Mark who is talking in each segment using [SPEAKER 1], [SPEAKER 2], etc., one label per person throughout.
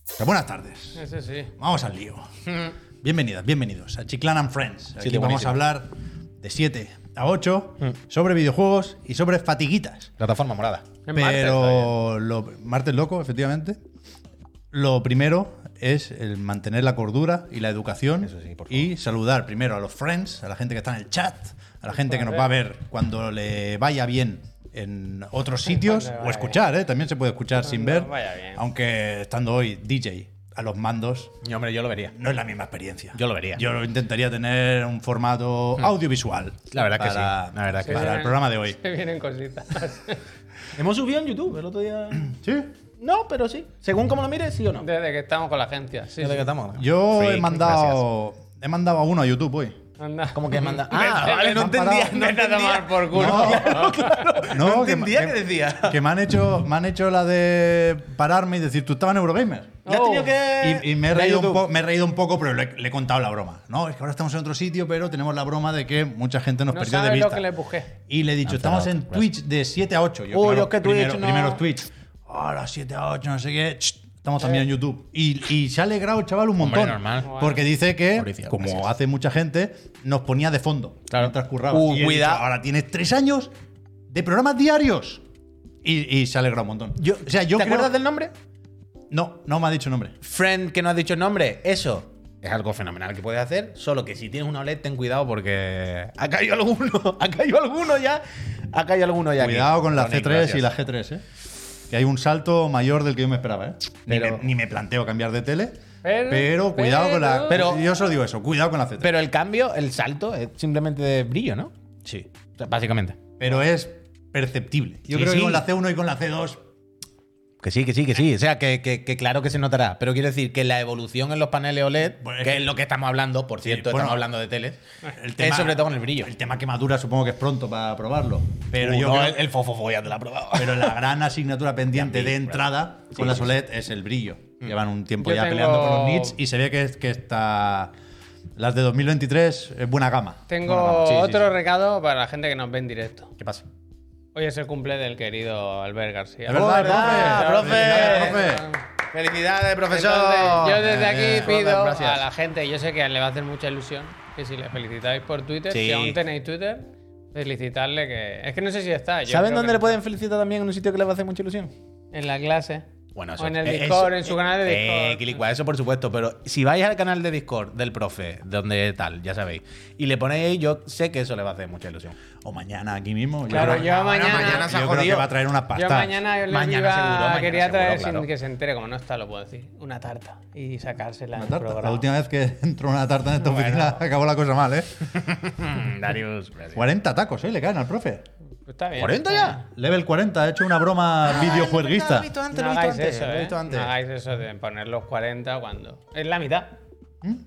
[SPEAKER 1] Valencia. Buenas tardes.
[SPEAKER 2] Sí, sí, sí.
[SPEAKER 1] Vamos al lío.
[SPEAKER 3] Mm.
[SPEAKER 1] Bienvenidas, bienvenidos a Chiclan and Friends. Aquí
[SPEAKER 2] qué
[SPEAKER 1] vamos a
[SPEAKER 2] buenísimo.
[SPEAKER 1] hablar de 7 a 8 sobre videojuegos y sobre fatiguitas.
[SPEAKER 3] Mm. Plataforma morada.
[SPEAKER 2] Es martes todavía.
[SPEAKER 1] Pero lo, martes loco, efectivamente. Lo primero es el mantener la cordura y la educación
[SPEAKER 3] Eso sí, por favor.
[SPEAKER 1] y saludar primero a los friends, a la gente que está en el chat, a la gente que nos va a ver cuando le vaya bien en otros sitios
[SPEAKER 2] Cuando le
[SPEAKER 1] o
[SPEAKER 2] vaya
[SPEAKER 1] escuchar, ¿eh? también se puede escuchar sin
[SPEAKER 2] Cuando
[SPEAKER 1] ver,
[SPEAKER 2] vaya bien.
[SPEAKER 1] aunque estando hoy DJ a los mandos
[SPEAKER 3] Y, hombre, yo lo vería.
[SPEAKER 1] no es la misma experiencia.
[SPEAKER 3] Yo lo vería. Hmm.
[SPEAKER 1] Yo intentaría tener un formato audiovisual.
[SPEAKER 3] La verdad que
[SPEAKER 1] para-
[SPEAKER 3] sí, la verdad que
[SPEAKER 2] Se
[SPEAKER 1] para
[SPEAKER 3] sí.
[SPEAKER 1] el programa de hoy.
[SPEAKER 2] Se vienen Este cositas.
[SPEAKER 3] Hemos subido en YouTube el otro día.
[SPEAKER 1] Sí.
[SPEAKER 3] No, pero sí. Según como lo mires, sí o no.
[SPEAKER 2] Desde que estamos con la agencia. Sí,
[SPEAKER 3] Desde
[SPEAKER 2] sí.
[SPEAKER 3] que estamos.
[SPEAKER 1] Yo he
[SPEAKER 3] Freak,
[SPEAKER 1] mandado he mandado a uno a YouTube hoy.
[SPEAKER 2] Anda.
[SPEAKER 3] ¿Cómo que manda? Ah,
[SPEAKER 2] Vete, vete,
[SPEAKER 1] no entendía,
[SPEAKER 2] vete a tomar por culo.
[SPEAKER 3] No
[SPEAKER 1] que,
[SPEAKER 3] entendía
[SPEAKER 1] que-
[SPEAKER 3] qué decía.
[SPEAKER 1] que me han hecho me han hecho la de pararme y decir, tú estabas en Eurogamer.
[SPEAKER 3] Ya has tenido que.
[SPEAKER 1] Y, y me, he
[SPEAKER 3] de
[SPEAKER 1] reído un
[SPEAKER 3] YouTube.
[SPEAKER 1] po- me he reído un poco, pero le, le he contado la broma. No, es que ahora estamos en otro sitio, pero tenemos la broma de que mucha gente nos
[SPEAKER 2] No
[SPEAKER 1] perdió de
[SPEAKER 2] sabes lo
[SPEAKER 1] vista.
[SPEAKER 2] que le busqué.
[SPEAKER 1] Y le he dicho, estamos en Twitch de 7 a 8. Yo,
[SPEAKER 3] Uy,
[SPEAKER 1] claro,
[SPEAKER 3] es Oh, que Twitch
[SPEAKER 1] primero,
[SPEAKER 3] no-
[SPEAKER 1] primero es Twitch. Ahora 7 a 8, no sé qué. Ch, Estamos también en YouTube. Y, y se ha alegrado el chaval un
[SPEAKER 3] Hombre,
[SPEAKER 1] montón.
[SPEAKER 3] normal.
[SPEAKER 1] Porque dice que,
[SPEAKER 3] Mauricio,
[SPEAKER 1] como
[SPEAKER 3] gracias.
[SPEAKER 1] hace mucha gente, nos ponía de fondo.
[SPEAKER 3] Claro.
[SPEAKER 1] Mientras curraba.
[SPEAKER 3] Uh,
[SPEAKER 1] Y he
[SPEAKER 3] cuidado.
[SPEAKER 1] dicho, ahora tienes 3 años de programas diarios. Y, y se ha alegrado un montón.
[SPEAKER 3] Yo-
[SPEAKER 1] o sea, yo
[SPEAKER 3] ¿Te
[SPEAKER 1] creo-
[SPEAKER 3] acuerdas del nombre?
[SPEAKER 1] No, no me ha dicho nombre.
[SPEAKER 3] Friend, que no has dicho el nombre. Eso es algo fenomenal que puedes hacer. Solo que si tienes una OLED, ten cuidado porque. Ha caído alguno. Ha caído alguno ya. Ha caído alguno ya. aquí.
[SPEAKER 1] Cuidado con la
[SPEAKER 3] Tony,
[SPEAKER 1] C3 y
[SPEAKER 3] gracias.
[SPEAKER 1] la G3, ¿eh? Que hay un salto mayor del que yo me esperaba, ¿eh? Ni
[SPEAKER 3] Pero-
[SPEAKER 1] me- ni, me, planteo cambiar de tele. Pero,
[SPEAKER 2] Pero-
[SPEAKER 1] cuidado con la.
[SPEAKER 3] pero-
[SPEAKER 1] yo solo digo eso, cuidado con la C3. Pero,
[SPEAKER 3] Pero el cambio, el salto, es simplemente de brillo, ¿no? Sí. básicamente.
[SPEAKER 1] es perceptible. Yo
[SPEAKER 3] Sí,
[SPEAKER 1] creo que
[SPEAKER 3] sí.
[SPEAKER 1] con la C1 y con la C2.
[SPEAKER 3] Que sí, que sí, que sí. O sea, que, que- que claro que se notará. Pero quiero decir que la evolución en los paneles OLED,
[SPEAKER 1] Bueno, es
[SPEAKER 3] que
[SPEAKER 1] que-
[SPEAKER 3] es lo que estamos hablando, por cierto,
[SPEAKER 1] bueno,
[SPEAKER 3] estamos hablando de teles,
[SPEAKER 1] El
[SPEAKER 3] es sobre todo con el brillo.
[SPEAKER 1] El tema que madura supongo que es pronto para probarlo. Pero
[SPEAKER 3] Uh,
[SPEAKER 1] yo
[SPEAKER 3] no,
[SPEAKER 1] creo-
[SPEAKER 3] el, el fofofo ya te lo ha probado.
[SPEAKER 1] pero la gran asignatura pendiente
[SPEAKER 3] Ya vi,
[SPEAKER 1] de
[SPEAKER 3] claro.
[SPEAKER 1] entrada con la OLED es el brillo.
[SPEAKER 3] Mm.
[SPEAKER 1] Llevan un tiempo
[SPEAKER 2] Yo
[SPEAKER 1] ya
[SPEAKER 2] tengo-
[SPEAKER 1] peleando con los nits y se ve que, que está. Las de 2023 es eh, buena gama.
[SPEAKER 2] Tengo
[SPEAKER 1] Buena gama. Sí, sí,
[SPEAKER 2] otro
[SPEAKER 1] sí.
[SPEAKER 2] recado para la gente que nos ve en directo.
[SPEAKER 3] ¿Qué pasa?
[SPEAKER 2] Hoy es el cumple del querido Albert García.
[SPEAKER 1] Es verdad,
[SPEAKER 3] ¡Verdad,
[SPEAKER 1] profe!
[SPEAKER 3] profe!
[SPEAKER 1] ¡Felicidades, profe!
[SPEAKER 3] ¡Felicidades, profesor!
[SPEAKER 2] Entonces, yo desde
[SPEAKER 1] Bien,
[SPEAKER 2] aquí
[SPEAKER 3] bien.
[SPEAKER 2] pido
[SPEAKER 3] Gracias.
[SPEAKER 2] a la gente, yo sé que le va a hacer mucha ilusión, que si le felicitáis por Twitter,
[SPEAKER 3] Sí.
[SPEAKER 2] si aún tenéis Twitter, felicitarle que... Es que no sé si está. yo
[SPEAKER 3] ¿Saben
[SPEAKER 2] creo
[SPEAKER 3] dónde
[SPEAKER 2] que
[SPEAKER 3] le pueden felicitar también en un sitio que les va a hacer mucha ilusión?
[SPEAKER 2] no. En la clase.
[SPEAKER 3] Bueno,
[SPEAKER 2] o en el
[SPEAKER 3] eh,
[SPEAKER 2] Discord,
[SPEAKER 3] eso-
[SPEAKER 2] en su canal de
[SPEAKER 3] eh,
[SPEAKER 2] Discord.
[SPEAKER 3] Quilicua, eso por supuesto, pero si vais al canal de Discord del profe, donde tal, ya sabéis, y le ponéis ahí, yo sé que eso le va a hacer mucha ilusión.
[SPEAKER 1] O mañana aquí mismo.
[SPEAKER 2] Claro,
[SPEAKER 1] creo-
[SPEAKER 2] yo mañana-
[SPEAKER 3] mañana se ha
[SPEAKER 1] yo creo que
[SPEAKER 3] jodido.
[SPEAKER 1] va a traer una
[SPEAKER 2] Yo
[SPEAKER 1] pasta.
[SPEAKER 2] mañana yo le
[SPEAKER 3] Mañana
[SPEAKER 2] iba-
[SPEAKER 3] seguro, mañana
[SPEAKER 2] quería
[SPEAKER 3] seguro,
[SPEAKER 2] traer
[SPEAKER 3] claro.
[SPEAKER 2] sin que se entere, como no está, lo puedo decir, una tarta y
[SPEAKER 1] Una
[SPEAKER 2] sacársela en el
[SPEAKER 1] tarta.
[SPEAKER 2] programa.
[SPEAKER 1] La última vez que entró una tarta en esta oficina acabó la cosa mal, ¿eh?
[SPEAKER 3] Mm, Darius, gracias.
[SPEAKER 1] 40 tacos, ¿eh? Le caen al profe.
[SPEAKER 2] Pues Está bien.
[SPEAKER 3] 40 ya.
[SPEAKER 1] Level 40, ha hecho una broma videojueguista.
[SPEAKER 2] No hagáis eso, ¿eh? No hagáis eso de poner los 40 cuando... Es la mitad.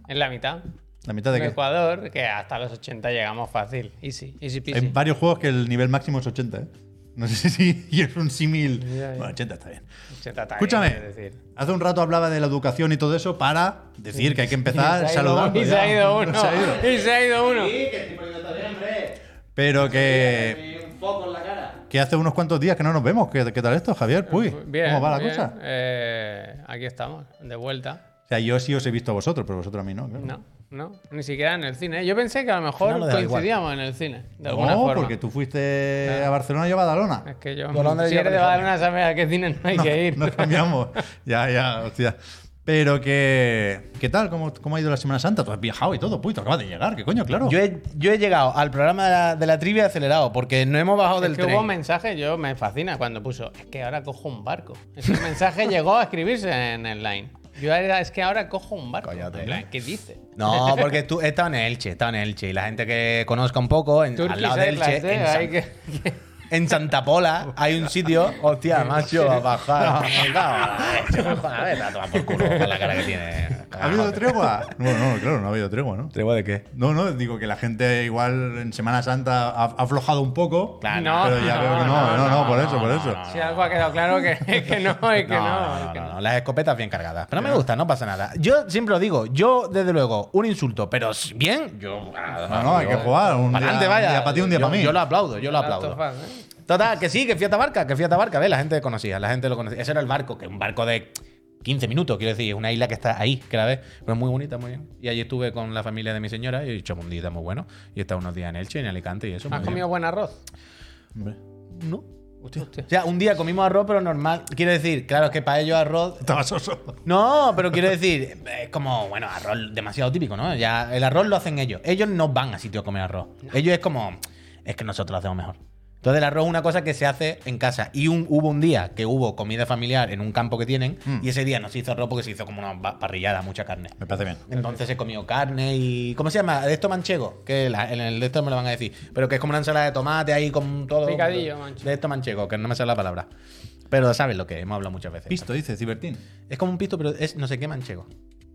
[SPEAKER 2] Es la mitad.
[SPEAKER 1] ¿La mitad ¿Mm? de
[SPEAKER 2] En
[SPEAKER 1] qué?
[SPEAKER 2] Ecuador, que hasta los 80 llegamos fácil. Easy, easy peasy.
[SPEAKER 1] Hay varios juegos que el nivel máximo es 80, ¿eh? No sé si y es un símil.
[SPEAKER 2] Ya, ya.
[SPEAKER 1] Bueno, 80 está bien.
[SPEAKER 2] Se trata de-
[SPEAKER 1] Escúchame,
[SPEAKER 2] es decir.
[SPEAKER 1] hace un rato hablaba de la educación y todo eso para decir que hay que empezar
[SPEAKER 2] Y se ha ido-
[SPEAKER 1] saludando.
[SPEAKER 2] Y se
[SPEAKER 1] ya.
[SPEAKER 2] ha ido uno.
[SPEAKER 1] Se ha ido.
[SPEAKER 2] Y se ha ido uno.
[SPEAKER 1] Pero que. Que hace unos cuantos días que no nos vemos. ¿Qué, qué tal esto, Javier? Puy,
[SPEAKER 2] Bien,
[SPEAKER 1] ¿cómo va la
[SPEAKER 2] bien.
[SPEAKER 1] cosa?
[SPEAKER 2] Eh, aquí estamos, de vuelta.
[SPEAKER 1] O sea, yo sí os he visto a vosotros, pero vosotros a mí no. claro.
[SPEAKER 2] No, no, ni siquiera en el cine. Yo pensé que a lo mejor
[SPEAKER 3] No, no, da igual.
[SPEAKER 2] coincidíamos en el cine, de
[SPEAKER 1] No,
[SPEAKER 2] alguna forma.
[SPEAKER 1] porque tú fuiste a Barcelona y yo a Badalona.
[SPEAKER 2] Es que yo,
[SPEAKER 3] Yo a Londres
[SPEAKER 2] si
[SPEAKER 3] y a
[SPEAKER 2] eres de
[SPEAKER 3] California.
[SPEAKER 2] Badalona, sabes a qué cine no hay que ir.
[SPEAKER 1] Nos cambiamos. ya, ya, hostia. Pero que. ¿Qué tal? ¿Cómo, ¿Cómo ha ido la Semana Santa? Tú has viajado y todo, puy, tú acabas de llegar, ¿qué coño? Claro.
[SPEAKER 3] Yo he, yo he llegado al programa de la, de la trivia acelerado porque no hemos bajado
[SPEAKER 2] Es
[SPEAKER 3] del
[SPEAKER 2] que hubo
[SPEAKER 3] tren.
[SPEAKER 2] un mensaje, yo me fascina cuando puso, es que ahora cojo un barco. Ese mensaje llegó a escribirse en el line. Yo era, es que ahora cojo un barco.
[SPEAKER 3] Cállate.
[SPEAKER 2] En plan, ¿Qué dice?
[SPEAKER 3] No, porque tú he estado en Elche, he estado en Elche. Y la gente que conozca un poco, en, al lado
[SPEAKER 2] ¿eh?
[SPEAKER 3] de Elche, en, San-
[SPEAKER 2] hay que...
[SPEAKER 3] en Santa Pola, hay un sitio. Hostia, macho, a bajar. A ver, a tomar por culo con la cara que tiene.
[SPEAKER 1] ¿Ha habido tregua? No, no, claro, no ha habido tregua, ¿no?
[SPEAKER 3] ¿Tregua de qué?
[SPEAKER 1] No, no, digo que la gente igual en Semana Santa ha, ha aflojado un poco.
[SPEAKER 3] Claro,
[SPEAKER 2] No,
[SPEAKER 1] pero ya veo que no, no, no, por eso, por eso.
[SPEAKER 2] Si algo ha quedado claro que, que no, es que no.
[SPEAKER 3] No, no,
[SPEAKER 2] es que
[SPEAKER 3] no,
[SPEAKER 2] no.
[SPEAKER 3] no, las escopetas bien cargadas. Pero no me gusta, no pasa nada. Yo siempre lo digo, yo desde luego, un insulto, pero si bien, yo.
[SPEAKER 1] No, no, hay que jugar. Un
[SPEAKER 3] Para adelante,
[SPEAKER 1] día,
[SPEAKER 3] vaya.
[SPEAKER 1] un día para ti, un día
[SPEAKER 3] Yo-
[SPEAKER 1] para mí.
[SPEAKER 3] Yo lo aplaudo, yo lo
[SPEAKER 2] Last
[SPEAKER 3] aplaudo.
[SPEAKER 2] of Us, ¿eh?
[SPEAKER 3] Total, que sí, que fui a Tabarca, que fui a Tabarca. Ve, la gente conocía, la gente lo conocía. Ese era el barco, que un barco de 15 minutos, quiero decir, es una isla que está ahí, que la ves, pero es muy bonita, muy bien. Y allí estuve con la familia de mi señora y he dicho un día muy bueno. Y he estado unos días en Elche, en Alicante y eso.
[SPEAKER 2] ¿Has
[SPEAKER 3] muy bien.
[SPEAKER 2] comido buen arroz?
[SPEAKER 1] Hombre.
[SPEAKER 3] No.
[SPEAKER 1] Hostia.
[SPEAKER 3] O sea, un día comimos arroz, pero normal. Quiero decir, claro, es que para ellos arroz
[SPEAKER 1] Estaba soso.
[SPEAKER 3] No, pero quiero decir, es como, bueno, arroz demasiado típico, ¿no? Ya el arroz lo hacen ellos. Ellos no van a sitio a comer arroz. Ellos es como, es que nosotros lo hacemos mejor. Entonces el arroz es una cosa que se hace en casa. Y un, hubo un día que hubo comida familiar en un campo que tienen y ese día no se hizo arroz porque se hizo como una pa- parrillada, mucha carne.
[SPEAKER 1] Me parece bien.
[SPEAKER 3] Entonces se comió carne y... ¿Cómo se llama? De esto manchego. Que la- en el de esto me lo van a decir. Pero que es como una ensalada de tomate ahí con todo...
[SPEAKER 2] Picadillo manchego.
[SPEAKER 3] De esto manchego, que no me sale la palabra. Pero sabes lo que es, hemos hablado muchas veces.
[SPEAKER 1] Pisto, dice Cibertín.
[SPEAKER 3] Es como un pisto, pero es no sé qué manchego.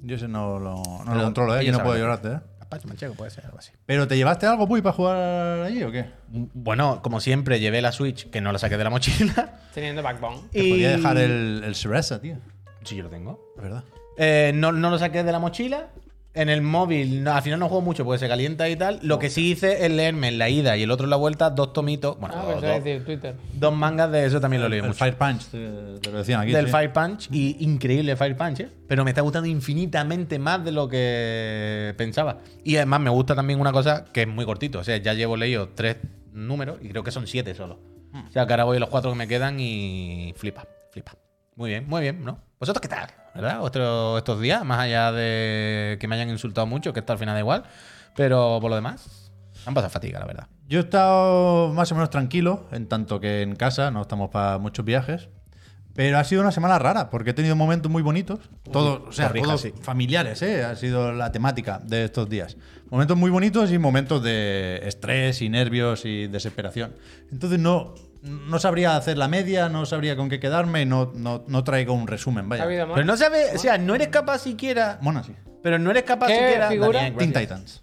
[SPEAKER 1] Yo ese no lo, no lo
[SPEAKER 3] Pero
[SPEAKER 1] controlo, ¿eh? Yo
[SPEAKER 3] ellos
[SPEAKER 1] no puedo
[SPEAKER 3] saben.
[SPEAKER 1] llorarte, ¿eh?
[SPEAKER 3] Apache manchego puede ser algo así.
[SPEAKER 1] ¿Pero te llevaste algo, Puy, para jugar allí o qué?
[SPEAKER 3] Mm, Bueno, como siempre, llevé la Switch, que no la saqué de la mochila.
[SPEAKER 2] Teniendo backbone.
[SPEAKER 1] Te
[SPEAKER 3] y...
[SPEAKER 1] podía dejar el, el Cereza, tío.
[SPEAKER 3] Sí, yo lo tengo.
[SPEAKER 1] Es verdad.
[SPEAKER 3] Eh, no, no lo saqué de la mochila. En el móvil, no, al final no juego mucho porque se calienta y tal. Lo que sí hice es leerme en la ida y el otro en la vuelta dos tomitos. Bueno,
[SPEAKER 2] Ah,
[SPEAKER 3] dos,
[SPEAKER 2] pensaba
[SPEAKER 3] dos-
[SPEAKER 2] decir Twitter.
[SPEAKER 3] dos mangas de eso también lo leí
[SPEAKER 1] El
[SPEAKER 3] mucho.
[SPEAKER 1] Fire Punch, te, te lo decían aquí.
[SPEAKER 3] del
[SPEAKER 1] sí.
[SPEAKER 3] Fire Punch y increíble Fire Punch, ¿eh? pero me está gustando infinitamente más de lo que pensaba. Y además me gusta también una cosa que es muy cortito, o sea, ya llevo leído tres números y creo que son siete solo.
[SPEAKER 2] Hmm.
[SPEAKER 3] O sea, que ahora voy a los cuatro que me quedan y flipa, flipa. Muy bien, muy bien, ¿no? ¿Vosotros qué tal? ¿Verdad? Otro- estos días, más allá de que me hayan insultado mucho, que está al final da igual, pero por lo demás, han pasado fatiga, la verdad.
[SPEAKER 1] Yo he estado más o menos tranquilo, en tanto que en casa no estamos para muchos viajes. Pero ha sido una semana rara, porque he tenido momentos muy bonitos. Todos, o sea,
[SPEAKER 3] corrija,
[SPEAKER 1] todos
[SPEAKER 3] sí.
[SPEAKER 1] familiares, ¿eh? Ha sido la temática de estos días. Momentos muy bonitos y momentos de estrés y nervios y desesperación. Entonces no, no sabría hacer la media, no sabría con qué quedarme, no, no, no traigo un resumen,
[SPEAKER 2] ¿Ha
[SPEAKER 1] vaya.
[SPEAKER 2] habido más?
[SPEAKER 3] Pero no sabes, o sea, no eres capaz siquiera,
[SPEAKER 1] Mona, sí.
[SPEAKER 3] pero no eres capaz
[SPEAKER 2] ¿Qué
[SPEAKER 3] siquiera...
[SPEAKER 2] figura?
[SPEAKER 3] Daniel,
[SPEAKER 1] Teen Titans.
[SPEAKER 3] gracias.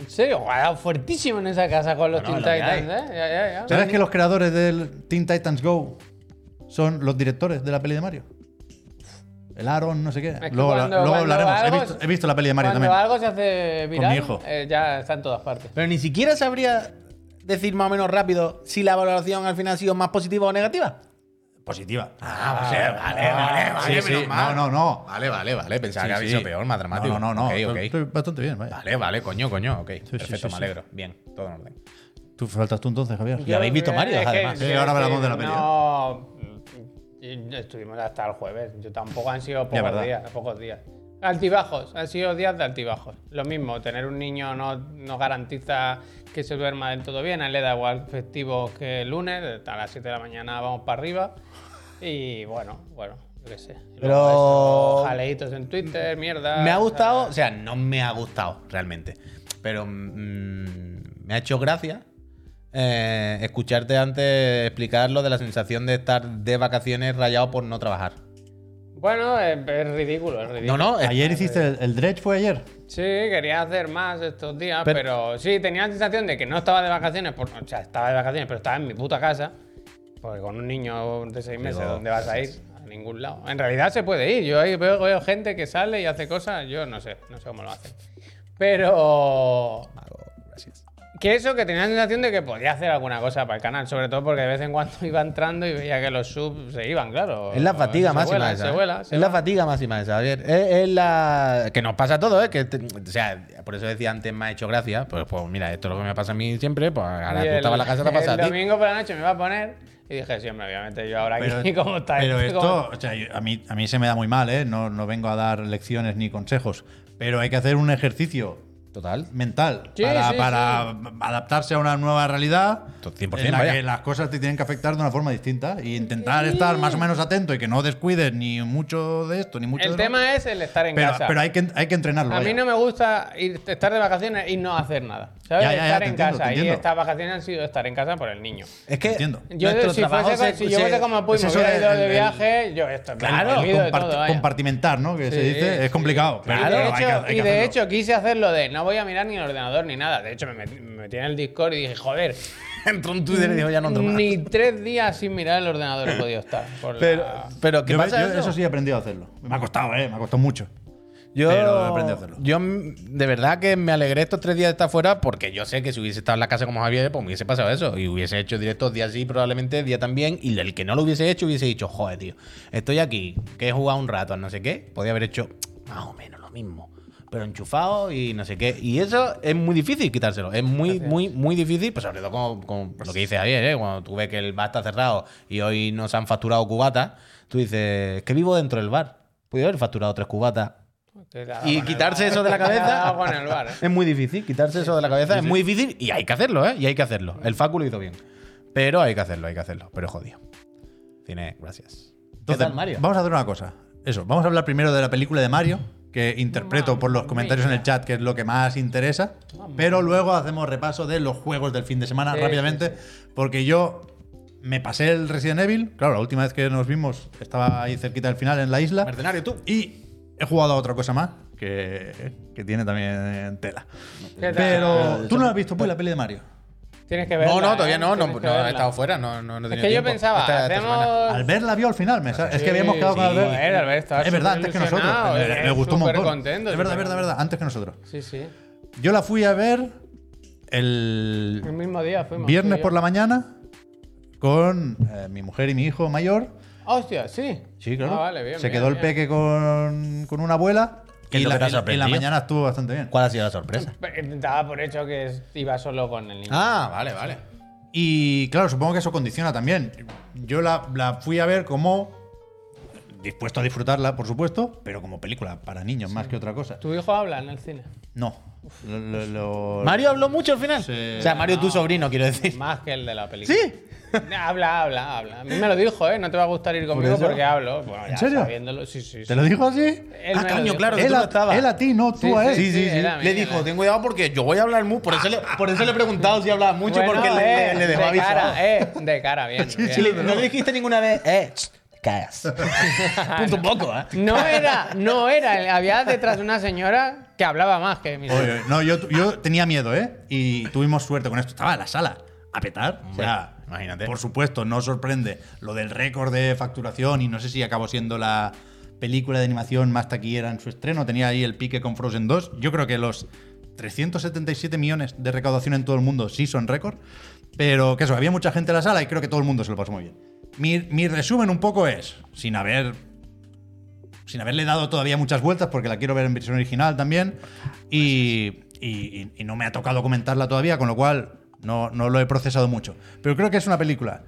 [SPEAKER 2] ¿En serio? Ha dado fuertísimo en esa casa con los
[SPEAKER 3] Bueno,
[SPEAKER 2] Teen
[SPEAKER 3] lo que hay.
[SPEAKER 2] Titans, ¿eh? Ya, ya, ya.
[SPEAKER 1] ¿Sabes que los creadores del Teen Titans Go son los directores de la peli de Mario? El Aaron, no sé qué.
[SPEAKER 2] que
[SPEAKER 1] Luego,
[SPEAKER 2] cuando-
[SPEAKER 1] luego
[SPEAKER 2] cuando
[SPEAKER 1] hablaremos.
[SPEAKER 2] algo
[SPEAKER 1] he, visto,
[SPEAKER 2] es-
[SPEAKER 1] he visto la peli de Mario
[SPEAKER 2] Cuando
[SPEAKER 1] también.
[SPEAKER 2] algo se hace viral,
[SPEAKER 1] mi hijo.
[SPEAKER 2] eh, ya está en todas partes.
[SPEAKER 3] Pero ni siquiera sabría decir más o menos rápido si la valoración al final ha sido más positiva o negativa.
[SPEAKER 1] Positiva.
[SPEAKER 3] Ah, vale, vale, vale,
[SPEAKER 1] ah, sí, sí. No, no, no.
[SPEAKER 3] Vale, vale, vale. Pensaba
[SPEAKER 1] Sí,
[SPEAKER 3] que había sido
[SPEAKER 1] sí.
[SPEAKER 3] peor, más dramático.
[SPEAKER 1] No, no, no. no.
[SPEAKER 3] Ok, ok.
[SPEAKER 1] Estoy- Estoy bastante bien, vaya.
[SPEAKER 3] Vale, vale, coño, coño. Ok, perfecto,
[SPEAKER 1] sí, sí.
[SPEAKER 3] me alegro. Bien, todo en orden.
[SPEAKER 1] Tú faltas tú entonces, Javier.
[SPEAKER 3] Ya habéis visto
[SPEAKER 2] Eh,
[SPEAKER 3] Mario,
[SPEAKER 2] es que-
[SPEAKER 3] además.
[SPEAKER 1] Sí, ahora hablamos de la peli. ¿eh?
[SPEAKER 2] No. y Estuvimos hasta el jueves. Yo tampoco han sido
[SPEAKER 1] verdad.
[SPEAKER 2] pocos días, pocos días. Altibajos, han sido días de altibajos. Lo mismo, tener un niño no, no garantiza que se duerma del todo bien. A él le da igual festivo que el lunes, a las 7 de la mañana vamos para arriba. Y bueno, bueno, yo qué sé. Y luego
[SPEAKER 3] Pero-
[SPEAKER 2] eso, Jaleitos en Twitter,
[SPEAKER 1] Ah,
[SPEAKER 2] mierda.
[SPEAKER 3] Me ha gustado,
[SPEAKER 2] o
[SPEAKER 3] o sea, no me ha gustado realmente, pero mm, me ha hecho gracia eh, escucharte antes explicar lo de la sensación de estar de vacaciones rayado por no trabajar.
[SPEAKER 2] sea, Bueno, es, es ridículo, es ridículo.
[SPEAKER 3] No, no, es-
[SPEAKER 1] Ayer hiciste el, el Dredge, ¿fue ayer?
[SPEAKER 2] Sí, quería hacer más estos días,
[SPEAKER 3] Pero-
[SPEAKER 2] pero, sí, tenía la sensación de que no estaba de vacaciones, por- o sea, estaba de vacaciones, pero estaba en mi puta casa, porque con un niño de seis meses,
[SPEAKER 3] Digo,
[SPEAKER 2] ¿dónde vas a ir? A ningún lado. En realidad se puede ir, yo ahí veo, veo gente que sale y hace cosas, yo no sé, no sé cómo lo hacen. Pero
[SPEAKER 3] Mago, gracias.
[SPEAKER 2] que eso, que tenía la sensación de que podía hacer alguna cosa para el canal, sobre todo porque de vez en cuando iba entrando y veía que los subs se iban, claro.
[SPEAKER 3] Es la
[SPEAKER 2] o-
[SPEAKER 3] fatiga
[SPEAKER 2] Ah, se
[SPEAKER 3] máxima
[SPEAKER 2] vuela,
[SPEAKER 3] esa.
[SPEAKER 2] Se
[SPEAKER 3] ¿eh?
[SPEAKER 2] vuela, se
[SPEAKER 3] es la
[SPEAKER 2] va.
[SPEAKER 3] fatiga máxima esa, Javier. Es, es la. Que nos pasa todo, ¿eh? Que te- o sea, por eso decía antes, me ha hecho gracia. Pues, pues mira, esto es lo que me pasa a mí siempre. Pues ahora
[SPEAKER 2] Y
[SPEAKER 3] tú
[SPEAKER 2] el-
[SPEAKER 3] estabas en la casa, te ha pasado
[SPEAKER 2] El
[SPEAKER 3] a ti.
[SPEAKER 2] domingo por la noche me iba a poner y dije, sí, hombre, obviamente yo ahora aquí, ¿cómo está
[SPEAKER 1] pero
[SPEAKER 2] esto? ¿Cómo
[SPEAKER 1] esto, o sea, yo- a, mí, a mí se me da muy mal, ¿eh? No, no vengo a dar lecciones ni consejos. Pero hay que hacer un ejercicio
[SPEAKER 3] Total.
[SPEAKER 1] mental
[SPEAKER 2] Sí,
[SPEAKER 1] para,
[SPEAKER 2] sí,
[SPEAKER 1] para adaptarse a una nueva realidad
[SPEAKER 3] To- 100%,
[SPEAKER 1] en la
[SPEAKER 3] vaya.
[SPEAKER 1] que las cosas te tienen que afectar de una forma distinta y intentar estar más o menos atento y que no descuides ni mucho de esto ni mucho
[SPEAKER 2] El
[SPEAKER 1] de lo otro.
[SPEAKER 2] tema es el estar en
[SPEAKER 1] pero,
[SPEAKER 2] casa.
[SPEAKER 1] pero hay que hay que entrenarlo
[SPEAKER 2] a
[SPEAKER 1] vaya.
[SPEAKER 2] mí no me gusta ir- estar de vacaciones y no hacer nada. ¿Sabes?
[SPEAKER 1] Ya, ya, ya,
[SPEAKER 2] estar
[SPEAKER 1] te
[SPEAKER 2] en
[SPEAKER 1] entiendo, te
[SPEAKER 2] casa. Y
[SPEAKER 1] entiendo.
[SPEAKER 2] estas vacaciones han sido estar en casa por el niño.
[SPEAKER 3] Es que.
[SPEAKER 1] Entiendo.
[SPEAKER 2] Yo,
[SPEAKER 3] nuestro
[SPEAKER 2] si,
[SPEAKER 3] trabajo
[SPEAKER 2] fuese,
[SPEAKER 3] se-
[SPEAKER 2] si yo
[SPEAKER 3] se-
[SPEAKER 2] fuese como Puy,
[SPEAKER 1] es
[SPEAKER 2] me
[SPEAKER 1] eso
[SPEAKER 2] hubiera
[SPEAKER 1] del-
[SPEAKER 2] ido de
[SPEAKER 1] del-
[SPEAKER 2] viaje, yo esto,
[SPEAKER 1] Claro,
[SPEAKER 2] me olvido de
[SPEAKER 1] compart-
[SPEAKER 2] todo, vaya.
[SPEAKER 1] compartimentar no que se
[SPEAKER 2] Sí,
[SPEAKER 1] dice
[SPEAKER 2] sí.
[SPEAKER 1] es complicado pero
[SPEAKER 2] y de,
[SPEAKER 1] hay que-
[SPEAKER 2] hecho,
[SPEAKER 1] hay que
[SPEAKER 2] y de
[SPEAKER 1] hacerlo.
[SPEAKER 2] hecho quise hacer lo de no voy a mirar ni el ordenador ni nada. De hecho, me metí, me metí en el Discord y dije, joder,
[SPEAKER 3] Entró un Twitter y dijo, ya no entro más.
[SPEAKER 2] ni tres días sin mirar el ordenador he podido estar. por la-
[SPEAKER 3] Pero, pero ¿qué
[SPEAKER 1] Yo me-
[SPEAKER 3] pasa?
[SPEAKER 1] yo
[SPEAKER 3] eso?
[SPEAKER 1] eso sí he aprendido a hacerlo me ha costado eh me ha costado mucho
[SPEAKER 3] Yo,
[SPEAKER 1] Pero aprendí a hacerlo.
[SPEAKER 3] yo mm, de verdad que me alegré estos tres días de estar fuera porque yo sé que si hubiese estado en la casa como Javier, pues me hubiese pasado eso. Y hubiese hecho directos día sí, probablemente día también. Y el que no lo hubiese hecho hubiese dicho, joder, tío, estoy aquí, que he jugado un rato, a no sé qué. Podía haber hecho más o menos lo mismo. Pero enchufado y no sé qué. Y eso es muy difícil quitárselo. Es muy, muy, muy difícil. Pues sobre todo con, con lo que dice Javier, ¿eh? cuando tú ves que el bar está cerrado y hoy nos han facturado cubatas, tú dices, que vivo dentro del bar. Pude haber facturado tres cubatas
[SPEAKER 2] Te la
[SPEAKER 3] y
[SPEAKER 2] hago en el
[SPEAKER 3] quitarse
[SPEAKER 2] bar.
[SPEAKER 3] eso de la
[SPEAKER 2] Te
[SPEAKER 3] cabeza
[SPEAKER 2] hago en el bar, ¿eh?
[SPEAKER 3] es muy difícil. Quitarse eso de la cabeza es muy difícil y hay que hacerlo, ¿eh? Y hay que hacerlo. El Facu lo hizo bien. Pero hay que hacerlo, hay que hacerlo. Pero jodido. Tiene, gracias.
[SPEAKER 1] Entonces,
[SPEAKER 3] ¿Qué tal, Mario?
[SPEAKER 1] Vamos a hacer una cosa. Eso, vamos a hablar primero de la película de Mario, que interpreto por los comentarios en el chat que es lo que más interesa. Pero luego hacemos repaso de los juegos del fin de semana
[SPEAKER 2] Sí,
[SPEAKER 1] rápidamente,
[SPEAKER 2] sí,
[SPEAKER 1] porque yo me pasé el Resident Evil. Claro, la última vez que nos vimos estaba ahí cerquita del final en la isla.
[SPEAKER 3] Mercenario, tú.
[SPEAKER 1] Y he jugado a otra cosa más que, que tiene también tela.
[SPEAKER 2] ¿Qué tal?
[SPEAKER 1] Pero tú no has visto pues la peli de Mario.
[SPEAKER 2] Tienes que verla.
[SPEAKER 3] No, no,
[SPEAKER 2] ¿eh?
[SPEAKER 3] todavía no. No,
[SPEAKER 2] Tienes que
[SPEAKER 3] no, he
[SPEAKER 2] verla.
[SPEAKER 3] estado fuera. No, no, no he
[SPEAKER 2] Es
[SPEAKER 3] tenido
[SPEAKER 2] que yo
[SPEAKER 3] tiempo.
[SPEAKER 2] pensaba,
[SPEAKER 3] Esta- esta semana.
[SPEAKER 2] hacemos.
[SPEAKER 1] Albert la vio al final, me sa- es que habíamos quedado con
[SPEAKER 2] Ah. sí,
[SPEAKER 1] Albert.
[SPEAKER 2] joder, Albert estaba
[SPEAKER 1] es verdad, antes que nosotros.
[SPEAKER 2] superinlusionado,
[SPEAKER 1] Me, me
[SPEAKER 2] es
[SPEAKER 1] gustó un montón.
[SPEAKER 2] eh, supercontento,
[SPEAKER 1] es verdad, es
[SPEAKER 2] supercontento.
[SPEAKER 1] verdad, es verdad, antes que nosotros.
[SPEAKER 2] Sí, sí.
[SPEAKER 1] Yo la fui a ver el
[SPEAKER 2] El mismo día fuimos.
[SPEAKER 1] viernes por la mañana con eh, mi mujer y mi hijo mayor.
[SPEAKER 2] Hostia, sí.
[SPEAKER 1] Sí, claro.
[SPEAKER 2] Ah, vale, bien.
[SPEAKER 1] Se
[SPEAKER 2] bien,
[SPEAKER 1] quedó el
[SPEAKER 2] bien.
[SPEAKER 1] peque con, con una abuela
[SPEAKER 3] ¿Qué
[SPEAKER 1] y
[SPEAKER 3] es lo
[SPEAKER 1] la, y la- y
[SPEAKER 3] que te ha
[SPEAKER 1] la
[SPEAKER 3] sorprendido?
[SPEAKER 1] mañana estuvo bastante bien.
[SPEAKER 3] ¿Cuál ha sido la sorpresa?
[SPEAKER 2] Pe- Daba por hecho que es- iba solo con el niño.
[SPEAKER 3] Ah, vale, vale.
[SPEAKER 1] Y claro, supongo que eso condiciona también. Yo la, la fui a ver como dispuesto a disfrutarla, por supuesto, pero como película para niños más que otra cosa.
[SPEAKER 2] ¿Tu hijo habla en el cine?
[SPEAKER 1] No. Lo- lo- lo-
[SPEAKER 3] Mario habló mucho al final.
[SPEAKER 1] Sí.
[SPEAKER 3] O sea, Mario, tu sobrino, quiero decir.
[SPEAKER 2] Más que el de la película.
[SPEAKER 3] ¿Sí?
[SPEAKER 2] Habla, habla, habla. A mí me lo dijo, ¿eh? No te va a gustar ir conmigo
[SPEAKER 3] ¿Por eso?
[SPEAKER 2] porque hablo. Bueno, ya
[SPEAKER 1] serio?
[SPEAKER 2] sabiéndolo, sí, sí.
[SPEAKER 1] ¿Te
[SPEAKER 2] sí.
[SPEAKER 1] lo dijo así?
[SPEAKER 2] Él me
[SPEAKER 3] Ah,
[SPEAKER 2] lo
[SPEAKER 3] coño,
[SPEAKER 2] dijo.
[SPEAKER 3] claro.
[SPEAKER 1] Él
[SPEAKER 3] tú no
[SPEAKER 1] a,
[SPEAKER 3] estabas.
[SPEAKER 1] él a ti, no tú
[SPEAKER 2] Sí,
[SPEAKER 1] a él.
[SPEAKER 2] sí,
[SPEAKER 3] Sí, sí, sí.
[SPEAKER 2] era mí,
[SPEAKER 3] Le
[SPEAKER 2] era
[SPEAKER 3] dijo,
[SPEAKER 2] mí.
[SPEAKER 3] ten cuidado porque yo voy a hablar mucho. Por eso le, por eso le he preguntado si hablaba mucho,
[SPEAKER 2] Bueno,
[SPEAKER 3] porque
[SPEAKER 2] eh,
[SPEAKER 3] le, le- le dejó
[SPEAKER 2] de
[SPEAKER 3] avisado.
[SPEAKER 2] cara, eh, de cara, bien. bien.
[SPEAKER 3] Si le- no le dijiste ninguna vez, eh, tss, te cagas. Punto un poco, ¿eh?
[SPEAKER 2] No era, no era. Había detrás una señora que hablaba más que mi
[SPEAKER 1] Oye, no, yo, yo tenía miedo, ¿eh? Y tuvimos suerte con esto. Estaba en la sala a petar. O sea,
[SPEAKER 3] imagínate.
[SPEAKER 1] Por supuesto, no sorprende lo del récord de facturación y no sé si acabó siendo la película de animación más taquillera en su estreno. Tenía ahí el pique con Frozen 2. Yo creo que los 377 millones de recaudación en todo el mundo sí son récord. Pero que eso, había mucha gente en la sala y creo que todo el mundo se lo pasó muy bien. Mi, mi resumen un poco es, sin haber sin haberle dado todavía muchas vueltas, porque la quiero ver en versión original también. Y, y- y- y no me ha tocado comentarla todavía, con lo cual no, no lo he procesado mucho. Pero creo que es una película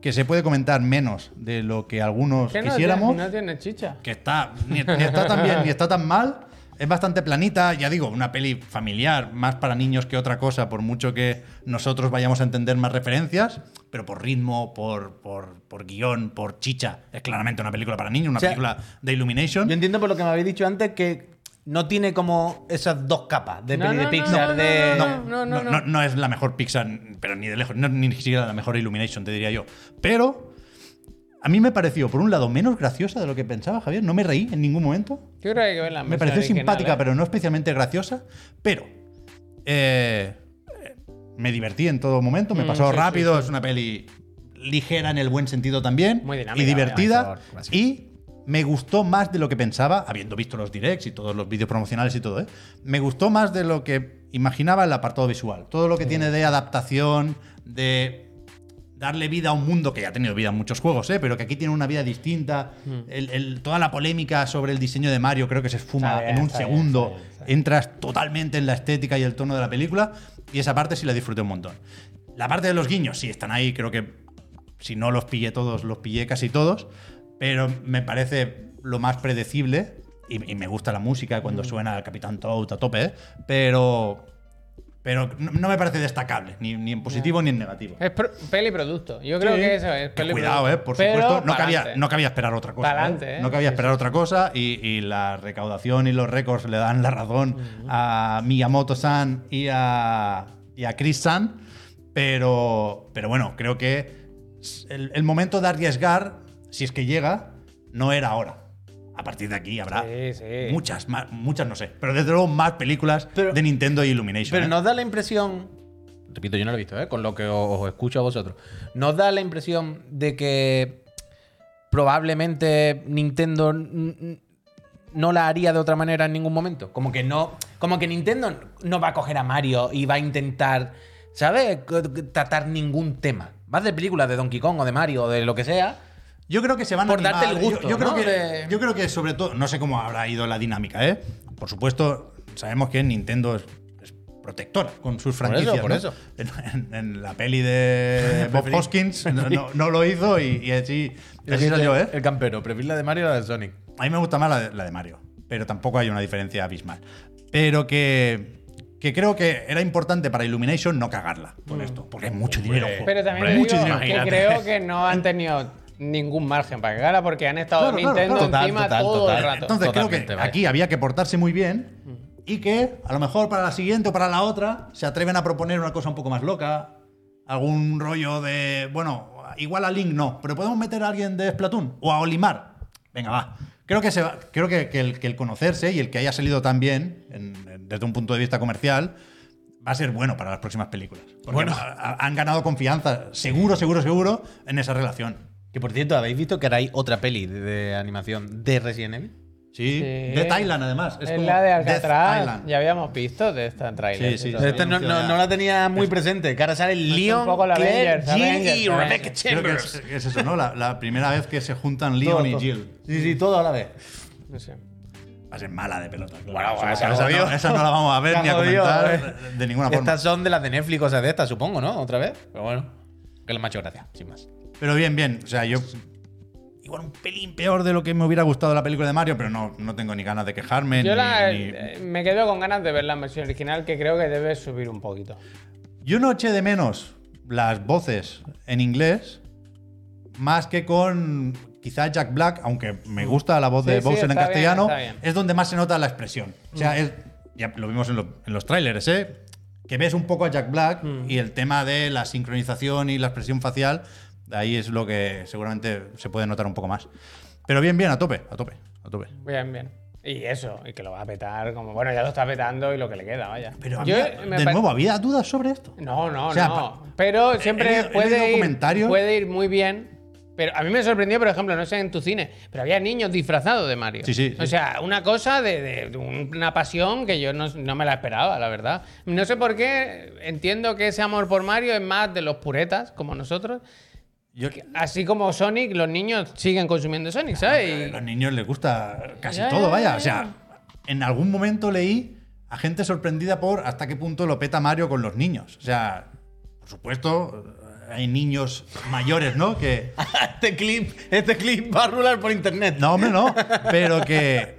[SPEAKER 1] que se puede comentar menos de lo que algunos
[SPEAKER 2] Que no,
[SPEAKER 1] quisiéramos.
[SPEAKER 2] tiene- no tiene chicha.
[SPEAKER 1] Que está, ni, ni está tan bien, ni está tan mal. Es bastante planita, ya digo, una peli familiar, más para niños que otra cosa, por mucho que nosotros vayamos a entender más referencias, pero por ritmo, por, por, por guión, por chicha, es claramente una película para niños, una
[SPEAKER 3] O sea,
[SPEAKER 1] película de Illumination.
[SPEAKER 3] Yo entiendo por lo que me habéis dicho antes que no tiene como esas dos capas de
[SPEAKER 2] No,
[SPEAKER 3] peli de
[SPEAKER 2] no, no,
[SPEAKER 3] Pixar,
[SPEAKER 2] no,
[SPEAKER 3] de.
[SPEAKER 2] no, no.
[SPEAKER 1] no, no es la mejor Pixar, pero ni de lejos, no- ni siquiera la mejor Illumination, te diría yo. Pero a mí me pareció, por un lado, menos graciosa de lo que pensaba Javier, no me reí en ningún momento.
[SPEAKER 2] Yo creo que hay que ver la
[SPEAKER 1] Me
[SPEAKER 2] versión
[SPEAKER 1] pareció
[SPEAKER 2] original,
[SPEAKER 1] simpática,
[SPEAKER 2] ¿eh?
[SPEAKER 1] pero no especialmente graciosa. Pero eh, eh, me divertí en todo momento, me
[SPEAKER 2] Mm,
[SPEAKER 1] pasó
[SPEAKER 2] sí,
[SPEAKER 1] rápido, es una peli ligera en el buen sentido también
[SPEAKER 2] Muy dinámica,
[SPEAKER 1] y divertida
[SPEAKER 3] vaya, por favor, gracias.
[SPEAKER 1] y me gustó más de lo que pensaba, habiendo visto los directs y todos los vídeos promocionales y todo, ¿eh? me gustó más de lo que imaginaba el apartado visual. Todo lo que tiene de adaptación, de darle vida a un mundo que ya ha tenido vida en muchos juegos, ¿eh? pero que aquí tiene una vida distinta.
[SPEAKER 2] Mm.
[SPEAKER 1] El- el- toda la polémica sobre el diseño de Mario creo que se esfuma
[SPEAKER 2] Está bien,
[SPEAKER 1] en un
[SPEAKER 2] está bien,
[SPEAKER 1] segundo.
[SPEAKER 2] está bien, está
[SPEAKER 1] Entras totalmente en la estética y el tono de la película y esa parte sí la disfruté un montón. La parte de los guiños, sí, están ahí, creo que si no los pillé todos, los pillé casi todos, pero me parece lo más predecible y, y me gusta la música cuando suena el Capitán Toad a tope, ¿eh? pero, pero no, no me parece destacable, ni, ni en positivo ni en negativo.
[SPEAKER 2] Es pro- peli producto. Yo creo
[SPEAKER 1] Sí.
[SPEAKER 2] que eso es
[SPEAKER 1] Que
[SPEAKER 2] peli
[SPEAKER 1] Cuidado, eh,
[SPEAKER 2] producto.
[SPEAKER 1] por
[SPEAKER 2] Pero
[SPEAKER 1] supuesto. No
[SPEAKER 2] pa'lante.
[SPEAKER 1] cabía, no cabía esperar otra cosa.
[SPEAKER 2] Pa'lante,
[SPEAKER 1] ¿eh?
[SPEAKER 2] eh.
[SPEAKER 1] No cabía
[SPEAKER 2] Sí,
[SPEAKER 1] esperar otra cosa y, y la recaudación y los récords le dan la razón a Miyamoto-san y a, y a Chris-san. Pero, pero bueno, creo que el, el momento de arriesgar, si es que llega, no era ahora. A partir de aquí habrá
[SPEAKER 2] Sí, sí.
[SPEAKER 1] muchas, más, muchas no sé, pero desde luego más películas
[SPEAKER 3] Pero-
[SPEAKER 1] de Nintendo y Illumination.
[SPEAKER 3] Pero
[SPEAKER 1] ¿eh?
[SPEAKER 3] nos da la impresión. Repito, yo no lo he visto, ¿eh? Con lo que os, os escucho a vosotros. Nos da la impresión de que probablemente Nintendo mm, mm, no la haría de otra manera en ningún momento. Como que no. Como que Nintendo no va a coger a Mario y va a intentar, ¿sabes? C- c- Tratar ningún tema. Más de películas de Donkey Kong o de Mario o de lo que sea.
[SPEAKER 1] Yo creo que se van a
[SPEAKER 3] Por
[SPEAKER 1] animar. ¿eh?
[SPEAKER 3] darte el gusto,
[SPEAKER 1] Yo, yo creo
[SPEAKER 3] ¿no?
[SPEAKER 1] que,
[SPEAKER 3] De-
[SPEAKER 1] yo creo que sobre todo, no sé cómo habrá ido la dinámica, ¿eh? Por supuesto, sabemos que Nintendo es, es protectora con sus
[SPEAKER 3] eso,
[SPEAKER 1] franquicias.
[SPEAKER 3] por
[SPEAKER 1] ¿no?
[SPEAKER 3] eso.
[SPEAKER 1] En, en- en la peli de Bob
[SPEAKER 3] Preferí-
[SPEAKER 1] Hoskins no, no- no lo hizo y, y así, así
[SPEAKER 3] El-
[SPEAKER 1] soy yo, ¿eh?
[SPEAKER 3] El campero. Prefiero la de Mario o la de Sonic.
[SPEAKER 1] A mí me gusta más la de, la de Mario, pero tampoco hay una diferencia abismal. Pero que, que creo que era importante para Illumination no cagarla con
[SPEAKER 3] Mm.
[SPEAKER 1] esto, porque es mucho dinero. jo-
[SPEAKER 2] Pero también
[SPEAKER 1] hombre,
[SPEAKER 2] te
[SPEAKER 1] mucho
[SPEAKER 2] digo
[SPEAKER 1] dinero.
[SPEAKER 2] que creo que no han tenido ningún margen para cagarla porque han estado
[SPEAKER 1] Claro, claro,
[SPEAKER 2] Nintendo
[SPEAKER 1] claro.
[SPEAKER 3] Total,
[SPEAKER 2] encima
[SPEAKER 3] total,
[SPEAKER 2] todo
[SPEAKER 3] total.
[SPEAKER 2] el rato.
[SPEAKER 1] Entonces creo que
[SPEAKER 3] Totalmente, vaya.
[SPEAKER 1] aquí había que portarse muy bien y que a lo mejor para la siguiente o para la otra se atreven a proponer una cosa un poco más loca, algún rollo de, bueno, igual a Link no, pero podemos meter a alguien de Splatoon o a Olimar. Venga, va. Creo que, se va- creo que, que el, que el conocerse y el que haya salido tan bien en- en- desde un punto de vista comercial va a ser bueno para las próximas películas. bueno, han ganado confianza, seguro, seguro, seguro, en esa relación.
[SPEAKER 3] Que por cierto, ¿habéis visto que ahora hay otra peli de, de animación de Resident Evil?
[SPEAKER 1] Sí,
[SPEAKER 2] Sí.
[SPEAKER 1] de Thailand además.
[SPEAKER 2] Es,
[SPEAKER 1] como
[SPEAKER 2] la de
[SPEAKER 1] Death
[SPEAKER 2] Alcatraz.
[SPEAKER 1] Island.
[SPEAKER 2] Ya habíamos visto de esta trailer.
[SPEAKER 1] Sí, sí,
[SPEAKER 2] Entonces,
[SPEAKER 3] Esta no,
[SPEAKER 1] anunció
[SPEAKER 3] no-
[SPEAKER 1] ya.
[SPEAKER 3] no la tenía muy presente. Que ahora sale Leon,
[SPEAKER 2] poco la
[SPEAKER 3] Claire,
[SPEAKER 2] Avengers,
[SPEAKER 3] Jill
[SPEAKER 2] Avengers,
[SPEAKER 3] y
[SPEAKER 2] Avengers.
[SPEAKER 3] Rebecca
[SPEAKER 1] Creo que
[SPEAKER 3] Chambers.
[SPEAKER 1] es, es eso, ¿no? La, la primera vez que se juntan Leon y Jill.
[SPEAKER 3] Sí, sí, todo a la vez.
[SPEAKER 2] no sé.
[SPEAKER 1] Va a ser mala de pelota. claro.
[SPEAKER 3] Bueno, bueno,
[SPEAKER 1] Esa-
[SPEAKER 3] se ha
[SPEAKER 1] esa,
[SPEAKER 3] jodido.
[SPEAKER 1] no, esa no la vamos a
[SPEAKER 3] Se
[SPEAKER 1] ver
[SPEAKER 3] ha
[SPEAKER 1] ni a
[SPEAKER 3] jodido,
[SPEAKER 1] comentar
[SPEAKER 3] ¿eh?
[SPEAKER 1] de- de ninguna forma.
[SPEAKER 3] Estas son de las de Netflix, o sea, de estas, supongo, ¿no? Otra vez. Pero bueno, que les macho gracia, sin más.
[SPEAKER 1] Pero bien, bien. O sea, yo. Igual un pelín peor de lo que me hubiera gustado la película de Mario, pero no, no tengo ni ganas de quejarme.
[SPEAKER 2] Yo
[SPEAKER 1] ni-
[SPEAKER 2] la-
[SPEAKER 1] ni-
[SPEAKER 2] eh, me quedo con ganas de ver la versión original que creo que debe subir un poquito.
[SPEAKER 1] Yo no eché de menos las voces en inglés más que con quizá Jack Black, aunque me gusta la voz
[SPEAKER 2] Mm. Sí,
[SPEAKER 1] de
[SPEAKER 2] sí,
[SPEAKER 1] Bowser en
[SPEAKER 2] está bien,
[SPEAKER 1] castellano,
[SPEAKER 2] está bien. Mm.
[SPEAKER 1] es donde más se nota la expresión. O sea, es, ya lo vimos en, lo- en los trailers, ¿eh? Que ves un poco a Jack Black
[SPEAKER 2] Mm.
[SPEAKER 1] y el tema de la sincronización y la expresión facial, ahí es lo que seguramente se puede notar un poco más. Pero bien, bien, a tope, a tope, a tope.
[SPEAKER 2] Bien, bien. Y eso, y que lo va a petar como. Bueno, ya lo está petando y lo que le queda, vaya.
[SPEAKER 1] Pero
[SPEAKER 2] Yo,
[SPEAKER 1] había-
[SPEAKER 2] me
[SPEAKER 1] de
[SPEAKER 2] pare-
[SPEAKER 1] nuevo, ¿había dudas sobre esto?
[SPEAKER 2] No, no,
[SPEAKER 1] O sea,
[SPEAKER 2] no.
[SPEAKER 1] pa-
[SPEAKER 2] Pero
[SPEAKER 1] he
[SPEAKER 2] siempre
[SPEAKER 1] leído- he leído
[SPEAKER 2] puede, ir,
[SPEAKER 1] comentarios.
[SPEAKER 2] puede ir muy bien. Pero a mí me sorprendió, por ejemplo, no sé en tu cine, pero había niños disfrazados de Mario.
[SPEAKER 1] Sí, sí,
[SPEAKER 2] O
[SPEAKER 1] sí.
[SPEAKER 2] sea, una cosa de, de- de una pasión que yo no, no me la esperaba, la verdad. No sé por qué, entiendo que ese amor por Mario es más de los puretas, como nosotros.
[SPEAKER 1] Yo,
[SPEAKER 2] Así como Sonic, los niños siguen consumiendo Sonic, ¿sabes?
[SPEAKER 1] A
[SPEAKER 2] Y-
[SPEAKER 1] los niños les gusta casi
[SPEAKER 2] Ya, ya,
[SPEAKER 1] todo,
[SPEAKER 2] ya,
[SPEAKER 1] vaya. O sea, en algún momento leí a gente sorprendida por hasta qué punto lo peta Mario con los niños. O sea, por supuesto, hay niños mayores, ¿no? Que.
[SPEAKER 3] este clip, este clip va a rular por internet.
[SPEAKER 1] No, hombre, no. Pero que,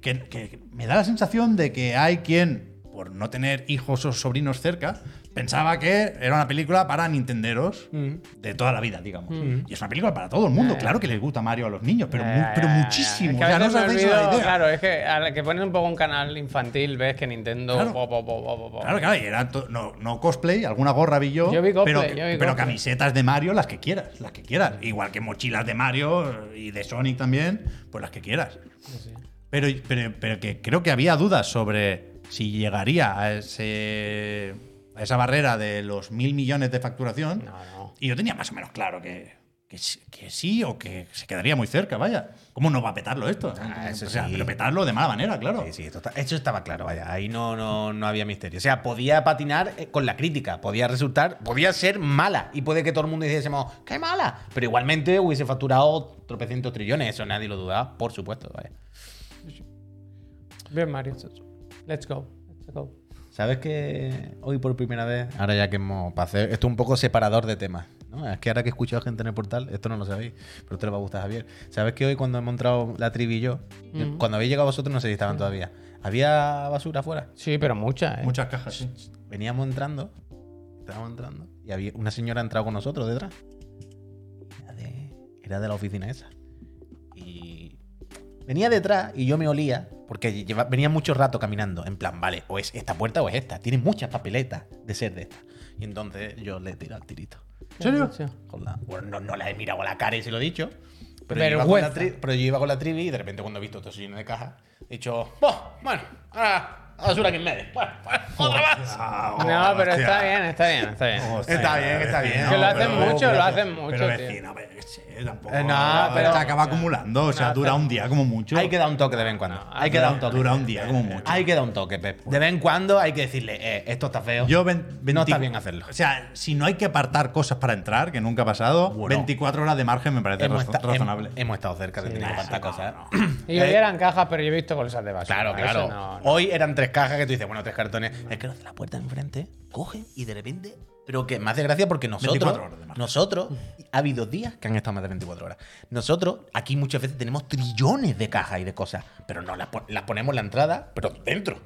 [SPEAKER 1] que- que me da la sensación de que hay quien, por no tener hijos o sobrinos cerca, pensaba que era una película para nintenderos de toda la vida, digamos. Y es una película para todo el mundo. Claro que les gusta Mario a los niños, pero, mu- pero muchísimo.
[SPEAKER 2] Eh. Es que
[SPEAKER 1] o
[SPEAKER 2] a
[SPEAKER 1] sea, no
[SPEAKER 2] veces
[SPEAKER 1] os
[SPEAKER 2] me
[SPEAKER 1] hacéis la
[SPEAKER 2] olvido,
[SPEAKER 1] idea.
[SPEAKER 2] Claro, es que a la que pones un poco un canal infantil, ves que Nintendo.
[SPEAKER 1] Claro.
[SPEAKER 2] po, po, po, po, po, po.
[SPEAKER 1] Claro, claro, y era to- no, no cosplay, alguna gorra vi yo.
[SPEAKER 2] Yo vi cosplay,
[SPEAKER 1] pero,
[SPEAKER 2] yo vi cosplay.
[SPEAKER 1] pero camisetas de Mario, las que quieras, las que quieras. Igual que mochilas de Mario y de Sonic también, pues las que quieras. Pero, pero, pero que creo que había dudas sobre si llegaría a, ese, a esa barrera de los mil millones de facturación.
[SPEAKER 2] No, no.
[SPEAKER 1] Y yo tenía más o menos claro que, que, sí- que sí o que se quedaría muy cerca, vaya. ¿Cómo no va a petarlo esto?
[SPEAKER 3] Ah, eso
[SPEAKER 1] o sea,
[SPEAKER 3] sí.
[SPEAKER 1] pero petarlo de mala manera, claro.
[SPEAKER 3] Sí, sí, esto, está- esto estaba claro, vaya. Ahí no, no, no había misterio. O sea, podía patinar eh, con la crítica, podía resultar, podía ser mala. Y puede que todo el mundo dijésemos, ¡qué mala! Pero igualmente hubiese facturado tropecientos trillones, eso nadie lo dudaba, por supuesto, vaya.
[SPEAKER 2] Bien, Mario. Let's go. Let's go.
[SPEAKER 3] ¿Sabes que hoy por primera vez, ahora ya que hemos para hacer, esto es un poco separador de temas, ¿no? Es que ahora que he escuchado gente en el portal, esto no lo sabéis, pero te lo va a gustar Javier. ¿Sabes que hoy cuando hemos entrado la trivi y yo, cuando habéis llegado vosotros no sé si estaban todavía, había basura afuera?
[SPEAKER 2] Sí, pero muchas, ¿eh?
[SPEAKER 1] Muchas cajas, sí.
[SPEAKER 3] veníamos entrando, estábamos entrando, y había una señora ha entrado con nosotros detrás. Era de, era de la oficina esa. Y venía detrás y yo me olía, porque lleva- venía mucho rato caminando, en plan, vale, o es esta puerta o es esta. Tiene muchas papeletas de ser de esta. Y entonces yo le he tirado el tirito.
[SPEAKER 1] ¿En serio?
[SPEAKER 3] Con la- bueno, no, no la he mirado a la cara y se lo he dicho. Pero, yo iba con
[SPEAKER 2] Vergüenza.
[SPEAKER 3] la tri- pero yo iba con la trivi y de repente cuando he visto todo eso lleno de cajas, he dicho, "Buah, bueno, pues, ahora basura que en medio. Otra más.
[SPEAKER 1] Ah, oh,
[SPEAKER 2] No, pero está bien, está bien, está bien.
[SPEAKER 4] Está bien, está bien.
[SPEAKER 2] Que lo
[SPEAKER 4] No,
[SPEAKER 2] hacen
[SPEAKER 4] pero-
[SPEAKER 2] mucho,
[SPEAKER 4] pero-
[SPEAKER 2] lo hacen mucho,
[SPEAKER 1] Pero
[SPEAKER 2] tío.
[SPEAKER 1] vecino, pero yo qué sé, tampoco.
[SPEAKER 3] Eh, no,
[SPEAKER 1] Ah,
[SPEAKER 3] pero-
[SPEAKER 1] te acaba acumulando, o sea,
[SPEAKER 2] No,
[SPEAKER 1] dura
[SPEAKER 2] pero-
[SPEAKER 1] un día como mucho.
[SPEAKER 3] Hay que dar un toque de vez en cuando. hay que dar un toque.
[SPEAKER 1] Dura un día como mucho.
[SPEAKER 3] Hay que dar un toque, Pep. De vez en cuando hay que decirle, eh, esto está feo.
[SPEAKER 1] Yo ven- 20
[SPEAKER 3] no está bien hacerlo.
[SPEAKER 1] O sea, si no hay que apartar cosas para entrar, que nunca ha pasado,
[SPEAKER 3] Bueno.
[SPEAKER 1] 24 horas de margen me parece
[SPEAKER 3] Hemos,
[SPEAKER 1] razo-
[SPEAKER 3] esta- hem-
[SPEAKER 1] razonable.
[SPEAKER 3] hemos estado cerca de tener que faltar cosas. ¿eh?
[SPEAKER 2] Y hoy eran cajas, pero yo he visto bolsas de basura.
[SPEAKER 3] Claro,
[SPEAKER 2] Eso
[SPEAKER 3] claro.
[SPEAKER 2] no, no.
[SPEAKER 3] Hoy eran tres cajas que tú dices, bueno, tres cartones. Es que los de la puerta de enfrente cogen y de repente. Pero que más de gracia porque nosotros.
[SPEAKER 1] 24 horas de margen.
[SPEAKER 3] Nosotros. Ha habido días que han estado más de 24 horas. Nosotros, aquí muchas veces tenemos trillones de cajas y de cosas. Pero no las, pon- las ponemos en la entrada, pero dentro.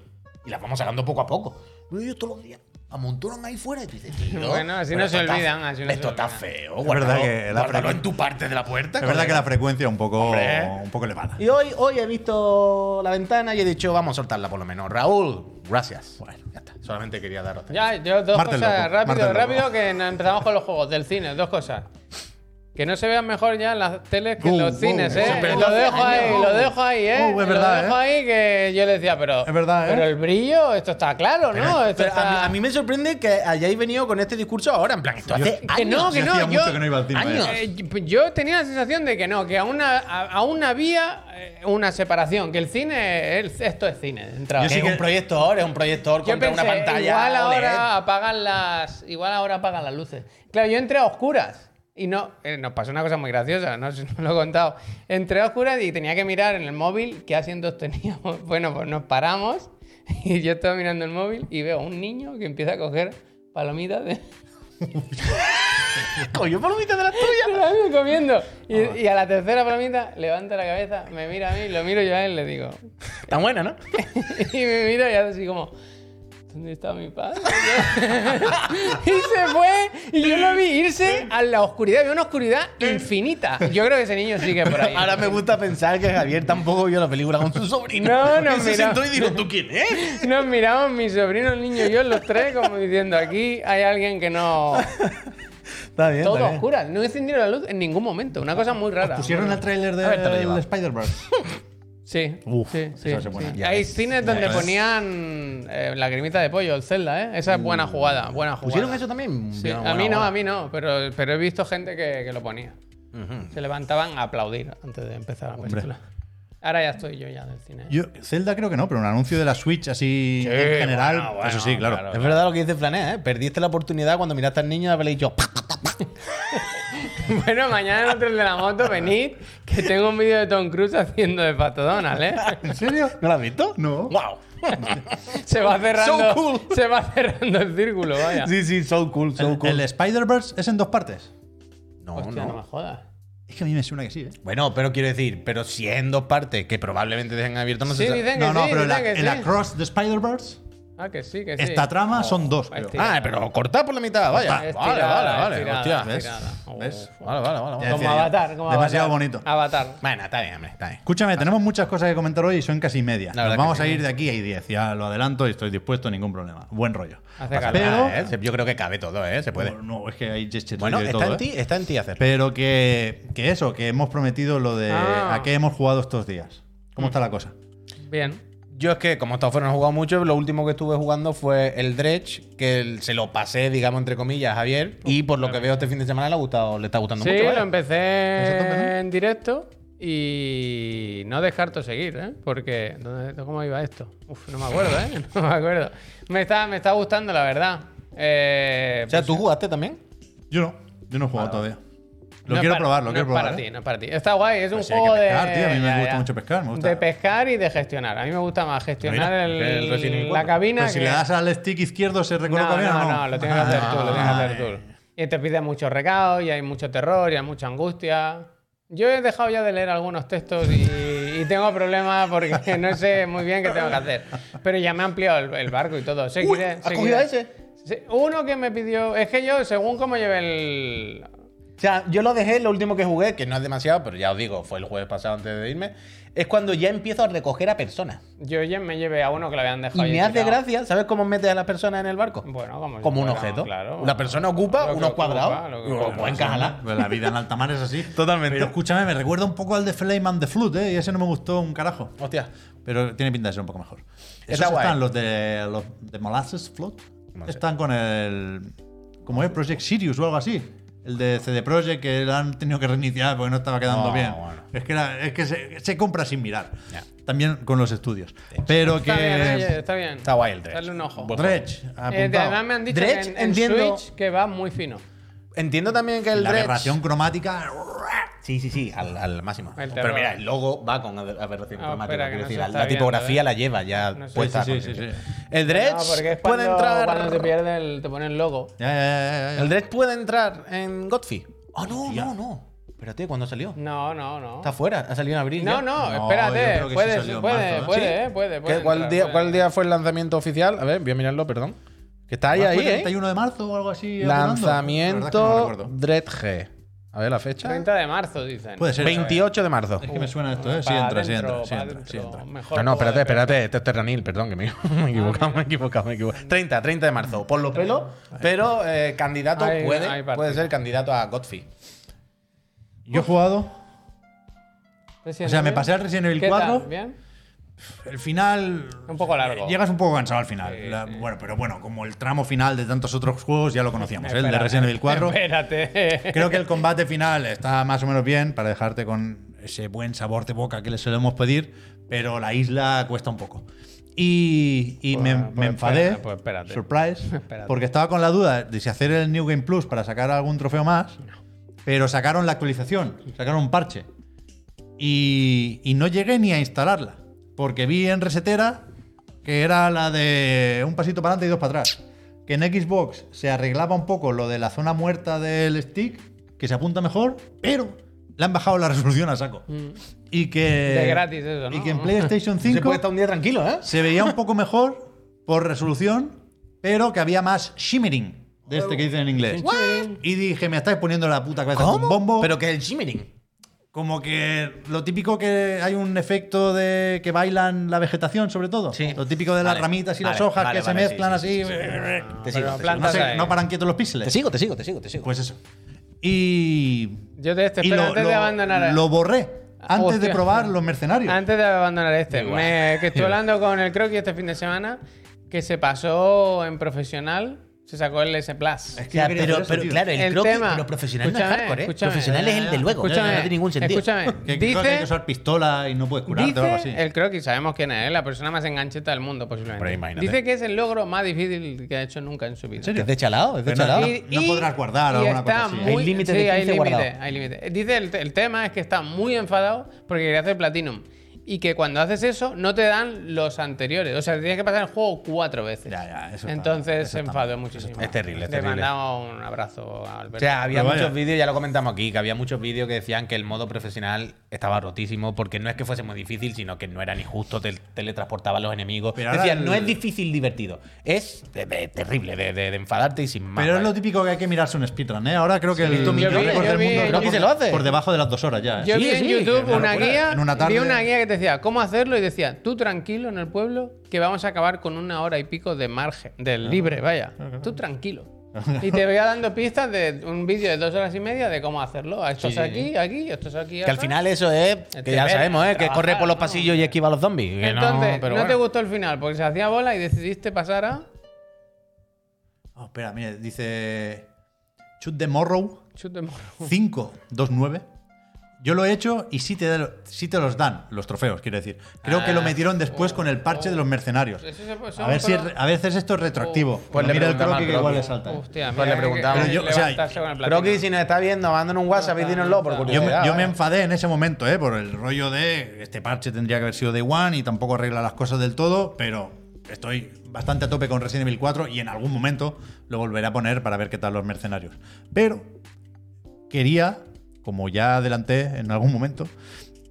[SPEAKER 3] Y las vamos sacando poco a poco. Pero ellos todos los días amontonan ahí fuera y tú dices, tío,
[SPEAKER 2] Bueno, así
[SPEAKER 3] pero
[SPEAKER 2] no se
[SPEAKER 3] esto está-
[SPEAKER 2] olvidan, así no se
[SPEAKER 3] Esto está
[SPEAKER 2] olvidan.
[SPEAKER 3] feo.
[SPEAKER 1] Es verdad
[SPEAKER 3] guárdalo-
[SPEAKER 1] que la
[SPEAKER 3] guárdalo
[SPEAKER 1] fre-
[SPEAKER 3] en tu parte de la puerta.
[SPEAKER 1] Es verdad que la frecuencia es un poco,
[SPEAKER 3] Hombre.
[SPEAKER 1] un poco elevada.
[SPEAKER 3] y hoy, hoy he visto la ventana y he dicho, vamos a soltarla por lo menos. Raúl, gracias. Bueno, ya está. Solamente quería daros.
[SPEAKER 1] Oh.
[SPEAKER 2] Ya, yo dos
[SPEAKER 1] Martes
[SPEAKER 2] cosas
[SPEAKER 1] loco,
[SPEAKER 2] rápido,
[SPEAKER 1] martes loco.
[SPEAKER 2] rápido, que no- empezamos con los juegos del cine. Dos cosas. Que no se vean mejor ya en las teles que en
[SPEAKER 1] Uh,
[SPEAKER 2] los
[SPEAKER 1] uh,
[SPEAKER 2] cines,
[SPEAKER 1] uh,
[SPEAKER 2] ¿eh?
[SPEAKER 1] pero
[SPEAKER 2] lo
[SPEAKER 1] hace
[SPEAKER 2] dejo ahí,
[SPEAKER 1] años.
[SPEAKER 2] lo dejo ahí, ¿eh?
[SPEAKER 1] Uh, es
[SPEAKER 2] lo
[SPEAKER 1] verdad,
[SPEAKER 2] dejo
[SPEAKER 1] ¿eh?
[SPEAKER 2] ahí que yo le decía, pero.
[SPEAKER 1] Es verdad, ¿eh?
[SPEAKER 2] Pero el brillo, esto está claro,
[SPEAKER 3] Pero-
[SPEAKER 2] ¿no? Esto
[SPEAKER 3] pero
[SPEAKER 2] está-
[SPEAKER 3] a, mí, a mí me sorprende que hayáis venido con este discurso ahora, en plan, esto hace
[SPEAKER 2] Que
[SPEAKER 3] años.
[SPEAKER 2] no, que
[SPEAKER 1] Sí,
[SPEAKER 2] no,
[SPEAKER 1] hacía
[SPEAKER 2] yo-
[SPEAKER 1] mucho que no iba al cine,
[SPEAKER 3] años.
[SPEAKER 1] vaya.
[SPEAKER 2] Eh, yo tenía la sensación de que no, que aún, a- a- aún había eh, una separación, que el cine, el- esto es cine. entraba.
[SPEAKER 1] Yo
[SPEAKER 3] Que
[SPEAKER 1] sí
[SPEAKER 3] es
[SPEAKER 1] que-
[SPEAKER 3] un proyector, es un proyector
[SPEAKER 2] Yo
[SPEAKER 3] contra
[SPEAKER 2] pensé,
[SPEAKER 3] una pantalla.
[SPEAKER 2] igual
[SPEAKER 3] OLED.
[SPEAKER 2] ahora apagan las, igual ahora apagan las luces. Claro, yo entré a oscuras y no, eh, nos pasó una cosa muy graciosa, no sé si os lo he contado. Entré a oscuras y tenía que mirar en el móvil qué asientos teníamos. Bueno, pues nos paramos y yo estaba mirando el móvil y veo a un niño que empieza a coger palomitas de,
[SPEAKER 3] Coño, palomita de la tuya.
[SPEAKER 2] Pero a mí me comiendo. Y, y a la tercera palomita levanta la cabeza, me mira a mí, lo miro yo a él, le digo.
[SPEAKER 3] Está buena, ¿no?
[SPEAKER 2] Y me mira y hace así como. ¿Dónde está mi padre? y se fue. Y yo lo vi irse a la oscuridad. Vio una oscuridad infinita. Yo creo que ese niño sigue por ahí.
[SPEAKER 3] Ahora me gusta pensar que Javier tampoco vio la película con su sobrino.
[SPEAKER 2] No, no,
[SPEAKER 3] Él se
[SPEAKER 2] mira.
[SPEAKER 3] sentó y dijo, ¿tú quién eres?
[SPEAKER 2] Nos miramos, mi sobrino, el niño y yo, los tres, como diciendo, aquí hay alguien que no...
[SPEAKER 3] Está bien,
[SPEAKER 2] Todo
[SPEAKER 3] está
[SPEAKER 2] a
[SPEAKER 3] bien.
[SPEAKER 2] oscuras. No encendieron la luz en ningún momento. Una cosa muy rara.
[SPEAKER 1] Pusieron el tráiler
[SPEAKER 3] A ver, te lo
[SPEAKER 1] de,
[SPEAKER 3] lleva.
[SPEAKER 1] de Spider-Verse.
[SPEAKER 2] Sí,
[SPEAKER 1] Uf,
[SPEAKER 2] sí, sí,
[SPEAKER 1] eso se pone.
[SPEAKER 2] sí.
[SPEAKER 1] Ya
[SPEAKER 2] Hay
[SPEAKER 1] es-
[SPEAKER 2] cines
[SPEAKER 1] ya
[SPEAKER 2] donde
[SPEAKER 1] es.
[SPEAKER 2] ponían eh, lagrimita de pollo, el Zelda, ¿eh? Esa es buena jugada, buena jugada.
[SPEAKER 3] ¿Pusieron eso también?
[SPEAKER 2] Sí,
[SPEAKER 3] Bien,
[SPEAKER 2] A
[SPEAKER 3] buena
[SPEAKER 2] mí no,
[SPEAKER 3] hora.
[SPEAKER 2] a mí no, pero, pero he visto gente que, que lo ponía.
[SPEAKER 3] Ujú.
[SPEAKER 2] Se levantaban a aplaudir antes de empezar la película. Ahora ya estoy yo ya del cine.
[SPEAKER 1] Yo, Zelda creo que no, pero un anuncio de la Switch así
[SPEAKER 2] Sí,
[SPEAKER 1] en general.
[SPEAKER 2] bueno, bueno,
[SPEAKER 1] eso sí, claro.
[SPEAKER 2] claro.
[SPEAKER 3] Es verdad lo que dice Flané, ¿eh? Perdiste la oportunidad cuando miraste al niño y habéis dicho,
[SPEAKER 2] bueno, mañana en el de la moto venid, que tengo un vídeo de Tom Cruise haciendo de Pato Donald, ¿eh?
[SPEAKER 1] ¿En serio?
[SPEAKER 3] ¿no lo has visto?
[SPEAKER 1] No.
[SPEAKER 3] ¡Wow!
[SPEAKER 2] Se va cerrando,
[SPEAKER 3] So cool.
[SPEAKER 2] se va cerrando el círculo, vaya.
[SPEAKER 3] sí, sí, so cool, so
[SPEAKER 1] El,
[SPEAKER 3] cool.
[SPEAKER 1] el Spider-Verse es en dos partes.
[SPEAKER 3] No,
[SPEAKER 2] Hostia, no me jodas.
[SPEAKER 1] Es que a mí me suena que sí, ¿eh?
[SPEAKER 3] Bueno, pero quiero decir, pero si es en dos partes, que probablemente dejen abierto, no
[SPEAKER 2] Sí,
[SPEAKER 3] se sabe.
[SPEAKER 2] dicen que
[SPEAKER 1] No, no,
[SPEAKER 2] sí,
[SPEAKER 1] pero
[SPEAKER 2] dicen
[SPEAKER 1] la-
[SPEAKER 2] que
[SPEAKER 1] el
[SPEAKER 2] sí.
[SPEAKER 1] Across the Spider-Verse,
[SPEAKER 2] Ah, que sí, Oh, que sí.
[SPEAKER 1] esta trama son dos,
[SPEAKER 2] Ahí
[SPEAKER 1] creo.
[SPEAKER 2] está.
[SPEAKER 3] Ah, pero cortad por la mitad, vaya.
[SPEAKER 2] Cortad.
[SPEAKER 3] Vale,
[SPEAKER 2] Estirada,
[SPEAKER 3] vale, vale.
[SPEAKER 2] estirada,
[SPEAKER 3] Hostia,
[SPEAKER 2] estirada.
[SPEAKER 3] ¿ves?
[SPEAKER 1] ¿Ves?
[SPEAKER 3] Vale, vale, vale. vale.
[SPEAKER 1] Ya decía
[SPEAKER 2] Oh. Como
[SPEAKER 1] yo.
[SPEAKER 2] avatar, como
[SPEAKER 1] Demasiado
[SPEAKER 2] Avatar.
[SPEAKER 1] bonito.
[SPEAKER 2] Avatar.
[SPEAKER 3] Bueno, está bien, hombre, está bien.
[SPEAKER 1] Escúchame, tenemos muchas cosas que comentar hoy y son casi media.
[SPEAKER 3] La verdad
[SPEAKER 1] Nos vamos
[SPEAKER 3] que
[SPEAKER 1] a
[SPEAKER 3] sí.
[SPEAKER 1] ir de aquí a 10. Ya lo adelanto y estoy dispuesto, ningún problema. Buen rollo.
[SPEAKER 2] Hace calor. Pues
[SPEAKER 1] Pero-
[SPEAKER 3] Ah, ¿eh? Se- Yo creo que cabe todo, ¿eh? Se puede.
[SPEAKER 1] No, no, es que hay gestures
[SPEAKER 3] Bueno,
[SPEAKER 1] y de
[SPEAKER 3] está
[SPEAKER 1] todo,
[SPEAKER 3] en
[SPEAKER 1] ¿eh?
[SPEAKER 3] ti, está en ti hacer.
[SPEAKER 1] Pero que, que eso, que hemos prometido lo de
[SPEAKER 2] Ah.
[SPEAKER 1] a qué hemos jugado estos días. ¿Cómo está la cosa?
[SPEAKER 2] Bien.
[SPEAKER 3] Yo es que, como he estado fuera, no he jugado mucho. Lo último que estuve jugando fue el Dredge, que el- se lo pasé, digamos, entre comillas, a Javier. Y por lo que veo este fin de semana le, ha gustado, le está gustando
[SPEAKER 2] Sí,
[SPEAKER 3] mucho.
[SPEAKER 2] lo
[SPEAKER 3] vaya.
[SPEAKER 2] empecé
[SPEAKER 1] ¿eh? ¿Eso toca, no?
[SPEAKER 2] en directo y no descarto seguir, ¿eh? Porque ¿dónde- ¿cómo iba esto? Uf, no me acuerdo, ¿eh? No me acuerdo. Me está, me está gustando, la verdad. Eh,
[SPEAKER 3] O sea, ¿tú jugaste también?
[SPEAKER 1] Yo no, yo no he jugado todavía. Lo
[SPEAKER 2] pues, no es
[SPEAKER 1] quiero
[SPEAKER 2] para-
[SPEAKER 1] probar, lo
[SPEAKER 2] no
[SPEAKER 1] quiero
[SPEAKER 2] es
[SPEAKER 1] probar.
[SPEAKER 2] Para
[SPEAKER 1] ¿eh?
[SPEAKER 2] ti, no es para ti. Está guay, es un
[SPEAKER 1] Pues sí, hay que
[SPEAKER 2] juego de.
[SPEAKER 1] pescar, tío, a mí me
[SPEAKER 2] ya,
[SPEAKER 1] gusta
[SPEAKER 2] ya.
[SPEAKER 1] mucho pescar, me gusta.
[SPEAKER 2] De pescar y de gestionar. A mí me gusta más gestionar
[SPEAKER 3] Mira,
[SPEAKER 2] el-
[SPEAKER 3] el Resident Evil
[SPEAKER 2] la
[SPEAKER 3] 4.
[SPEAKER 2] cabina.
[SPEAKER 1] Pero si
[SPEAKER 2] que-
[SPEAKER 1] le das al stick izquierdo, ¿se recoloca
[SPEAKER 2] no,
[SPEAKER 1] bien
[SPEAKER 2] no,
[SPEAKER 1] o no? Ah,
[SPEAKER 2] no, lo tienes que hacer tú, lo tienes que
[SPEAKER 5] Ah,
[SPEAKER 2] hacer
[SPEAKER 1] Ay.
[SPEAKER 2] tú. Y te pide mucho recado, y hay mucho terror, y hay mucha angustia. Yo he dejado ya de leer algunos textos y, y tengo problemas porque no sé muy bien qué tengo que hacer. Pero ya me ha ampliado el, el barco y todo. Sé
[SPEAKER 3] Uy,
[SPEAKER 2] que-
[SPEAKER 3] ¿has
[SPEAKER 2] sé que-
[SPEAKER 3] cogido ese?
[SPEAKER 2] Sí, Uno que me pidió. Es que yo, según cómo lleve el.
[SPEAKER 5] O sea, yo lo dejé, lo último que jugué, que no es demasiado, pero ya os digo, fue el jueves pasado antes de irme, es cuando ya empiezo a recoger a personas.
[SPEAKER 2] Yo ya me llevé a uno que lo habían
[SPEAKER 5] Y
[SPEAKER 2] dejado.
[SPEAKER 5] me
[SPEAKER 2] ya
[SPEAKER 5] hace
[SPEAKER 2] tirado.
[SPEAKER 5] gracia, ¿sabes cómo metes a las personas en el barco?
[SPEAKER 2] Bueno, como, si
[SPEAKER 5] Como un
[SPEAKER 2] fuera,
[SPEAKER 5] objeto.
[SPEAKER 2] Claro.
[SPEAKER 5] La persona ocupa
[SPEAKER 2] Lo que
[SPEAKER 5] unos
[SPEAKER 2] ocupa, lo
[SPEAKER 5] cuadrados.
[SPEAKER 2] que ocupa.
[SPEAKER 5] Pues encájala.
[SPEAKER 1] Pues la vida en alta mar es así.
[SPEAKER 5] Totalmente.
[SPEAKER 1] Pero escúchame, me recuerda un poco al de Flame and the Flute, ¿eh? Y ese no me gustó un carajo.
[SPEAKER 5] Hostia.
[SPEAKER 1] Pero tiene pinta de ser un poco mejor.
[SPEAKER 5] Está
[SPEAKER 1] Esos
[SPEAKER 5] guay.
[SPEAKER 1] están los de los de Molasses Float.
[SPEAKER 5] No sé.
[SPEAKER 1] Están con el. ¿Cómo es? Project Sirius o algo así. El de CD Projekt que lo han tenido que reiniciar porque no estaba quedando
[SPEAKER 5] Ah,
[SPEAKER 1] bien.
[SPEAKER 5] bueno.
[SPEAKER 1] Es que, era- es que se, se compra sin mirar.
[SPEAKER 5] Ya.
[SPEAKER 1] También con los estudios. Pero
[SPEAKER 2] Está bien, oye,
[SPEAKER 1] que.
[SPEAKER 2] está bien.
[SPEAKER 5] Está guay el Dredge.
[SPEAKER 2] Dale un ojo.
[SPEAKER 5] Buen juego.
[SPEAKER 1] Dredge,
[SPEAKER 2] Eh,
[SPEAKER 1] apuntado.
[SPEAKER 2] además me han dicho
[SPEAKER 5] Dredge,
[SPEAKER 2] que en, en
[SPEAKER 5] entiendo-
[SPEAKER 2] Switch que va muy fino.
[SPEAKER 5] Entiendo también que el
[SPEAKER 1] La
[SPEAKER 5] Dredge-
[SPEAKER 1] aberración cromática.
[SPEAKER 5] Sí, sí, sí, al, al máximo.
[SPEAKER 2] El terror.
[SPEAKER 5] Pero mira, el logo va con aber- aberración
[SPEAKER 2] Ah,
[SPEAKER 1] pues.
[SPEAKER 5] cromática.
[SPEAKER 2] espera, que
[SPEAKER 5] quiero
[SPEAKER 2] no
[SPEAKER 5] decir,
[SPEAKER 2] se
[SPEAKER 5] la,
[SPEAKER 2] está
[SPEAKER 5] la tipografía
[SPEAKER 2] viendo, ¿eh?
[SPEAKER 5] la lleva ya
[SPEAKER 2] No sé.
[SPEAKER 5] puesta.
[SPEAKER 1] Sí, sí,
[SPEAKER 5] a
[SPEAKER 1] sí,
[SPEAKER 5] conciencia.
[SPEAKER 1] sí,
[SPEAKER 5] El Dredge
[SPEAKER 2] No, porque es
[SPEAKER 5] puede
[SPEAKER 2] cuando-
[SPEAKER 5] entrar.
[SPEAKER 2] Cuando te pierde, el- te pone el logo.
[SPEAKER 1] Ya, ya, ya, ya.
[SPEAKER 5] El Dredge puede entrar en Godfrey. Ah, no,
[SPEAKER 1] Hostia.
[SPEAKER 5] no, no. Espérate, ¿cuándo salió?
[SPEAKER 2] No, no, no.
[SPEAKER 5] Está fuera, ha salido en abril.
[SPEAKER 2] No,
[SPEAKER 5] ya.
[SPEAKER 1] No,
[SPEAKER 2] no,
[SPEAKER 1] yo
[SPEAKER 2] espérate.
[SPEAKER 1] creo que sí
[SPEAKER 2] puede,
[SPEAKER 1] salió en
[SPEAKER 2] puede,
[SPEAKER 1] marzo, ¿eh?
[SPEAKER 2] puede,
[SPEAKER 5] ¿Sí?
[SPEAKER 2] eh, puede,
[SPEAKER 5] ¿Qué-
[SPEAKER 2] puede
[SPEAKER 5] ¿Cuál,
[SPEAKER 2] entrar,
[SPEAKER 5] día,
[SPEAKER 2] puede.
[SPEAKER 5] ¿Cuál día fue el lanzamiento oficial? A ver, voy a mirarlo, perdón. Que está ahí,
[SPEAKER 1] ¿Fue
[SPEAKER 5] ahí,
[SPEAKER 1] el
[SPEAKER 5] ¿eh?
[SPEAKER 1] 31 de marzo o algo así? apurando? La verdad es que no
[SPEAKER 5] Lanzamiento
[SPEAKER 1] recuerdo.
[SPEAKER 5] Dredge. A ver la fecha.
[SPEAKER 2] 30 de marzo, dicen.
[SPEAKER 1] Puede ser. ¿eh?
[SPEAKER 5] 28 de marzo.
[SPEAKER 1] Es que me suena esto, ¿eh? Sí
[SPEAKER 2] Pa'
[SPEAKER 1] entra, sí
[SPEAKER 2] adentro,
[SPEAKER 1] entra, sí
[SPEAKER 2] pa'
[SPEAKER 1] entra, sí
[SPEAKER 2] adentro.
[SPEAKER 1] entra.
[SPEAKER 2] Mejor
[SPEAKER 5] No, no,
[SPEAKER 2] juego
[SPEAKER 5] espérate,
[SPEAKER 2] de
[SPEAKER 5] espérate, este es Terranil, perdón, que me, me he equivocado, me he equivocado, me he equivocado. 30, 30 de marzo, por los pelos, pero eh, candidato
[SPEAKER 2] Hay-
[SPEAKER 5] puede,
[SPEAKER 2] hay partido.
[SPEAKER 5] puede ser candidato a Godfrey.
[SPEAKER 1] Yo he jugado.
[SPEAKER 2] Resident
[SPEAKER 1] O sea, me
[SPEAKER 2] Evil.
[SPEAKER 1] pasé al Resident Evil
[SPEAKER 2] ¿Qué tal?
[SPEAKER 1] 4.
[SPEAKER 2] ¿Bien?
[SPEAKER 1] El final.
[SPEAKER 2] Un poco largo.
[SPEAKER 1] eh, Llegas un poco cansado al final. La- Bueno, pero bueno, como el tramo final de tantos otros juegos ya lo conocíamos, ¿eh? el de
[SPEAKER 2] Espérate,
[SPEAKER 1] Resident Evil 4.
[SPEAKER 2] Espérate.
[SPEAKER 1] Creo que el combate final está más o menos bien para dejarte con ese buen sabor de boca que le solemos pedir, pero la isla cuesta un poco. Y, y me,
[SPEAKER 2] Pues-
[SPEAKER 1] me
[SPEAKER 2] pues
[SPEAKER 1] enfadé,
[SPEAKER 2] espérate, pues espérate.
[SPEAKER 1] surprise,
[SPEAKER 2] Espérate.
[SPEAKER 1] porque estaba con la duda de si hacer el New Game Plus para sacar algún trofeo más, pero sacaron la actualización, sacaron un parche. Y, y no llegué ni a instalarla, porque vi en resetera que era la de un pasito para adelante y dos para atrás. Que en Xbox se arreglaba un poco lo de la zona muerta del stick, que se apunta mejor, pero le han bajado la resolución a saco. Y que.
[SPEAKER 2] Mm. De gratis eso, ¿no?
[SPEAKER 1] Y que en PlayStation 5
[SPEAKER 5] Se puede estar un día tranquilo, ¿eh?
[SPEAKER 1] se veía un poco mejor por resolución, pero que había más shimmering, de este que dicen en inglés. Y dije, me estáis poniendo la puta cabeza con bombo.
[SPEAKER 5] Pero que el shimmering.
[SPEAKER 1] Como que lo típico que hay un efecto de que bailan la vegetación, sobre todo.
[SPEAKER 5] Sí.
[SPEAKER 1] Lo típico de las
[SPEAKER 5] Vale,
[SPEAKER 1] ramitas y las
[SPEAKER 5] vale,
[SPEAKER 1] hojas
[SPEAKER 5] vale,
[SPEAKER 1] que se
[SPEAKER 5] vale, sí,
[SPEAKER 1] mezclan
[SPEAKER 5] sí,
[SPEAKER 1] así.
[SPEAKER 5] Te
[SPEAKER 2] Pero
[SPEAKER 5] sigo, te sigo.
[SPEAKER 2] plantas
[SPEAKER 1] No, sé,
[SPEAKER 2] ahí.
[SPEAKER 1] no paran quietos los
[SPEAKER 5] Te
[SPEAKER 1] píxeles.
[SPEAKER 5] sigo, te sigo, te sigo, te sigo.
[SPEAKER 1] Pues eso. Y.
[SPEAKER 2] Yo te este,
[SPEAKER 1] y
[SPEAKER 2] espera, antes de abandonar.
[SPEAKER 1] lo borré. Antes de
[SPEAKER 2] Hostia.
[SPEAKER 1] probar los mercenarios.
[SPEAKER 2] Antes de abandonar este,
[SPEAKER 5] Da igual.
[SPEAKER 2] me- que estuve hablando con el Croqui este fin de semana, que se pasó en profesional, se sacó el S
[SPEAKER 1] Es
[SPEAKER 2] Plus.
[SPEAKER 5] O
[SPEAKER 1] que
[SPEAKER 5] sea,
[SPEAKER 1] yo quería
[SPEAKER 5] pero,
[SPEAKER 1] hacer eso,
[SPEAKER 5] pero
[SPEAKER 1] tío.
[SPEAKER 5] claro, el,
[SPEAKER 2] El
[SPEAKER 5] croquis,
[SPEAKER 2] tema-
[SPEAKER 5] pero profesional no es
[SPEAKER 2] escúchame,
[SPEAKER 5] hardcore, ¿eh?
[SPEAKER 2] escúchame.
[SPEAKER 5] Profesional es el de luego,
[SPEAKER 2] Escúchame,
[SPEAKER 5] claro, no tiene ningún sentido.
[SPEAKER 2] Escúchame,
[SPEAKER 1] Que, creo que hay que
[SPEAKER 2] dice,
[SPEAKER 1] usar pistola y no puedes curarte o algo así.
[SPEAKER 2] dice el Croqui, sabemos quién es, ¿eh? la persona más engancheta del mundo posiblemente.
[SPEAKER 5] Hombre, imagínate.
[SPEAKER 2] Dice que es el logro más difícil que ha hecho nunca en su vida.
[SPEAKER 5] ¿Es de chalado? ¿Es de
[SPEAKER 1] Pero no-
[SPEAKER 5] chalado?
[SPEAKER 1] Y- Ah, no podrás guardar
[SPEAKER 2] y
[SPEAKER 1] alguna
[SPEAKER 2] está
[SPEAKER 1] cosa así.
[SPEAKER 2] muy-
[SPEAKER 5] Hay límite de
[SPEAKER 2] sí, hay
[SPEAKER 5] 15
[SPEAKER 2] límite,
[SPEAKER 5] guardado.
[SPEAKER 2] hay límite. Dice el, el tema es que está muy enfadado porque quería hacer Platinum. Y que cuando haces eso no te dan los anteriores. O sea, tienes que pasar el juego cuatro veces.
[SPEAKER 1] Ya, ya, eso está-
[SPEAKER 2] Entonces
[SPEAKER 1] eso
[SPEAKER 2] se
[SPEAKER 1] está
[SPEAKER 2] enfadó
[SPEAKER 1] mal,
[SPEAKER 2] muchísimo.
[SPEAKER 5] mal. Es terrible, es
[SPEAKER 2] Le
[SPEAKER 5] terrible.
[SPEAKER 2] mandamos un abrazo a Alberto.
[SPEAKER 5] O sea, había
[SPEAKER 1] Pero vaya.
[SPEAKER 5] muchos vídeos, ya lo comentamos aquí, que había muchos vídeos que decían que el modo profesional estaba rotísimo porque no es que fuese muy difícil, sino que no era ni justo, te teletransportaba a los enemigos.
[SPEAKER 1] Pero ahora
[SPEAKER 5] decían,
[SPEAKER 1] el-
[SPEAKER 5] no es difícil divertido, es de- de- terrible, de, de- de enfadarte y sin más.
[SPEAKER 1] Pero es
[SPEAKER 5] ¿vale?
[SPEAKER 1] lo típico que hay que mirarse un speedrun, ¿eh? Ahora creo que el
[SPEAKER 2] yo vi,
[SPEAKER 1] récord
[SPEAKER 2] yo
[SPEAKER 1] del
[SPEAKER 2] vi,
[SPEAKER 1] mundo está
[SPEAKER 2] yo
[SPEAKER 5] vi.
[SPEAKER 1] por-
[SPEAKER 5] Y se lo hace.
[SPEAKER 1] por debajo de las dos horas ya. ¿eh?
[SPEAKER 2] Yo
[SPEAKER 5] Sí,
[SPEAKER 2] vi en
[SPEAKER 5] sí,
[SPEAKER 2] YouTube
[SPEAKER 5] que es
[SPEAKER 2] una
[SPEAKER 1] locura.
[SPEAKER 2] guía,
[SPEAKER 1] En una tarde-
[SPEAKER 2] vi una guía que te decía cómo hacerlo y decía, tú tranquilo en el pueblo que vamos a acabar con una hora y pico de margen,
[SPEAKER 1] Ah.
[SPEAKER 2] del libre, vaya, tú tranquilo. Y te voy dando pistas de un vídeo de dos horas y media de cómo hacerlo. Ah, Esto es aquí, aquí, esto es aquí.
[SPEAKER 5] Que al
[SPEAKER 2] acá.
[SPEAKER 5] final eso es, que ya
[SPEAKER 2] Tener,
[SPEAKER 5] sabemos, ¿eh?
[SPEAKER 2] Este,
[SPEAKER 5] que
[SPEAKER 2] trabajar,
[SPEAKER 5] corre por los
[SPEAKER 2] ¿no?
[SPEAKER 5] pasillos y esquiva a los zombies. que no,
[SPEAKER 2] Entonces, no,
[SPEAKER 5] pero
[SPEAKER 2] te
[SPEAKER 5] bueno.
[SPEAKER 2] gustó el final porque se hacía bola y decidiste pasar a
[SPEAKER 1] Oh, espera, mire, dice. Shoot the Morrow
[SPEAKER 2] Shoot the Morrow.
[SPEAKER 1] 529. Yo lo he hecho y sí te, da- sí te los dan, los trofeos, quiero decir. Creo que lo metieron después con el parche de los mercenarios.
[SPEAKER 2] Oh. Eso se puede-
[SPEAKER 1] A ver si es re- a veces esto es retroactivo.
[SPEAKER 2] Pues
[SPEAKER 1] Pues
[SPEAKER 5] le
[SPEAKER 1] mira el
[SPEAKER 5] preguntamos
[SPEAKER 1] croquis
[SPEAKER 5] al
[SPEAKER 1] que igual le
[SPEAKER 5] croquis.
[SPEAKER 1] salta.
[SPEAKER 2] Hostia,
[SPEAKER 5] Pues
[SPEAKER 2] mira,
[SPEAKER 5] le
[SPEAKER 2] que-
[SPEAKER 5] preguntamos.
[SPEAKER 2] que
[SPEAKER 1] Pero yo, o sea,
[SPEAKER 2] levantarse con el
[SPEAKER 5] Creo que
[SPEAKER 2] platino.
[SPEAKER 5] si nos está viendo, mándanos un WhatsApp y dínoslo por
[SPEAKER 1] Yo me,
[SPEAKER 5] curiosidad.
[SPEAKER 1] yo me
[SPEAKER 5] ¿vale?
[SPEAKER 1] enfadé en ese momento, ¿eh? Por el rollo de este parche tendría que haber sido de One y tampoco arregla las cosas del todo, pero estoy bastante a tope con Resident Evil 4 y en algún momento lo volveré a poner para ver qué tal los mercenarios. Pero quería, como ya adelanté en algún momento,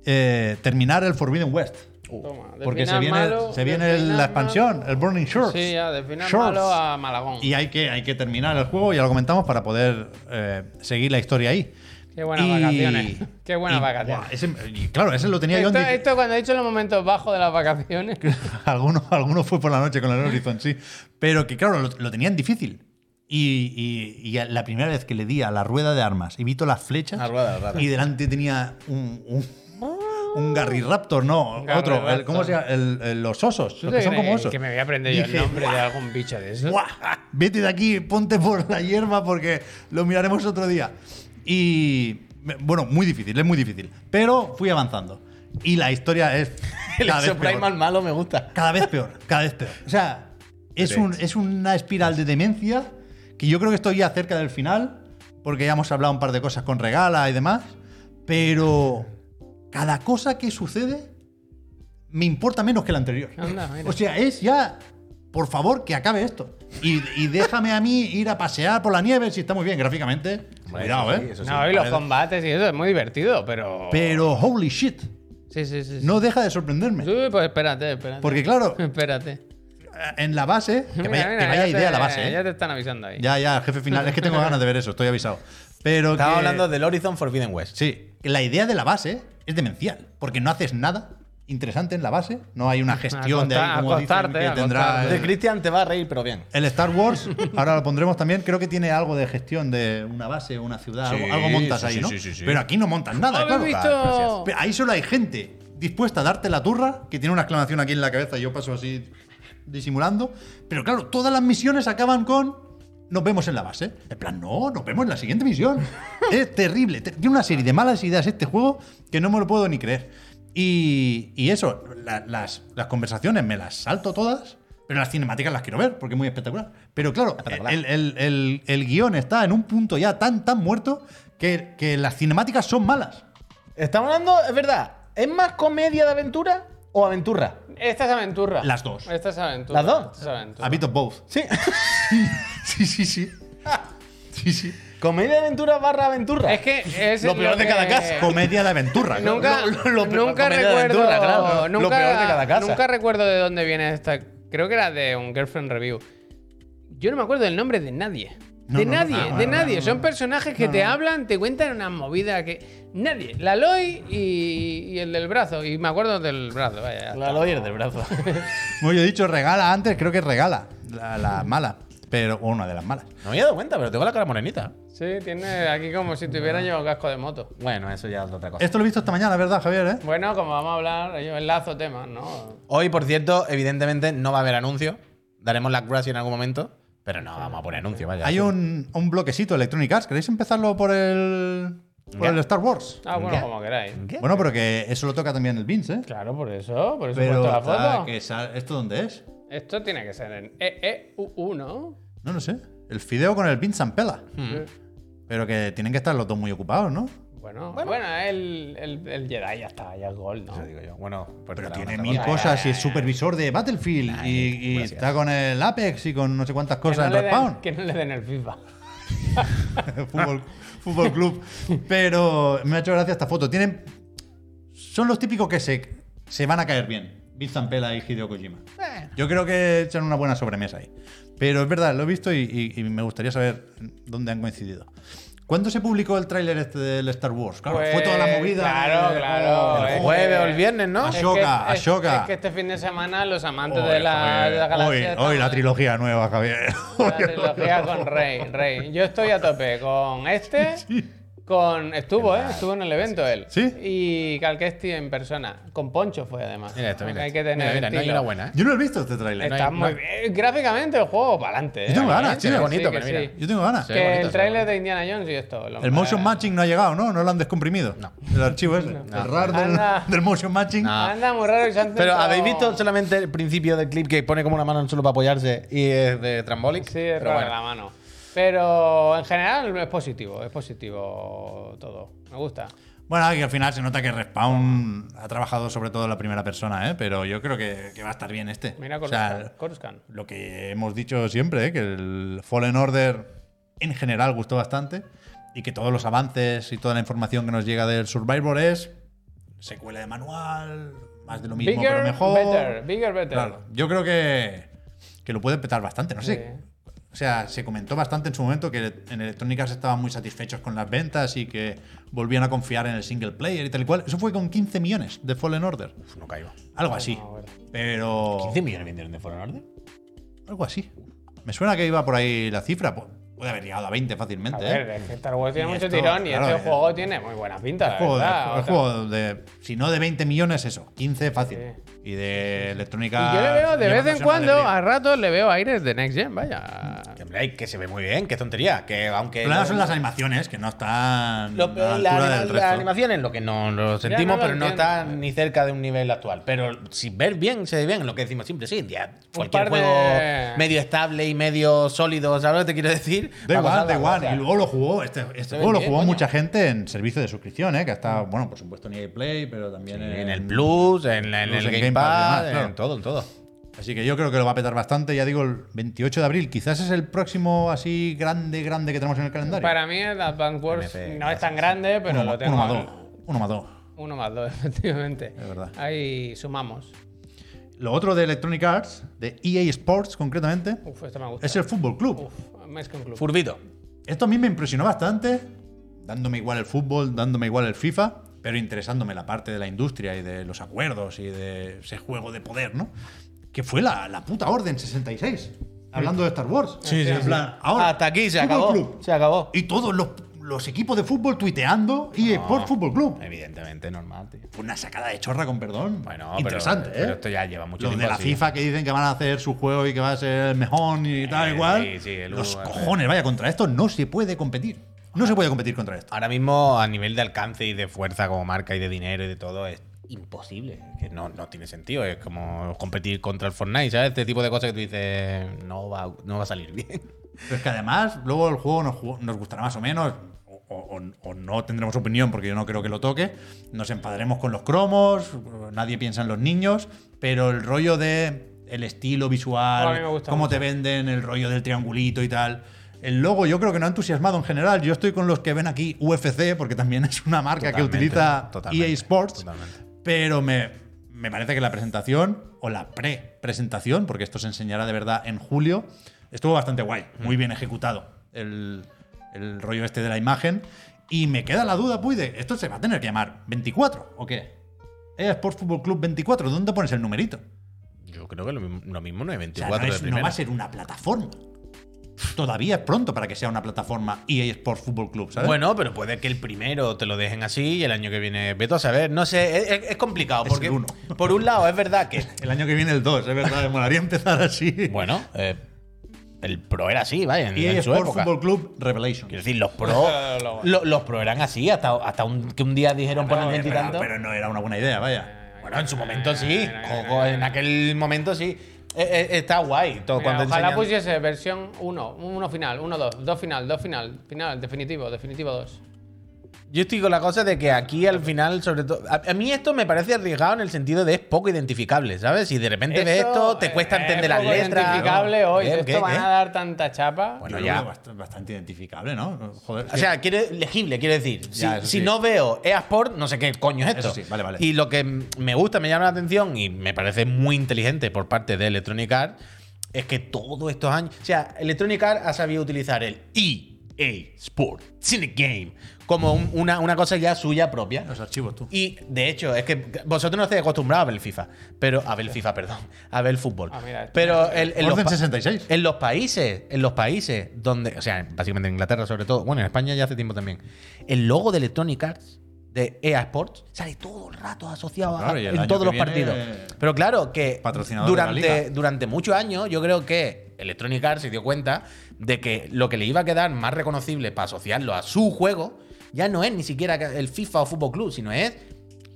[SPEAKER 1] eh, terminar el Forbidden West.
[SPEAKER 2] Toma, del
[SPEAKER 1] Porque se
[SPEAKER 2] final
[SPEAKER 1] viene,
[SPEAKER 2] malo-
[SPEAKER 1] se
[SPEAKER 2] del
[SPEAKER 1] viene el-
[SPEAKER 2] final
[SPEAKER 1] la expansión,
[SPEAKER 2] malo-
[SPEAKER 1] el Burning Shorts.
[SPEAKER 2] Sí, ya, de final
[SPEAKER 1] Shorts.
[SPEAKER 2] malo a Malagón.
[SPEAKER 1] Y hay que, hay que terminar el juego, ya lo comentamos, para poder eh, seguir la historia ahí.
[SPEAKER 2] Qué buenas vacaciones. Qué buenas
[SPEAKER 1] y,
[SPEAKER 2] vacaciones.
[SPEAKER 1] buah, ese- y claro, ese lo tenía
[SPEAKER 2] Esto,
[SPEAKER 1] yo en dic-
[SPEAKER 2] esto cuando he dicho los momentos bajos de las vacaciones.
[SPEAKER 1] alguno, alguno fue por la noche con el Horizon, sí. Pero que claro, lo, lo tenían difícil. Y, y- y la primera vez que le di a la rueda de armas y vi todas las flechas.
[SPEAKER 3] La rueda de armas.
[SPEAKER 1] Y delante tenía un. un un Garriraptor, no,
[SPEAKER 2] Garriraptor.
[SPEAKER 1] otro, el- ¿cómo se llama? El- el- los osos,
[SPEAKER 2] ¿Tú
[SPEAKER 1] los
[SPEAKER 2] te
[SPEAKER 1] que son
[SPEAKER 2] crees
[SPEAKER 1] como osos.
[SPEAKER 2] que me voy a aprender yo
[SPEAKER 1] Dije,
[SPEAKER 2] el nombre de algún bicho de eso?
[SPEAKER 1] ¡Buah! Vete de aquí, ponte por la hierba porque lo miraremos otro día. Y me- bueno, muy difícil, es muy difícil. Pero fui avanzando. Y la historia es
[SPEAKER 3] El
[SPEAKER 1] cada vez
[SPEAKER 3] Exoprimal
[SPEAKER 1] peor.
[SPEAKER 3] malo me gusta.
[SPEAKER 1] Cada vez peor, cada vez peor. O sea, es,
[SPEAKER 3] Sí.
[SPEAKER 1] un- es una espiral de demencia que yo creo que estoy ya cerca del final, porque ya hemos hablado un par de cosas con regala y demás, pero cada cosa que sucede me importa menos que la anterior.
[SPEAKER 2] Anda, mira.
[SPEAKER 1] o sea, es ya, por favor, que acabe esto. Y, y déjame a mí ir a pasear por la nieve, si está muy bien gráficamente.
[SPEAKER 3] Hombre,
[SPEAKER 1] Cuidado,
[SPEAKER 3] eso sí,
[SPEAKER 1] ¿eh?
[SPEAKER 3] eso sí.
[SPEAKER 2] no, y los
[SPEAKER 1] parece-
[SPEAKER 2] combates y eso es muy divertido, pero.
[SPEAKER 1] Pero, holy shit,
[SPEAKER 2] Sí, sí, sí. sí.
[SPEAKER 1] no deja de sorprenderme.
[SPEAKER 2] Sí, pues espérate, espérate.
[SPEAKER 1] Porque claro,
[SPEAKER 2] Espérate.
[SPEAKER 1] en la base, que
[SPEAKER 2] Mira,
[SPEAKER 1] vaya,
[SPEAKER 2] mira,
[SPEAKER 1] que vaya
[SPEAKER 2] ya
[SPEAKER 1] idea
[SPEAKER 2] te-
[SPEAKER 1] la base, ¿eh?
[SPEAKER 2] Ya te están avisando ahí.
[SPEAKER 1] Ya, ya, el jefe final. Es que tengo ganas de ver eso, estoy avisado. Pero
[SPEAKER 3] Estaba
[SPEAKER 5] Eh,
[SPEAKER 1] que-
[SPEAKER 3] hablando del Horizon Forbidden West.
[SPEAKER 1] Sí, que la idea de la base es demencial, porque no haces nada interesante en la base, no hay una gestión de ahí,
[SPEAKER 2] Acosta-
[SPEAKER 1] como dicen,
[SPEAKER 2] acostarte,
[SPEAKER 1] que tendrá...
[SPEAKER 2] acostarte.
[SPEAKER 3] De
[SPEAKER 1] El,
[SPEAKER 3] Cristian te va a reír, pero bien.
[SPEAKER 1] el Star Wars, ahora lo pondremos también, creo que tiene algo de gestión de una base, una ciudad,
[SPEAKER 3] Sí,
[SPEAKER 1] algo, algo montas
[SPEAKER 3] sí,
[SPEAKER 1] ahí,
[SPEAKER 3] sí,
[SPEAKER 1] ¿no?
[SPEAKER 3] sí, sí, sí.
[SPEAKER 1] Pero aquí no montas nada,
[SPEAKER 2] ¿Habéis
[SPEAKER 1] claro.
[SPEAKER 2] visto?
[SPEAKER 1] Pero ahí solo hay gente dispuesta a darte la turra, que tiene una exclamación aquí en la cabeza, yo paso así disimulando. Pero claro, todas las misiones acaban con nos vemos en la base. En plan, no, nos vemos en la siguiente misión. es terrible. Te- Tiene una serie de malas ideas este juego que no me lo puedo ni creer. Y, y eso, la- las, las conversaciones me las salto todas, pero las cinemáticas las quiero ver porque es muy espectacular. Pero claro,
[SPEAKER 3] Espectacular.
[SPEAKER 1] el, el- el- el guión está en un punto ya tan, tan muerto que, que las cinemáticas son malas.
[SPEAKER 3] Estamos hablando, es verdad, ¿es más comedia de aventura o aventura?
[SPEAKER 2] Esta es aventura.
[SPEAKER 1] Las dos.
[SPEAKER 2] Esta es aventura.
[SPEAKER 3] ¿Las dos?
[SPEAKER 2] Esta es aventura.
[SPEAKER 1] A bit of both.
[SPEAKER 3] Sí.
[SPEAKER 1] Sí, sí, sí. Sí, sí.
[SPEAKER 3] comedia de aventura barra aventura.
[SPEAKER 2] Es que es
[SPEAKER 3] Lo peor de
[SPEAKER 2] que-
[SPEAKER 3] cada casa.
[SPEAKER 1] Comedia de aventura. claro.
[SPEAKER 2] Nunca,
[SPEAKER 3] Lo- lo- lo peor-
[SPEAKER 2] nunca
[SPEAKER 3] comedia de
[SPEAKER 2] recuerdo.
[SPEAKER 3] aventura, claro. Lo
[SPEAKER 2] nunca,
[SPEAKER 3] peor de cada casa.
[SPEAKER 2] nunca recuerdo de dónde viene esta. Creo que era de un Girlfriend Review. Yo no me acuerdo del nombre de nadie.
[SPEAKER 1] No,
[SPEAKER 2] de
[SPEAKER 1] no, no.
[SPEAKER 2] nadie,
[SPEAKER 1] Ah,
[SPEAKER 2] de
[SPEAKER 1] no,
[SPEAKER 2] nadie. Son personajes que te hablan, te cuentan una movida que. Nadie. La Loy y, y el del brazo. Y me acuerdo del brazo, vaya.
[SPEAKER 3] La lawyer del brazo.
[SPEAKER 1] Como yo he dicho, regala antes, creo que regala. La, la mala. Pero, o una de las malas.
[SPEAKER 3] no me he dado cuenta, pero tengo la cara morenita.
[SPEAKER 2] Sí, tiene aquí como si te hubieran llevado casco de moto.
[SPEAKER 3] Bueno, eso ya es otra cosa.
[SPEAKER 1] Esto lo he visto esta mañana, ¿verdad, Javier? eh?
[SPEAKER 2] Bueno, como vamos a hablar, yo enlazo temas, ¿no?
[SPEAKER 3] Hoy, por cierto, evidentemente no va a haber anuncio. Daremos las gracias en algún momento, pero no vamos a poner anuncio, vaya.
[SPEAKER 1] Hay un, un bloquecito de Electronic Arts. ¿Queréis empezarlo por el, por
[SPEAKER 3] Ya.
[SPEAKER 1] el Star Wars?
[SPEAKER 2] Ah, bueno, como queráis.
[SPEAKER 3] ¿Qué?
[SPEAKER 1] Bueno, pero que eso lo toca también el Vince, ¿eh?
[SPEAKER 2] Claro, por eso, por eso he
[SPEAKER 1] Pero
[SPEAKER 2] puesto la
[SPEAKER 1] está
[SPEAKER 2] foto.
[SPEAKER 1] que sal- ¿Esto dónde es?
[SPEAKER 2] Esto tiene que ser en E, EEUU, ¿no?
[SPEAKER 1] No lo sé. El fideo con el Vince Zampella.
[SPEAKER 3] Hmm. Mm.
[SPEAKER 1] Pero que tienen que estar los dos muy ocupados, ¿no?
[SPEAKER 2] Bueno, bueno, el, el, el Jedi ya está, ya es Gold,
[SPEAKER 3] Eso
[SPEAKER 2] ¿no?
[SPEAKER 3] digo yo. Bueno, pues
[SPEAKER 1] Pero
[SPEAKER 3] la
[SPEAKER 1] tiene
[SPEAKER 3] otra
[SPEAKER 1] mil
[SPEAKER 3] cosa.
[SPEAKER 1] cosas y es supervisor de Battlefield y, y
[SPEAKER 3] gracias.
[SPEAKER 1] está con el Apex y con no sé cuántas
[SPEAKER 2] Que no,
[SPEAKER 1] cosas
[SPEAKER 2] le
[SPEAKER 1] en Red Pound.
[SPEAKER 2] den, que no le den el FIFA.
[SPEAKER 1] fútbol, fútbol club. Pero me ha hecho gracia esta foto. Tienen, son los típicos que se, se van a caer bien. Vince Zampella y Hideo Kojima. Yo creo que echan una buena sobremesa ahí. Pero es verdad, lo he visto y, y- y me gustaría saber dónde han coincidido. ¿Cuándo se publicó el tráiler este del Star Wars? Claro, fue toda la
[SPEAKER 2] Pues,
[SPEAKER 1] movida.
[SPEAKER 2] Claro,
[SPEAKER 1] eh,
[SPEAKER 2] claro.
[SPEAKER 1] oh,
[SPEAKER 3] El
[SPEAKER 2] es
[SPEAKER 3] jueves
[SPEAKER 2] que-
[SPEAKER 3] o el viernes, ¿no?
[SPEAKER 2] es que-
[SPEAKER 1] Ashoka,
[SPEAKER 2] es-
[SPEAKER 1] Ashoka.
[SPEAKER 2] Es que este fin de semana los amantes
[SPEAKER 1] joder,
[SPEAKER 2] de la, de la
[SPEAKER 1] joder.
[SPEAKER 2] galaxia.
[SPEAKER 1] Hoy, hoy
[SPEAKER 2] están-
[SPEAKER 1] la trilogía nueva, Javier.
[SPEAKER 2] La trilogía con Rey, Rey. Yo estoy a tope con este. Con, estuvo, ¿eh? Estuvo en el evento él.
[SPEAKER 1] sí.
[SPEAKER 2] Y Calquesti en persona. Con Poncho fue además.
[SPEAKER 3] Mira esto, mira.
[SPEAKER 2] Hay
[SPEAKER 3] esto.
[SPEAKER 2] que tener.
[SPEAKER 3] Mira, mira, no hay
[SPEAKER 2] estilo.
[SPEAKER 3] una buena, ¿eh?
[SPEAKER 1] Yo no he visto este tráiler.
[SPEAKER 2] Está
[SPEAKER 3] no
[SPEAKER 2] muy
[SPEAKER 3] hay- no
[SPEAKER 2] bien. Gráficamente el juego para adelante.
[SPEAKER 1] Yo tengo ganas, sí,
[SPEAKER 2] que
[SPEAKER 1] es
[SPEAKER 3] bonito,
[SPEAKER 2] que
[SPEAKER 3] pero mira.
[SPEAKER 1] Yo tengo ganas.
[SPEAKER 3] Sí.
[SPEAKER 2] Que
[SPEAKER 3] bonito,
[SPEAKER 2] el
[SPEAKER 3] sí,
[SPEAKER 2] trailer
[SPEAKER 3] bonito.
[SPEAKER 2] de Indiana Jones y esto. lo-
[SPEAKER 1] El motion matching no ha llegado, ¿no? No lo han descomprimido.
[SPEAKER 3] No.
[SPEAKER 1] El archivo es el RAR del,
[SPEAKER 2] Anda.
[SPEAKER 1] del motion matching.
[SPEAKER 3] No.
[SPEAKER 2] Anda muy raro que se han
[SPEAKER 3] Pero
[SPEAKER 2] centrado-
[SPEAKER 3] habéis visto solamente el principio del clip que pone como una mano solo para apoyarse y es de Trambolic.
[SPEAKER 2] Sí, es
[SPEAKER 3] pero
[SPEAKER 2] raro la mano. Pero en general es positivo, es positivo todo. Me gusta.
[SPEAKER 1] Bueno, que al final se nota que Respawn ha trabajado sobre todo en la primera persona, ¿eh? pero yo creo que, que va a estar bien este.
[SPEAKER 2] Mira
[SPEAKER 1] o
[SPEAKER 2] Coruscant.
[SPEAKER 1] sea,
[SPEAKER 2] Coruscant.
[SPEAKER 1] lo que hemos dicho siempre, ¿eh? que el Fallen Order en general gustó bastante y que todos los avances y toda la información que nos llega del Survivor es secuela de manual, más de lo mismo,
[SPEAKER 2] Bigger,
[SPEAKER 1] pero mejor.
[SPEAKER 2] better, bigger, better.
[SPEAKER 1] Claro, yo creo que, que lo puede petar bastante, no sé.
[SPEAKER 2] Sí.
[SPEAKER 1] O sea, se comentó bastante en su momento que en Electrónicas estaban muy satisfechos con las ventas y que volvían a confiar en el single player y tal y cual. Eso fue con 15 millones de Fallen Order.
[SPEAKER 3] Uf, no caigo.
[SPEAKER 1] Algo así.
[SPEAKER 2] No, bueno.
[SPEAKER 1] Pero.
[SPEAKER 3] 15 millones vendieron de Fallen Order.
[SPEAKER 1] Algo así. Me suena que iba por ahí la cifra. Pu- Puede haber llegado a 20
[SPEAKER 2] A
[SPEAKER 1] fácilmente.
[SPEAKER 2] ver,
[SPEAKER 1] ¿eh?
[SPEAKER 2] es que Star Wars tiene
[SPEAKER 1] Y
[SPEAKER 2] mucho
[SPEAKER 1] esto,
[SPEAKER 2] tirón y
[SPEAKER 1] claro,
[SPEAKER 2] este
[SPEAKER 1] es-
[SPEAKER 2] juego tiene muy buena pinta, la
[SPEAKER 1] El juego, de,
[SPEAKER 2] verdad.
[SPEAKER 1] el
[SPEAKER 2] O sea,
[SPEAKER 1] juego de- Si no de 20 millones, eso. 15 fácil.
[SPEAKER 2] Sí.
[SPEAKER 1] Y de electrónica.
[SPEAKER 2] Y yo le veo de vez en
[SPEAKER 1] llevándose una
[SPEAKER 2] cuando,
[SPEAKER 1] alegría.
[SPEAKER 2] a ratos le veo aires de Next Gen, vaya.
[SPEAKER 3] Que, hombre, ay, que se ve muy bien, qué tontería. Que aunque.
[SPEAKER 1] El problema son las animaciones, que no están.
[SPEAKER 3] Lo-
[SPEAKER 1] a la
[SPEAKER 3] la-
[SPEAKER 1] altura
[SPEAKER 3] la-
[SPEAKER 1] del
[SPEAKER 3] la
[SPEAKER 1] resto.
[SPEAKER 3] animación es lo que no lo
[SPEAKER 2] no
[SPEAKER 3] sentimos,
[SPEAKER 2] lo
[SPEAKER 3] pero no
[SPEAKER 2] entiendo.
[SPEAKER 3] está ni cerca de un nivel actual. Pero si ver bien, se ve bien, lo que decimos siempre, sí, ya, cualquier
[SPEAKER 2] par
[SPEAKER 3] juego
[SPEAKER 2] de-
[SPEAKER 3] medio estable y medio sólido, ¿sabes lo que te quiero decir?
[SPEAKER 1] Da
[SPEAKER 3] Va a
[SPEAKER 1] igual,
[SPEAKER 3] costar
[SPEAKER 1] da
[SPEAKER 3] la
[SPEAKER 1] igual.
[SPEAKER 3] cosa.
[SPEAKER 1] Y luego lo jugó, este, este
[SPEAKER 3] ve
[SPEAKER 1] juego lo
[SPEAKER 3] bien,
[SPEAKER 1] jugó
[SPEAKER 3] coño.
[SPEAKER 1] mucha gente en servicio de suscripción, ¿eh? que está, bueno, por supuesto en EA Play, pero también
[SPEAKER 3] En el Plus, en, la- en
[SPEAKER 1] Plus,
[SPEAKER 3] el
[SPEAKER 1] en
[SPEAKER 3] Game,
[SPEAKER 1] Game Pass,
[SPEAKER 3] Pass,
[SPEAKER 1] además, claro.
[SPEAKER 3] en todo, en todo.
[SPEAKER 1] Así que yo creo que lo va a petar bastante. Ya digo, el 28 de abril, quizás es el próximo así grande, grande que tenemos en el calendario.
[SPEAKER 2] Para mí el Advance
[SPEAKER 3] Este
[SPEAKER 2] Wars
[SPEAKER 3] MP,
[SPEAKER 2] no es tan grande, pero
[SPEAKER 1] uno,
[SPEAKER 2] lo
[SPEAKER 1] ma-
[SPEAKER 2] tengo.
[SPEAKER 1] uno más
[SPEAKER 2] al-
[SPEAKER 1] dos. Uno más dos.
[SPEAKER 2] Uno más dos, efectivamente.
[SPEAKER 1] Es verdad.
[SPEAKER 2] Ahí sumamos.
[SPEAKER 1] Lo otro de Electronic Arts, de EA Sports concretamente,
[SPEAKER 2] Uf, esto me gusta.
[SPEAKER 1] es el Fútbol Club.
[SPEAKER 2] Uf, más que un club.
[SPEAKER 3] Furbito.
[SPEAKER 1] Esto a mí me impresionó bastante, dándome igual el fútbol, dándome igual el FIFA, pero interesándome la parte de la industria y de los acuerdos y de ese juego de poder, ¿no? Que fue la, la puta Orden 66, hablando de Star Wars.
[SPEAKER 3] Sí, sí,
[SPEAKER 1] En
[SPEAKER 3] sí.
[SPEAKER 1] plan, ahora,
[SPEAKER 3] Hasta aquí se
[SPEAKER 1] Fútbol
[SPEAKER 3] acabó.
[SPEAKER 1] Club.
[SPEAKER 3] Se acabó.
[SPEAKER 1] Y todos los, los equipos de fútbol tuiteando y Sport Fútbol Club.
[SPEAKER 3] Evidentemente, normal, tío.
[SPEAKER 1] Fue una sacada de chorra, con perdón.
[SPEAKER 3] Bueno, pero-
[SPEAKER 1] interesante,
[SPEAKER 3] pero
[SPEAKER 1] ¿eh?
[SPEAKER 3] esto ya lleva mucho
[SPEAKER 1] Los
[SPEAKER 3] tiempo
[SPEAKER 1] de la
[SPEAKER 3] así.
[SPEAKER 1] FIFA que dicen que van a hacer su juego y que va a ser el mejor y tal,
[SPEAKER 3] Eh,
[SPEAKER 1] igual.
[SPEAKER 3] sí, sí, el
[SPEAKER 1] Los
[SPEAKER 3] U,
[SPEAKER 1] cojones, vaya, contra esto no se puede competir. No se puede competir contra esto.
[SPEAKER 3] Ahora mismo, a nivel de alcance y de fuerza como marca y de dinero y de todo, es imposible. Es Que no, no tiene sentido. Es como competir contra el Fortnite, ¿sabes? Este tipo de cosas que tú dices, no va, no va a salir bien.
[SPEAKER 1] Pero es que además, luego el juego nos, ju- nos gustará más o menos, o, o- o- o no tendremos opinión porque yo no creo que lo toque. Nos enfadaremos con los cromos, nadie piensa en los niños, pero el rollo de el estilo
[SPEAKER 2] A mí
[SPEAKER 1] visual,
[SPEAKER 2] me gusta
[SPEAKER 1] cómo
[SPEAKER 2] mucho.
[SPEAKER 1] te venden, el rollo del triangulito y tal. El logo yo creo que no ha entusiasmado en general. Yo estoy con los que ven aquí UFC, porque también es una marca
[SPEAKER 3] Totalmente,
[SPEAKER 1] que utiliza
[SPEAKER 3] totalmente,
[SPEAKER 1] EA Sports.
[SPEAKER 3] totalmente.
[SPEAKER 1] Pero me, me parece que la presentación, o la pre-presentación, porque esto se enseñará de verdad en julio, estuvo bastante guay, muy bien ejecutado el, el rollo este de la imagen. Y me queda la duda, Puy, de esto se va a tener que llamar 24, ¿o qué? Eh, Sports Football Club 24, ¿dónde pones el numerito?
[SPEAKER 3] Yo creo que lo mismo, lo mismo no es
[SPEAKER 1] O sea,
[SPEAKER 3] 24
[SPEAKER 1] no, es- no
[SPEAKER 3] de primera.
[SPEAKER 1] va a ser una plataforma. Todavía es pronto para que sea una plataforma EA Sports Football Club, ¿sabes?
[SPEAKER 3] Bueno, pero puede que el primero te lo dejen así y el año que viene, veto a saber. No sé, es- es, es complicado.
[SPEAKER 1] Es
[SPEAKER 3] Porque,
[SPEAKER 1] el uno.
[SPEAKER 3] por un lado, es verdad que.
[SPEAKER 1] el año que viene el 2, es verdad, me molaría empezar así.
[SPEAKER 3] Bueno, eh, el pro era así, vaya, en,
[SPEAKER 1] EA
[SPEAKER 3] en su
[SPEAKER 1] E Sports
[SPEAKER 3] época.
[SPEAKER 1] Football Club Revelation.
[SPEAKER 3] Quiero decir, los pro,
[SPEAKER 2] Lo-
[SPEAKER 3] lo- los pro eran así, hasta, hasta un- que un día dijeron por el y
[SPEAKER 1] Pero,
[SPEAKER 3] tanto.
[SPEAKER 1] pero no era una buena idea, vaya.
[SPEAKER 3] Bueno, en su momento sí, Coco, en aquel momento sí. Eh, eh, está guay todo
[SPEAKER 2] Mira,
[SPEAKER 3] cuando
[SPEAKER 2] ojalá pues-
[SPEAKER 3] enseñan-
[SPEAKER 2] pusiese versión 1, 1 final, 1, 2, 2 final, 2 final, final, definitivo, definitivo 2.
[SPEAKER 3] Yo estoy con la cosa de que aquí al final, sobre todo. A, a mí esto me parece arriesgado en el sentido de es poco identificable, ¿sabes? Si de repente ves
[SPEAKER 2] Eso,
[SPEAKER 3] esto, te
[SPEAKER 2] eh,
[SPEAKER 3] cuesta entender
[SPEAKER 2] es
[SPEAKER 3] las
[SPEAKER 2] poco
[SPEAKER 3] letras.
[SPEAKER 2] identificable hoy.
[SPEAKER 3] ¿Qué?
[SPEAKER 2] Esto
[SPEAKER 3] ¿Qué?
[SPEAKER 2] van
[SPEAKER 3] ¿Qué?
[SPEAKER 2] a dar tanta chapa.
[SPEAKER 3] Bueno,
[SPEAKER 1] Yo lo
[SPEAKER 3] ya.
[SPEAKER 1] veo bast- bastante identificable, ¿no? Joder,
[SPEAKER 3] O sea, quiere, legible, quiero decir. Si,
[SPEAKER 1] Ya, eso
[SPEAKER 3] si
[SPEAKER 1] sí.
[SPEAKER 3] no veo eSport, no sé qué coño es esto.
[SPEAKER 1] Eso sí, vale, vale.
[SPEAKER 3] Y lo que m- me gusta, me llama la atención y me parece muy inteligente por parte de Electronic Arts es que todos estos años. O sea, Electronic Arts ha sabido utilizar el EA Sport Cine Game como un- una, una cosa ya suya propia.
[SPEAKER 1] los archivos, tú.
[SPEAKER 3] Y de hecho, es que vosotros no estáis acostumbrados a ver el FIFA, pero a ver el FIFA, perdón, a ver el fútbol.
[SPEAKER 2] Ah, mira,
[SPEAKER 3] pero el, en, los
[SPEAKER 1] Orden
[SPEAKER 3] pa-
[SPEAKER 1] 66.
[SPEAKER 3] en los países, en los países donde, o sea, básicamente en Inglaterra sobre todo, bueno, en España ya hace tiempo también, el logo de Electronic Arts de EA Sports sale todo el rato asociado a-
[SPEAKER 1] Claro, y el
[SPEAKER 3] en
[SPEAKER 1] año
[SPEAKER 3] todos
[SPEAKER 1] que
[SPEAKER 3] los
[SPEAKER 1] viene,
[SPEAKER 3] partidos.
[SPEAKER 1] eh,
[SPEAKER 3] Pero claro que
[SPEAKER 1] patrocinador de la
[SPEAKER 3] durante,
[SPEAKER 1] liga.
[SPEAKER 3] durante muchos años yo creo que Electronic Arts se dio cuenta de que lo que le iba a quedar más reconocible para asociarlo a su juego ya no es ni siquiera el FIFA o Fútbol Club, sino es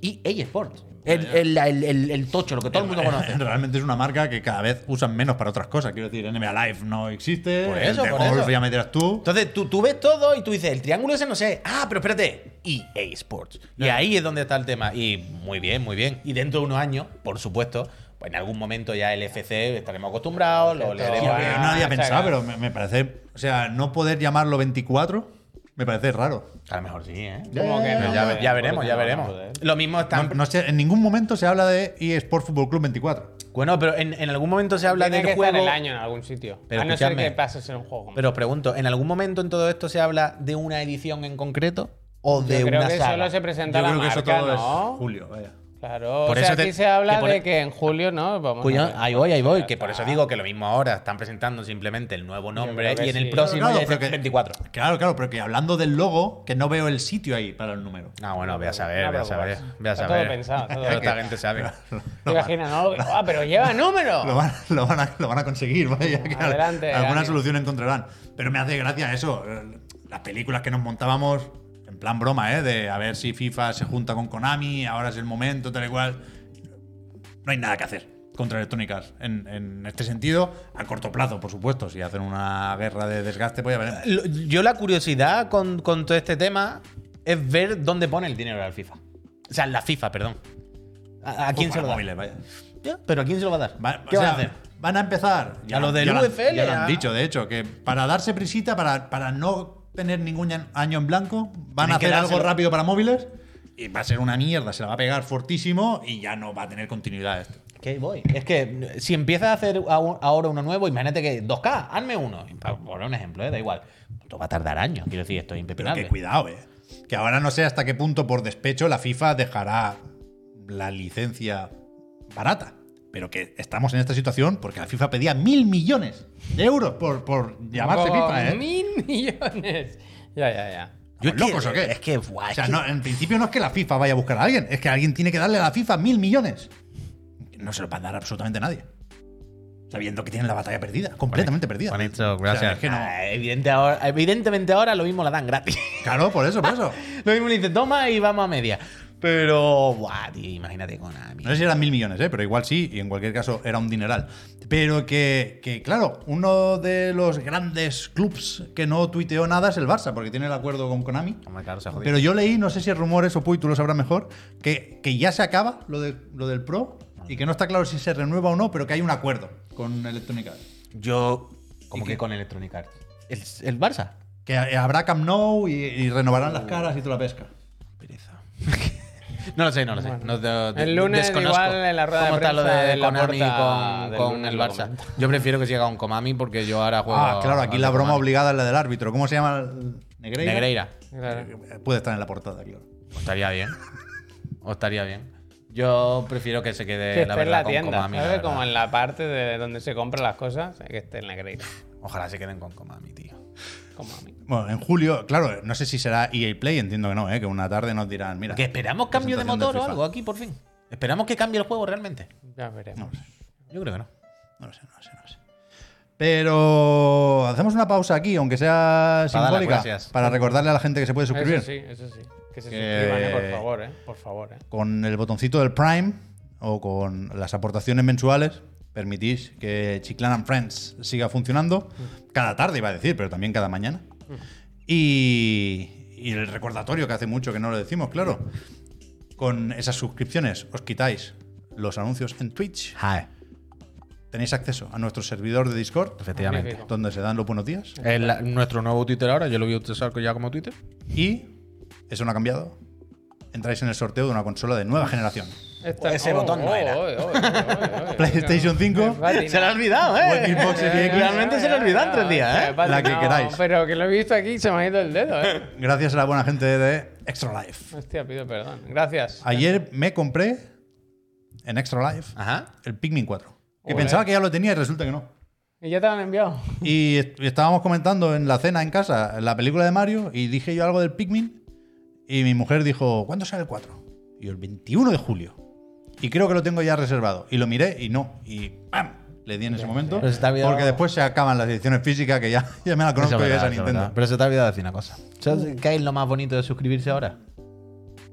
[SPEAKER 3] EA Sports. El, el- el- el- el tocho, lo que todo el mundo conoce.
[SPEAKER 1] Realmente es una marca que cada vez usan menos para otras cosas. Quiero decir, NBA Live no existe.
[SPEAKER 3] Por
[SPEAKER 1] el
[SPEAKER 3] eso,
[SPEAKER 1] de
[SPEAKER 3] por
[SPEAKER 1] golf
[SPEAKER 3] eso.
[SPEAKER 1] ya me dirás tú.
[SPEAKER 3] Entonces tú, tú ves todo y tú dices, el triángulo ese no sé. Ah, pero espérate, EA Sports. Y ahí es donde está el tema. Y muy bien, muy bien. Y dentro de unos años, por supuesto, pues en algún momento ya el FC estaremos acostumbrados, lo
[SPEAKER 2] Perfecto.
[SPEAKER 1] Tío,
[SPEAKER 3] leeremos.
[SPEAKER 1] pero
[SPEAKER 2] Ah,
[SPEAKER 1] no había
[SPEAKER 2] chaca.
[SPEAKER 1] pensado, pero me, me parece. O sea, no poder llamarlo 24 Me parece raro.
[SPEAKER 3] A lo mejor sí, ¿eh?
[SPEAKER 1] Ya,
[SPEAKER 2] Como
[SPEAKER 1] ya,
[SPEAKER 2] que
[SPEAKER 1] ya,
[SPEAKER 2] no,
[SPEAKER 3] ya,
[SPEAKER 2] pues,
[SPEAKER 3] ya veremos,
[SPEAKER 2] porque
[SPEAKER 3] ya
[SPEAKER 2] no van a
[SPEAKER 3] veremos.
[SPEAKER 2] poder.
[SPEAKER 3] Lo mismo están.
[SPEAKER 1] No, no sé, en ningún momento se habla de eSport Fútbol Club 24.
[SPEAKER 3] Bueno, pero en, en algún momento se habla
[SPEAKER 2] Tiene
[SPEAKER 3] del
[SPEAKER 2] que
[SPEAKER 3] juego.
[SPEAKER 2] estar el año en algún sitio.
[SPEAKER 3] Pero
[SPEAKER 2] a no ser
[SPEAKER 3] escúchame.
[SPEAKER 2] que pase a ser un juego.
[SPEAKER 3] Pero os pregunto, ¿en algún momento en todo esto se habla de una edición en concreto? ¿O de
[SPEAKER 2] Yo creo
[SPEAKER 3] una
[SPEAKER 2] que
[SPEAKER 3] saga?
[SPEAKER 2] solo se presenta
[SPEAKER 1] Yo
[SPEAKER 2] la
[SPEAKER 1] creo que
[SPEAKER 2] marca,
[SPEAKER 1] eso todo
[SPEAKER 2] ¿no?
[SPEAKER 1] es julio, vaya.
[SPEAKER 2] Claro,
[SPEAKER 3] Por
[SPEAKER 2] o sea,
[SPEAKER 3] eso te-
[SPEAKER 2] aquí se habla
[SPEAKER 3] que por-
[SPEAKER 2] de que en julio no, vamos
[SPEAKER 3] Cuyo-
[SPEAKER 2] a ver.
[SPEAKER 3] Pues ahí voy, ahí voy.
[SPEAKER 2] Ya
[SPEAKER 3] Que por
[SPEAKER 2] está.
[SPEAKER 3] eso digo que lo mismo ahora están presentando simplemente el nuevo nombre
[SPEAKER 2] Yo creo
[SPEAKER 3] y
[SPEAKER 2] que
[SPEAKER 3] en
[SPEAKER 2] sí.
[SPEAKER 3] el próximo
[SPEAKER 1] Claro,
[SPEAKER 3] ya
[SPEAKER 1] pero
[SPEAKER 3] dicen
[SPEAKER 1] que-
[SPEAKER 3] 24.
[SPEAKER 1] Claro, claro, pero que hablando del logo, que no veo el sitio ahí para el número.
[SPEAKER 3] Ah, bueno, voy a saber,
[SPEAKER 2] No
[SPEAKER 3] voy a saber.
[SPEAKER 2] preocupes.
[SPEAKER 3] Voy a
[SPEAKER 2] Está
[SPEAKER 3] saber.
[SPEAKER 2] todo pensado, está todo
[SPEAKER 3] Esta
[SPEAKER 2] pensado.
[SPEAKER 3] gente sabe.
[SPEAKER 2] Te imaginas, ¿no? Ah, pero lleva número.
[SPEAKER 1] Lo van, lo van a, lo van a conseguir, vaya. que al-
[SPEAKER 2] Adelante,
[SPEAKER 1] alguna
[SPEAKER 2] ánimo.
[SPEAKER 1] solución encontrarán. Pero me hace gracia eso. eh, Las películas que nos montábamos, en plan broma, ¿eh? De a ver si FIFA se junta con Konami, ahora es el momento, tal y cual. No hay nada que hacer contra electrónicas en, en este sentido, a corto plazo, por supuesto. Si hacen una guerra de desgaste, pues ya veremos.
[SPEAKER 3] Lo- Yo la curiosidad con, con todo este tema es ver dónde pone el dinero la FIFA. O sea, la FIFA, perdón. ¿A, a quién
[SPEAKER 1] Para
[SPEAKER 3] se lo da?
[SPEAKER 1] móviles, vaya.
[SPEAKER 3] Ya, ¿Pero a quién se lo va a dar?
[SPEAKER 1] Va-
[SPEAKER 3] ¿Qué
[SPEAKER 1] o
[SPEAKER 3] van a
[SPEAKER 1] sea,
[SPEAKER 3] hacer?
[SPEAKER 1] Van a empezar.
[SPEAKER 3] A lo del
[SPEAKER 1] ya
[SPEAKER 3] UFL,
[SPEAKER 1] ya lo
[SPEAKER 3] a-
[SPEAKER 1] han dicho, de hecho, que para darse prisita, para, para no tener ningún an- año en blanco, van
[SPEAKER 3] Tienen
[SPEAKER 1] a
[SPEAKER 3] que
[SPEAKER 1] hacer algo
[SPEAKER 3] dárselo.
[SPEAKER 1] rápido para móviles y va a ser una mierda, se la va a pegar fortísimo y ya no va a tener continuidad esto.
[SPEAKER 3] Que voy. Es que eh, si empiezas a hacer ahu- ahora uno nuevo, imagínate que 2K, hazme uno. Pa- Por un ejemplo, eh, da igual. Esto va a tardar años, quiero decir, esto es
[SPEAKER 1] Pero que
[SPEAKER 3] impepinable.
[SPEAKER 1] cuidado, eh. Que ahora no sé hasta qué punto por despecho la FIFA dejará la licencia barata. Pero que estamos en esta situación porque la FIFA pedía mil millones de euros por, por llamarse
[SPEAKER 2] Como
[SPEAKER 1] FIFA, ¿eh?
[SPEAKER 2] Mil millones. Ya, ya, ya.
[SPEAKER 3] Yo es que-
[SPEAKER 1] ¿Locos o qué?
[SPEAKER 3] Es que, guay.
[SPEAKER 1] O sea, no, en principio no es que la FIFA vaya a buscar a alguien, es que alguien tiene que darle a la FIFA mil millones. No se lo va a dar absolutamente nadie. Sabiendo que tienen la batalla perdida, completamente perdida.
[SPEAKER 3] Juanito,
[SPEAKER 1] gracias. es que no.
[SPEAKER 3] Ah, evidente ahora- evidentemente ahora lo mismo la dan gratis.
[SPEAKER 1] Claro, por eso, por eso.
[SPEAKER 3] lo mismo le dice, toma y vamos a media. Pero, guau, tío, imagínate con Ami.
[SPEAKER 1] No sé si eran mil millones, ¿eh? pero igual sí, y en cualquier caso era un dineral. Pero que, que, claro, uno de los grandes clubs que no tuiteó nada es el Barça, porque tiene el acuerdo con Konami.
[SPEAKER 3] Hombre, claro, se ha jodido.
[SPEAKER 1] Pero yo leí, no sé si es rumores o Puy, tú lo sabrás mejor, que, que ya se acaba lo, de, lo del Pro y que no está claro si se renueva o no, pero que hay un acuerdo con Electronic Arts.
[SPEAKER 3] Yo, como que con Electronic Arts. El, el Barça.
[SPEAKER 1] Que habrá Camp Nou y, y renovarán
[SPEAKER 3] Oh.
[SPEAKER 1] las caras y toda la pesca.
[SPEAKER 3] Pereza. no lo sé, no lo sé. No, de- de-
[SPEAKER 2] El lunes
[SPEAKER 3] desconozco
[SPEAKER 2] igual en la rueda de
[SPEAKER 3] cómo está lo
[SPEAKER 2] prensa
[SPEAKER 3] de
[SPEAKER 2] de la
[SPEAKER 3] Konami
[SPEAKER 2] puerta
[SPEAKER 3] con,
[SPEAKER 2] del
[SPEAKER 3] con
[SPEAKER 2] lunes
[SPEAKER 3] el
[SPEAKER 2] lo
[SPEAKER 3] Barça.
[SPEAKER 2] comento.
[SPEAKER 3] Yo prefiero que siga con Konami porque yo ahora juego.
[SPEAKER 1] Ah, claro, aquí
[SPEAKER 3] al
[SPEAKER 1] la broma
[SPEAKER 3] Konami.
[SPEAKER 1] obligada es la del árbitro. ¿Cómo se llama? el- ¿Negreira?
[SPEAKER 3] Negreira.
[SPEAKER 2] Claro.
[SPEAKER 1] Eh, Puede estar en la portada, claro.
[SPEAKER 3] O estaría bien. O estaría bien. Yo prefiero que se quede
[SPEAKER 2] Que
[SPEAKER 3] Eh,
[SPEAKER 2] esté
[SPEAKER 3] la
[SPEAKER 2] en
[SPEAKER 3] verdad
[SPEAKER 2] la
[SPEAKER 3] con
[SPEAKER 2] tienda,
[SPEAKER 3] Konami. la
[SPEAKER 2] ¿sabes?
[SPEAKER 3] verdad.
[SPEAKER 2] Como en la parte de donde se compran las cosas, eh, que esté en la grilla.
[SPEAKER 3] Ojalá se queden con Konami, tío.
[SPEAKER 2] Como a mí.
[SPEAKER 1] Bueno, en julio, claro, no sé si será EA Play, entiendo que no, ¿eh? que una tarde nos dirán, mira.
[SPEAKER 3] Que esperamos cambio de
[SPEAKER 1] presentación
[SPEAKER 3] motor o
[SPEAKER 1] FIFA.
[SPEAKER 3] algo aquí, por fin. Esperamos que cambie el juego realmente.
[SPEAKER 2] Ya veremos.
[SPEAKER 1] No lo sé,
[SPEAKER 3] Yo creo que no.
[SPEAKER 1] no lo sé, no lo sé, no lo sé. Pero hacemos una pausa aquí, aunque sea
[SPEAKER 3] Para dar las
[SPEAKER 1] simbólica,
[SPEAKER 3] gracias.
[SPEAKER 1] para recordarle a la gente que se puede suscribir
[SPEAKER 2] Eso sí, eso sí. Que se
[SPEAKER 1] Que-
[SPEAKER 2] suscriban, eh, por favor, eh. Por favor, eh.
[SPEAKER 1] con el botoncito del Prime o con las aportaciones mensuales. Permitís que Chiclan and Friends siga funcionando cada tarde, iba a decir, pero también cada mañana. Y, y el recordatorio que hace mucho que no lo decimos, claro. Con esas suscripciones os quitáis los anuncios en Twitch. Tenéis acceso a nuestro servidor de Discord,
[SPEAKER 3] efectivamente.
[SPEAKER 2] Magnífico.
[SPEAKER 1] donde se dan los buenos días.
[SPEAKER 3] Es la- nuestro nuevo Twitter ahora, yo lo voy a utilizar ya como Twitter.
[SPEAKER 1] Y eso no ha cambiado. Entráis en el sorteo de una consola de nueva generación.
[SPEAKER 2] Esta-
[SPEAKER 3] Ese botón
[SPEAKER 2] oh,
[SPEAKER 3] no era.
[SPEAKER 2] oy, oy, oy, oy, oy.
[SPEAKER 1] PlayStation 5.
[SPEAKER 2] Me patina.
[SPEAKER 3] Se lo ha olvidado, ¿eh?
[SPEAKER 1] O Xbox Series X.
[SPEAKER 3] Realmente se lo ha olvidado en tres días,
[SPEAKER 2] Me
[SPEAKER 3] ¿eh?
[SPEAKER 2] patina.
[SPEAKER 1] La que queráis.
[SPEAKER 2] Pero que lo he visto aquí y se me ha ido el dedo, ¿eh?
[SPEAKER 1] Gracias a la buena gente de Extra Life.
[SPEAKER 2] Hostia, pido perdón. Gracias.
[SPEAKER 1] Ayer me compré en Extra Life
[SPEAKER 3] Ajá.
[SPEAKER 1] el Pikmin 4. Que
[SPEAKER 2] Joder.
[SPEAKER 1] pensaba que ya lo tenía y resulta que no.
[SPEAKER 2] ¿Y ya te lo han enviado?
[SPEAKER 1] Y est- y estábamos comentando en la cena en casa la película de Mario y dije yo algo del Pikmin y mi mujer dijo, ¿cuándo sale el 4? Y yo, el 21 de julio. Y creo que lo tengo ya reservado. Y lo miré y no. Y ¡pam! Le di en ese momento.
[SPEAKER 3] Pero se te ha olvidado-
[SPEAKER 1] Porque después se acaban las ediciones físicas que ya, ya me la conozco
[SPEAKER 3] Pues Eso
[SPEAKER 1] y es
[SPEAKER 3] es verdad,
[SPEAKER 1] a
[SPEAKER 3] eso es
[SPEAKER 1] Nintendo.
[SPEAKER 3] verdad. Pero se te ha olvidado decir una cosa. ¿Sabes qué es lo más bonito de suscribirse ahora?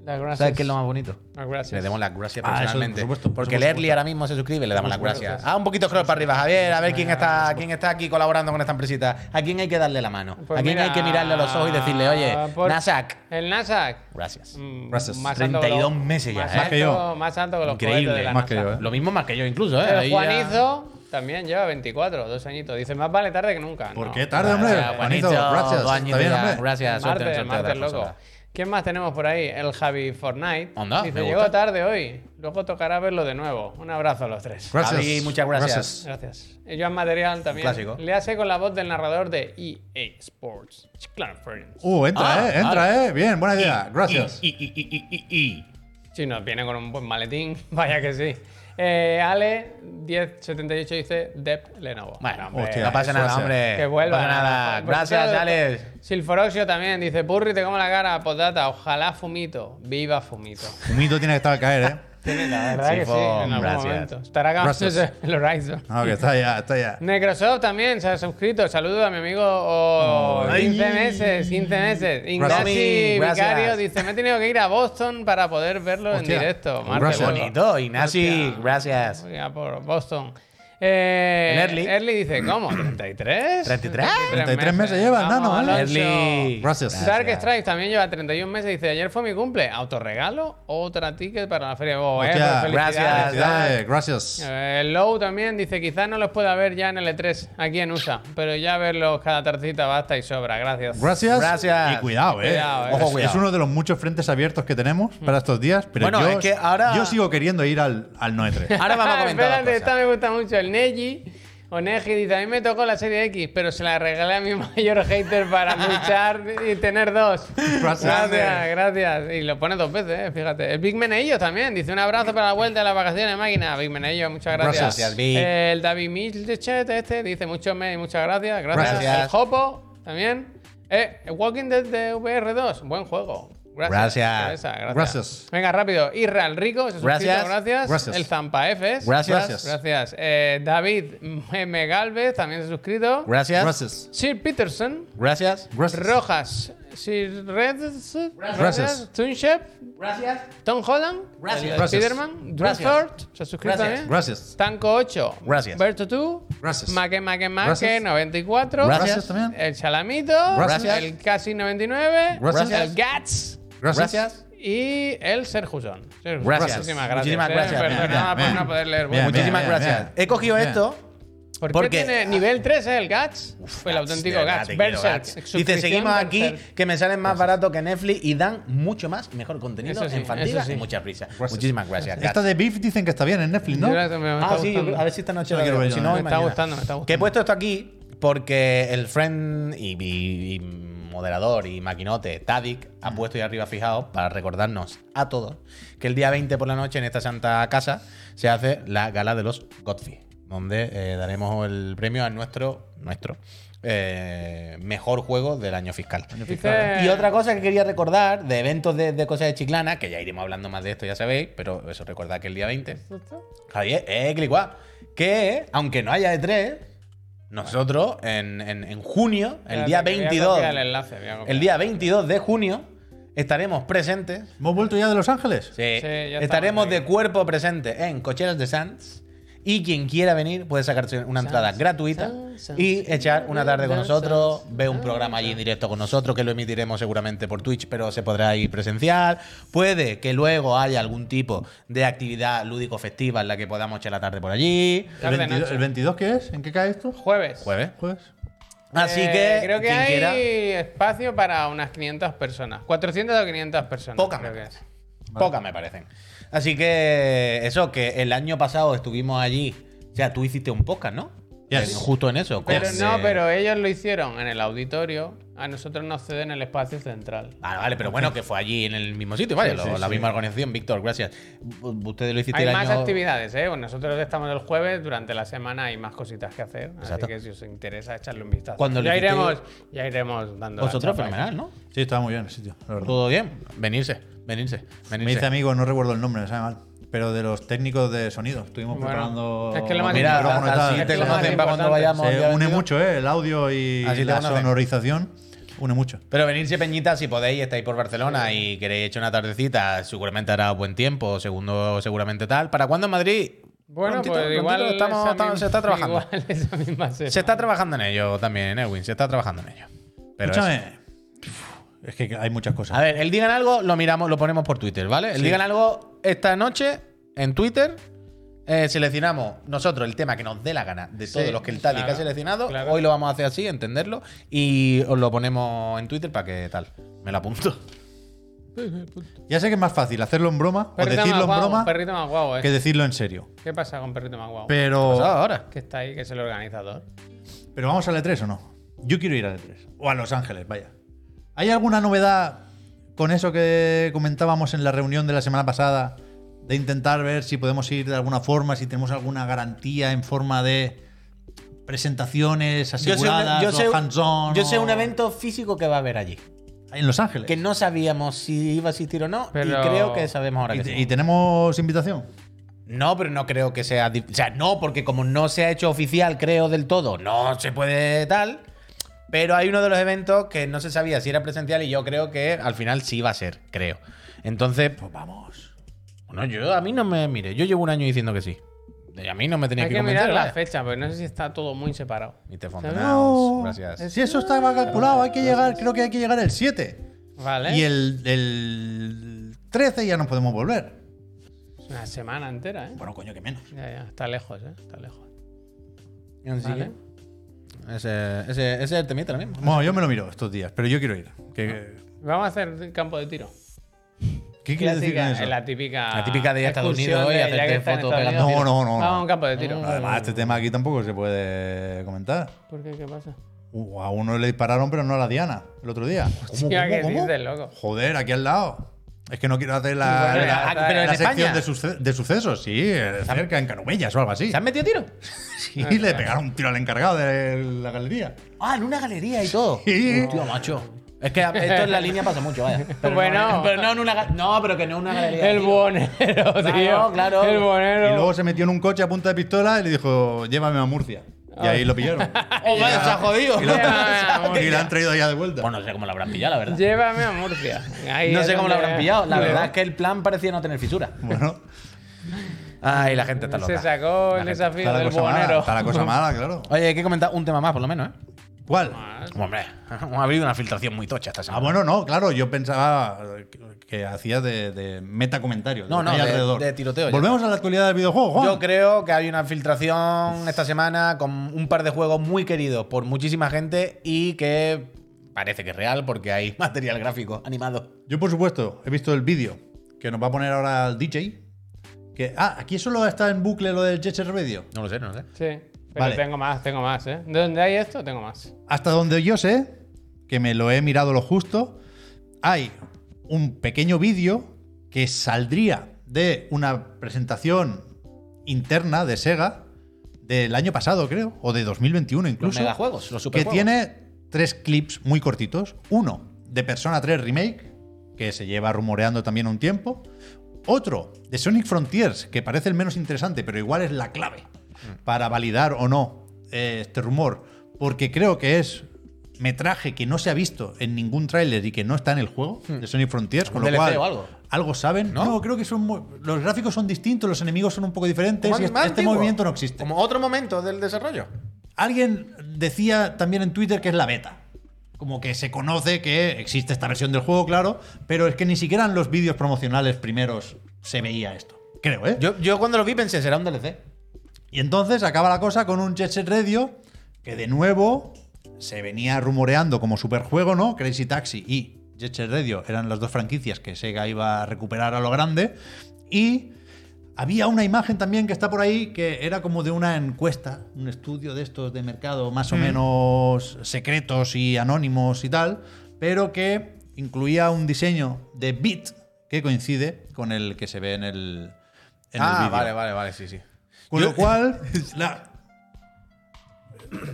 [SPEAKER 2] Las gracias.
[SPEAKER 3] ¿Sabes qué es lo más bonito?
[SPEAKER 2] Las Ah, gracias.
[SPEAKER 3] Le demos las gracias
[SPEAKER 1] Ah, eso,
[SPEAKER 3] personalmente.
[SPEAKER 1] por supuesto, por
[SPEAKER 3] porque
[SPEAKER 1] supuesto,
[SPEAKER 3] el Early ahora mismo se suscribe, le damos las
[SPEAKER 2] supuesto.
[SPEAKER 3] gracias. Ah, un poquito scroll para arriba, Javier, a ver quién está, quién está aquí colaborando con esta empresita. ¿A quién hay que darle la mano?
[SPEAKER 2] Pues
[SPEAKER 3] ¿A quién hay
[SPEAKER 2] mira,
[SPEAKER 3] que mirarle a los ojos y decirle,
[SPEAKER 1] ah,
[SPEAKER 3] oye,
[SPEAKER 2] por-
[SPEAKER 3] Nasak?
[SPEAKER 2] El Nasak.
[SPEAKER 3] Gracias.
[SPEAKER 2] Mm,
[SPEAKER 1] Gracias.
[SPEAKER 2] alto
[SPEAKER 3] 32
[SPEAKER 2] que lo-
[SPEAKER 3] meses ya,
[SPEAKER 2] más
[SPEAKER 3] ¿eh?
[SPEAKER 1] Más que
[SPEAKER 2] alto-
[SPEAKER 1] yo.
[SPEAKER 2] Más alto que los
[SPEAKER 3] Increíble,
[SPEAKER 2] cohetes de la
[SPEAKER 1] más que
[SPEAKER 2] NASA.
[SPEAKER 1] yo, ¿eh?
[SPEAKER 3] Lo mismo más que yo incluso, ¿eh?
[SPEAKER 2] El
[SPEAKER 3] Ahí ya-
[SPEAKER 2] Juanizo también lleva 24, dos añitos. Dice, más vale tarde que nunca.
[SPEAKER 1] ¿Por
[SPEAKER 2] No.
[SPEAKER 1] qué tarde, hombre?
[SPEAKER 4] Ya,
[SPEAKER 1] Juanito,
[SPEAKER 4] Juanito,
[SPEAKER 1] gracias.
[SPEAKER 4] dos añitos
[SPEAKER 1] Está bien,
[SPEAKER 4] ya.
[SPEAKER 1] hombre.
[SPEAKER 4] Gracias, suerte,
[SPEAKER 2] Martes,
[SPEAKER 4] suerte
[SPEAKER 2] martes,
[SPEAKER 4] de las
[SPEAKER 2] loco.
[SPEAKER 4] consolas.
[SPEAKER 2] ¿Quién más tenemos por ahí? El Javi Fortnite.
[SPEAKER 3] Anda,
[SPEAKER 2] Dice,
[SPEAKER 3] me gusta.
[SPEAKER 2] llegó tarde hoy. Luego tocará verlo de nuevo. Un abrazo a los tres.
[SPEAKER 1] Gracias.
[SPEAKER 3] Javi, muchas gracias.
[SPEAKER 2] Gracias. Y Joan Material también.
[SPEAKER 3] Un clásico.
[SPEAKER 2] Le hace con la voz del narrador de EA Sports. Clan Friends.
[SPEAKER 1] Uh, entra,
[SPEAKER 4] Ah,
[SPEAKER 1] eh, entra, eh. Bien, buena idea. Gracias.
[SPEAKER 4] Y, y, y, y, y, y.
[SPEAKER 2] Si nos viene con un buen maletín, vaya que sí. Eh, Ale 1078 dice Dep Lenovo.
[SPEAKER 3] Bueno,
[SPEAKER 2] hombre,
[SPEAKER 1] hostia,
[SPEAKER 3] no pasa nada,
[SPEAKER 1] Suecia.
[SPEAKER 3] hombre.
[SPEAKER 2] que vuelva.
[SPEAKER 3] No pasa nada.
[SPEAKER 2] Por
[SPEAKER 3] Gracias,
[SPEAKER 2] cierto,
[SPEAKER 3] Alex.
[SPEAKER 2] Silforoxio también dice, Purri, te como la cara, potata, ojalá Fumito. Viva Fumito.
[SPEAKER 1] Fumito tiene que estar a caer, eh.
[SPEAKER 2] La verdad que sí,
[SPEAKER 3] Sifón,
[SPEAKER 2] en algún
[SPEAKER 3] gracias.
[SPEAKER 2] momento. Estará acabándose
[SPEAKER 1] Gracias.
[SPEAKER 2] el Horizon.
[SPEAKER 1] No, que está ya, está ya.
[SPEAKER 2] Microsoft también se ha suscrito. Saludo a mi amigo oh,
[SPEAKER 1] Ay.
[SPEAKER 2] 15 meses, 15 meses. Ignasi
[SPEAKER 3] Tommy, gracias.
[SPEAKER 2] Vicario dice, me he tenido que ir a Boston para poder verlo
[SPEAKER 1] Hostia,
[SPEAKER 2] en directo.
[SPEAKER 1] un
[SPEAKER 2] Marte,
[SPEAKER 3] Qué
[SPEAKER 1] gracias.
[SPEAKER 2] loco.
[SPEAKER 3] bonito, Ignacy.
[SPEAKER 2] Hostia.
[SPEAKER 3] Ah, Gracias.
[SPEAKER 2] Ya por Boston. Eh,
[SPEAKER 3] El Early.
[SPEAKER 2] dice, ¿cómo? ¿33?
[SPEAKER 3] 33.
[SPEAKER 1] 33 meses lleva,
[SPEAKER 2] Vamos,
[SPEAKER 1] nano, ¿eh?
[SPEAKER 2] Alonso.
[SPEAKER 3] Early.
[SPEAKER 1] Gracias.
[SPEAKER 2] Dark Strike también lleva 31 meses. Dice, ayer fue mi cumple. Autorregalo, otra ticket para la feria. Oh, eh,
[SPEAKER 1] Hostia,
[SPEAKER 2] pues felicidades.
[SPEAKER 3] gracias.
[SPEAKER 1] Felicidades, gracias.
[SPEAKER 2] Eh, Low también dice, quizás no los pueda ver ya en el E3 aquí en USA, pero ya verlos cada tardecita basta y sobra. Gracias.
[SPEAKER 1] Gracias.
[SPEAKER 3] Gracias.
[SPEAKER 1] Y cuidado, eh.
[SPEAKER 2] Cuidado, eh. Mm.
[SPEAKER 1] Ojo, cuidado.
[SPEAKER 3] Ojo, cuidado.
[SPEAKER 1] Es uno de los muchos frentes abiertos que tenemos para estos días. Pero
[SPEAKER 3] Bueno,
[SPEAKER 1] yo,
[SPEAKER 3] es que ahora-
[SPEAKER 1] yo sigo queriendo ir al, al 93.
[SPEAKER 3] Ahora vamos a comentar.
[SPEAKER 2] Espérate,
[SPEAKER 3] las
[SPEAKER 2] esta
[SPEAKER 3] cosas.
[SPEAKER 2] me gusta mucho. El Neji o Neji dice, a mí me tocó la serie X, pero se la regalé a mi mayor hater para luchar y tener dos.
[SPEAKER 1] Gracias.
[SPEAKER 2] Gracias, gracias. Y lo pone dos veces, eh, fíjate. El Big Meneillo también dice, un abrazo para la vuelta de las vacaciones, máquina. Big Meneillo, muchas gracias.
[SPEAKER 1] Gracias,
[SPEAKER 3] Big.
[SPEAKER 2] El David Milchet este dice, mucho me y muchas gracias. Gracias.
[SPEAKER 3] Gracias.
[SPEAKER 2] El Jopo también. Eh, Walking Dead de VR2, buen juego.
[SPEAKER 3] Gracias.
[SPEAKER 2] Teresa, gracias.
[SPEAKER 1] Gracias.
[SPEAKER 2] Venga, rápido. Israel Rico, se suscrito,
[SPEAKER 3] Gracias.
[SPEAKER 2] gracias.
[SPEAKER 1] Gracias.
[SPEAKER 2] El Zampa Fs.
[SPEAKER 3] Gracias.
[SPEAKER 1] Gracias.
[SPEAKER 2] Gracias. Eh, David M. Galvez también se ha suscrito.
[SPEAKER 3] Gracias.
[SPEAKER 1] Gracias.
[SPEAKER 2] Sir Peterson.
[SPEAKER 3] Gracias.
[SPEAKER 1] Gracias.
[SPEAKER 2] Rojas. Sir Red.
[SPEAKER 1] Gracias.
[SPEAKER 2] Tunshep.
[SPEAKER 3] Gracias.
[SPEAKER 2] Tom Holland.
[SPEAKER 3] Gracias.
[SPEAKER 1] Gracias.
[SPEAKER 2] Spiderman. Drew
[SPEAKER 3] Gracias.
[SPEAKER 2] Thorpe, Se ha suscrito
[SPEAKER 3] Gracias.
[SPEAKER 2] también.
[SPEAKER 1] Gracias.
[SPEAKER 2] Tanco 8.
[SPEAKER 3] Gracias.
[SPEAKER 2] Berto 2.
[SPEAKER 1] Gracias.
[SPEAKER 2] Maque, Maque, Maque.
[SPEAKER 1] Gracias.
[SPEAKER 2] 94.
[SPEAKER 1] Gracias,
[SPEAKER 3] Gracias.
[SPEAKER 1] también.
[SPEAKER 2] El Chalamito.
[SPEAKER 1] Gracias.
[SPEAKER 2] El Casi 99.
[SPEAKER 1] Gracias.
[SPEAKER 2] El Gats.
[SPEAKER 1] Gracias.
[SPEAKER 3] Gracias.
[SPEAKER 2] Y el Sergusón. Sergusón.
[SPEAKER 3] Gracias.
[SPEAKER 2] Muchísimas gracias.
[SPEAKER 3] Muchísimas
[SPEAKER 2] eh.
[SPEAKER 3] gracias.
[SPEAKER 2] Perdona
[SPEAKER 1] Bien, bien,
[SPEAKER 2] por no poder leer.
[SPEAKER 1] bien,
[SPEAKER 2] vuestro-
[SPEAKER 3] Muchísimas
[SPEAKER 1] bien,
[SPEAKER 3] gracias.
[SPEAKER 1] bien.
[SPEAKER 3] He cogido
[SPEAKER 1] Bien.
[SPEAKER 3] esto.
[SPEAKER 2] ¿Por qué
[SPEAKER 3] Porque-
[SPEAKER 2] tiene nivel 3 eh, el Gats? Fue el
[SPEAKER 3] Gats,
[SPEAKER 2] auténtico
[SPEAKER 3] de verdad,
[SPEAKER 2] Gats.
[SPEAKER 3] te quiero,
[SPEAKER 2] Berserk.
[SPEAKER 3] Gats. Dice,
[SPEAKER 2] Suscripción
[SPEAKER 3] seguimos aquí
[SPEAKER 2] Berserk.
[SPEAKER 3] que me salen más barato que Netflix y dan mucho más y mejor contenido
[SPEAKER 2] Eso sí,
[SPEAKER 3] en
[SPEAKER 2] eso
[SPEAKER 3] infantil
[SPEAKER 2] sí.
[SPEAKER 3] y mucha risa. Muchísimas gracias.
[SPEAKER 1] Esta de Beef dicen que está bien en Netflix, ¿no?
[SPEAKER 2] Yo creo que me está
[SPEAKER 3] Ah, sí,
[SPEAKER 2] gustando.
[SPEAKER 3] a ver si esta noche
[SPEAKER 1] No
[SPEAKER 3] la
[SPEAKER 1] quiero
[SPEAKER 3] veo,
[SPEAKER 1] verlo,
[SPEAKER 3] si
[SPEAKER 1] no.
[SPEAKER 3] no,
[SPEAKER 2] Me
[SPEAKER 3] hoy
[SPEAKER 2] está
[SPEAKER 3] mañana.
[SPEAKER 2] gustando, me está
[SPEAKER 3] Que he
[SPEAKER 2] gustando.
[SPEAKER 3] puesto esto aquí porque el friend y, y- y moderador y maquinote, Tadic, ha puesto ahí arriba fijado para recordarnos a todos que el día 20 por la noche en esta santa casa se hace la gala de los Godfrey, donde eh, daremos el premio a nuestro, nuestro eh, mejor juego del año fiscal.
[SPEAKER 2] Dice-
[SPEAKER 3] Y otra cosa que quería recordar de eventos de, de cosas de Chiclana, que ya iremos hablando más de esto, ya sabéis, pero eso recordad que el día 20 Javier, eh, Clicua, que aunque no haya E3, nosotros en, en- en junio, el día
[SPEAKER 2] Espérate, que voy a
[SPEAKER 3] 22,
[SPEAKER 2] copiar El, enlace, voy a copiar.
[SPEAKER 3] el día 22 de junio, estaremos presentes.
[SPEAKER 1] ¿Hemos vuelto ya de Los Ángeles?
[SPEAKER 3] Sí,
[SPEAKER 2] ya estamos
[SPEAKER 3] estaremos de
[SPEAKER 2] aquí.
[SPEAKER 3] cuerpo presente en Cocheras de Sands. Y quien quiera venir puede sacarse una entrada gratuita
[SPEAKER 2] Sands, Sands,
[SPEAKER 3] y echar una tarde con
[SPEAKER 2] Sands,
[SPEAKER 3] nosotros,
[SPEAKER 2] Sands,
[SPEAKER 3] ve un
[SPEAKER 2] Sands,
[SPEAKER 3] programa allí en directo con nosotros que lo emitiremos seguramente por Twitch, pero se podrá ir presencial. Puede que luego haya algún tipo de actividad lúdico festiva en la que podamos echar la tarde por allí.
[SPEAKER 1] ¿El
[SPEAKER 2] Tarde
[SPEAKER 1] 22,
[SPEAKER 2] noche.
[SPEAKER 1] el 22 qué es? ¿En qué cae esto?
[SPEAKER 2] Jueves.
[SPEAKER 3] Jueves.
[SPEAKER 1] Jueves.
[SPEAKER 3] Así
[SPEAKER 2] Eh,
[SPEAKER 3] que,
[SPEAKER 2] Creo que
[SPEAKER 3] quien
[SPEAKER 2] hay
[SPEAKER 3] quiera,
[SPEAKER 2] espacio para unas 500 personas. 400 o 500 personas.
[SPEAKER 3] Pocas
[SPEAKER 2] creo
[SPEAKER 3] me
[SPEAKER 2] que
[SPEAKER 3] parecen.
[SPEAKER 2] es.
[SPEAKER 3] Pocas me parecen. Así que eso, que el año pasado estuvimos allí. O sea, tú hiciste un podcast, ¿no?
[SPEAKER 1] Yes.
[SPEAKER 3] En- Justo en eso.
[SPEAKER 2] Pero
[SPEAKER 3] con-
[SPEAKER 2] no,
[SPEAKER 3] eh,
[SPEAKER 2] pero ellos lo hicieron en el auditorio. A nosotros nos ceden el espacio central.
[SPEAKER 3] Vale, vale, pero bueno, que fue allí en el mismo sitio, vale,
[SPEAKER 1] Sí,
[SPEAKER 3] lo-
[SPEAKER 1] sí,
[SPEAKER 3] la
[SPEAKER 1] sí.
[SPEAKER 3] misma organización, Víctor, gracias. U- Ustedes lo hiciste
[SPEAKER 2] Hay
[SPEAKER 3] el
[SPEAKER 2] más
[SPEAKER 3] año-
[SPEAKER 2] actividades, ¿eh? Bueno, nosotros estamos el jueves, durante la semana hay más cositas que hacer. Así
[SPEAKER 3] Exacto.
[SPEAKER 2] que si os interesa, echarle un vistazo.
[SPEAKER 3] Cuando lo
[SPEAKER 2] ya,
[SPEAKER 3] hiciste-
[SPEAKER 2] iremos, ya iremos dando. la
[SPEAKER 3] Vosotros,
[SPEAKER 2] chapa.
[SPEAKER 3] fenomenal, ¿no?
[SPEAKER 1] Sí, estaba muy bien el sitio, la verdad.
[SPEAKER 3] Todo bien, venirse, venirse,
[SPEAKER 1] Me dice
[SPEAKER 3] venirse.
[SPEAKER 1] amigo, no recuerdo el nombre, me sabe mal. Pero de los técnicos de sonido. Estuvimos
[SPEAKER 2] Bueno,
[SPEAKER 1] preparando.
[SPEAKER 2] es que lo más
[SPEAKER 3] Pues Mira,
[SPEAKER 1] micrófono y tal.
[SPEAKER 3] así
[SPEAKER 2] Es
[SPEAKER 3] te
[SPEAKER 2] que lo más
[SPEAKER 3] conocen para cuando
[SPEAKER 2] importante.
[SPEAKER 3] vayamos.
[SPEAKER 1] Se
[SPEAKER 3] día
[SPEAKER 1] une
[SPEAKER 3] 22.
[SPEAKER 1] mucho, ¿eh? El audio y
[SPEAKER 3] Así te
[SPEAKER 1] la
[SPEAKER 3] conocen.
[SPEAKER 1] sonorización une mucho.
[SPEAKER 3] Pero venirse, Peñita, si podéis, estáis por Barcelona y queréis echar una tardecita, seguramente hará buen tiempo, segundo, seguramente tal. ¿Para cuándo en Madrid?
[SPEAKER 2] Bueno,
[SPEAKER 3] Prontito,
[SPEAKER 2] pues
[SPEAKER 3] prontito,
[SPEAKER 2] igual
[SPEAKER 3] estamos-
[SPEAKER 2] esa
[SPEAKER 3] estamos-
[SPEAKER 2] misma-
[SPEAKER 3] se está trabajando.
[SPEAKER 2] igual esa misma
[SPEAKER 3] Se
[SPEAKER 2] semana.
[SPEAKER 3] está trabajando en ello también, Edwin, se está trabajando en ello. Pero eso.
[SPEAKER 1] Escúchame. Es que hay muchas cosas.
[SPEAKER 3] A ver, el digan algo lo miramos, lo ponemos por Twitter, ¿vale? El digan algo esta noche en Twitter. eh, seleccionamos nosotros el tema que nos dé la gana de todos
[SPEAKER 2] Sí,
[SPEAKER 3] los que el Tadic
[SPEAKER 2] claro,
[SPEAKER 3] ha seleccionado.
[SPEAKER 2] claro.
[SPEAKER 3] Hoy lo vamos a hacer así, entenderlo. Y os lo ponemos en Twitter para que tal. Me lo apunto. Ah.
[SPEAKER 1] Ya sé que es más fácil hacerlo en broma o
[SPEAKER 2] Perrito
[SPEAKER 1] decirlo
[SPEAKER 2] más
[SPEAKER 1] en
[SPEAKER 2] guau,
[SPEAKER 1] broma
[SPEAKER 2] perrito más guau. eh.
[SPEAKER 1] que decirlo en serio.
[SPEAKER 2] ¿Qué pasa con Perrito más guau?
[SPEAKER 1] Pero,
[SPEAKER 3] Pasado ahora.
[SPEAKER 2] que está ahí, que es el organizador.
[SPEAKER 1] pero vamos al E3 o no. Yo quiero ir al E3. O a Los Ángeles, vaya. ¿Hay alguna novedad con eso que comentábamos en la reunión de la semana pasada? De intentar ver si podemos ir de alguna forma, si tenemos alguna garantía en forma de presentaciones aseguradas,
[SPEAKER 3] yo, sé,
[SPEAKER 1] o hands-on.
[SPEAKER 3] yo sé
[SPEAKER 1] o-
[SPEAKER 3] un evento físico que va a haber allí.
[SPEAKER 1] En Los Ángeles.
[SPEAKER 3] Que no sabíamos si iba a existir o no.
[SPEAKER 2] Pero-
[SPEAKER 3] Y creo que sabemos ahora
[SPEAKER 1] ¿Y,
[SPEAKER 3] que
[SPEAKER 1] te-
[SPEAKER 3] sí.
[SPEAKER 1] y tenemos invitación?
[SPEAKER 3] No, pero no creo que sea. dif- O sea, no, porque como no se ha hecho oficial, creo del todo, no se puede tal. Pero hay uno de los eventos que no se sabía si era presencial y yo creo que al final sí va a ser, creo. Entonces, pues vamos. Bueno, yo a mí no me. Mire, yo llevo un año diciendo que sí. Y A mí no me tenéis
[SPEAKER 2] Hay
[SPEAKER 3] que,
[SPEAKER 2] que
[SPEAKER 3] convencer.
[SPEAKER 2] mirar la
[SPEAKER 3] vaya.
[SPEAKER 2] fecha, porque no sé si está todo muy separado.
[SPEAKER 3] Mr.
[SPEAKER 1] No.
[SPEAKER 3] Fontenau, gracias.
[SPEAKER 1] Oh, eh, Si eso estaba calculado, hay que llegar, creo que hay que llegar el 7.
[SPEAKER 2] Vale.
[SPEAKER 1] Y el, el 13 ya nos podemos volver.
[SPEAKER 2] Una semana entera, ¿eh?
[SPEAKER 1] Bueno, coño, que menos.
[SPEAKER 2] Ya, ya. Está lejos, ¿eh? Está lejos.
[SPEAKER 3] Así
[SPEAKER 2] Vale.
[SPEAKER 3] que Ese, ese, ese es el temita ahora mismo.
[SPEAKER 1] Bueno, yo me lo miro estos días, pero yo quiero ir. ¿Qué,
[SPEAKER 2] Vamos a hacer el campo de tiro.
[SPEAKER 1] qué quieres decir con
[SPEAKER 2] Clásica,
[SPEAKER 1] eso?
[SPEAKER 2] la típica.
[SPEAKER 3] La típica de ir a Estados
[SPEAKER 2] excursión
[SPEAKER 3] Unidos y
[SPEAKER 2] de-
[SPEAKER 3] hacerte
[SPEAKER 2] ya que está en
[SPEAKER 3] fotos
[SPEAKER 2] Estados
[SPEAKER 3] pegando
[SPEAKER 2] Unidos.
[SPEAKER 1] tiros. No, no, no,
[SPEAKER 2] Vamos a
[SPEAKER 1] no.
[SPEAKER 2] un campo de tiro.
[SPEAKER 1] No, Además, este tema aquí tampoco se puede comentar.
[SPEAKER 2] ¿Por qué? ¿Qué pasa?
[SPEAKER 1] U- Uh, A uno le dispararon, pero no a la Diana, el otro día.
[SPEAKER 2] Sí, ¿a qué dices, loco?
[SPEAKER 1] Joder, aquí al lado. Es que no quiero hacer la,
[SPEAKER 2] Bueno,
[SPEAKER 1] la-
[SPEAKER 2] ah, pero en
[SPEAKER 1] la
[SPEAKER 3] España.
[SPEAKER 1] sección de, suce- de sucesos, sí, eh, cerca, en Canumellas o algo así.
[SPEAKER 3] ¿Se han metido tiro?
[SPEAKER 1] Sí, le pegaron un tiro al encargado de la galería.
[SPEAKER 3] Ah, en una galería y todo.
[SPEAKER 1] Sí.
[SPEAKER 3] Tío, macho. Es que esto en la línea pasa mucho, vaya. Pero
[SPEAKER 2] Bueno.
[SPEAKER 3] No, pero no en una ga- No, pero que no en una galería.
[SPEAKER 2] El
[SPEAKER 3] tío.
[SPEAKER 2] bonero, tío.
[SPEAKER 3] Claro, claro.
[SPEAKER 2] El
[SPEAKER 1] Y
[SPEAKER 2] bonero.
[SPEAKER 1] luego se metió en un coche a punta de pistola y le dijo, llévame a Murcia. Y ahí lo pillaron.
[SPEAKER 3] Oh, vaya, se ha jodido.
[SPEAKER 1] Y lo,
[SPEAKER 2] Llévame a
[SPEAKER 1] y lo han traído ya de vuelta.
[SPEAKER 3] Bueno, no sé cómo lo habrán pillado, la verdad.
[SPEAKER 2] Llévame a Murcia. Ahí
[SPEAKER 3] no
[SPEAKER 2] es
[SPEAKER 3] sé cómo lo
[SPEAKER 2] donde-
[SPEAKER 3] habrán pillado. La
[SPEAKER 2] Luego,
[SPEAKER 3] verdad es que el plan parecía no tener fisura.
[SPEAKER 1] Bueno,
[SPEAKER 3] Ay, la gente está
[SPEAKER 2] Se
[SPEAKER 3] loca.
[SPEAKER 2] sacó el desafío
[SPEAKER 1] está la
[SPEAKER 2] del
[SPEAKER 1] cosa mala.
[SPEAKER 2] bonero.
[SPEAKER 1] Está la cosa mala, claro.
[SPEAKER 3] Oye, hay que comentar un tema más, por lo menos, ¿eh?
[SPEAKER 1] ¿Cuál?
[SPEAKER 3] Hombre, hemos habido una filtración muy tocha esta semana.
[SPEAKER 1] Ah, bueno, no, claro, yo pensaba que, que hacías de, de meta comentario.
[SPEAKER 3] No, no, de- de tiroteo ya.
[SPEAKER 1] Volvemos a la actualidad del videojuego, Juan.
[SPEAKER 3] Yo creo que hay una filtración esta semana con un par de juegos muy queridos por muchísima gente y que parece que es real porque hay material gráfico animado.
[SPEAKER 1] Yo, por supuesto, he visto el vídeo que nos va a poner ahora el DJ. Que, ah, aquí solo está en bucle lo del Checher Radio.
[SPEAKER 3] No lo sé, no lo sé.
[SPEAKER 2] Sí. Pero
[SPEAKER 1] Vale.
[SPEAKER 2] tengo más, tengo más, ¿eh? ¿De dónde hay esto? Tengo más.
[SPEAKER 1] Hasta donde yo sé, que me lo he mirado lo justo, hay un pequeño vídeo que saldría de una presentación interna de Sega del año pasado, creo, o de 2021
[SPEAKER 3] Los
[SPEAKER 1] incluso,
[SPEAKER 3] megajuegos, los
[SPEAKER 1] que
[SPEAKER 3] superjuegos.
[SPEAKER 1] tiene tres clips muy cortitos. Uno de Persona 3 Remake, que se lleva rumoreando también un tiempo. Otro de Sonic Frontiers, que parece el menos interesante, pero igual es la clave
[SPEAKER 3] Mm.
[SPEAKER 1] para validar o no eh, este rumor, porque creo que es metraje que no se ha visto en ningún tráiler y que no está en el juego
[SPEAKER 3] Hmm.
[SPEAKER 1] de Sonic Frontiers, con lo
[SPEAKER 3] DLC
[SPEAKER 1] cual
[SPEAKER 3] o algo?
[SPEAKER 1] saben. ¿No? creo que son muy- los gráficos son distintos, los enemigos son un poco diferentes
[SPEAKER 3] Como
[SPEAKER 1] y este,
[SPEAKER 3] más
[SPEAKER 1] este
[SPEAKER 3] antiguo.
[SPEAKER 1] movimiento no existe.
[SPEAKER 3] Como otro momento del desarrollo.
[SPEAKER 1] Alguien decía también en Twitter que es la beta. Como que se conoce que existe esta versión del juego, claro, pero es que ni siquiera en los vídeos promocionales primeros se veía esto. Creo, ¿eh?
[SPEAKER 3] Yo, yo cuando lo vi pensé, será un DLC.
[SPEAKER 1] Y entonces acaba la cosa con un Jet Set Radio que de nuevo se venía rumoreando como superjuego, ¿no? Crazy Taxi y Jet Set Radio eran las dos franquicias que Sega iba a recuperar a lo grande. Y había una imagen también que está por ahí que era como de una encuesta, un estudio de estos de mercado más
[SPEAKER 3] Mm.
[SPEAKER 1] o menos secretos y anónimos y tal, pero que incluía un diseño de Bit que coincide con el que se ve en el... En el
[SPEAKER 3] ah,
[SPEAKER 1] vídeo.
[SPEAKER 3] vale, vale, vale, sí, sí.
[SPEAKER 1] Con
[SPEAKER 3] Yo-
[SPEAKER 1] lo cual, la-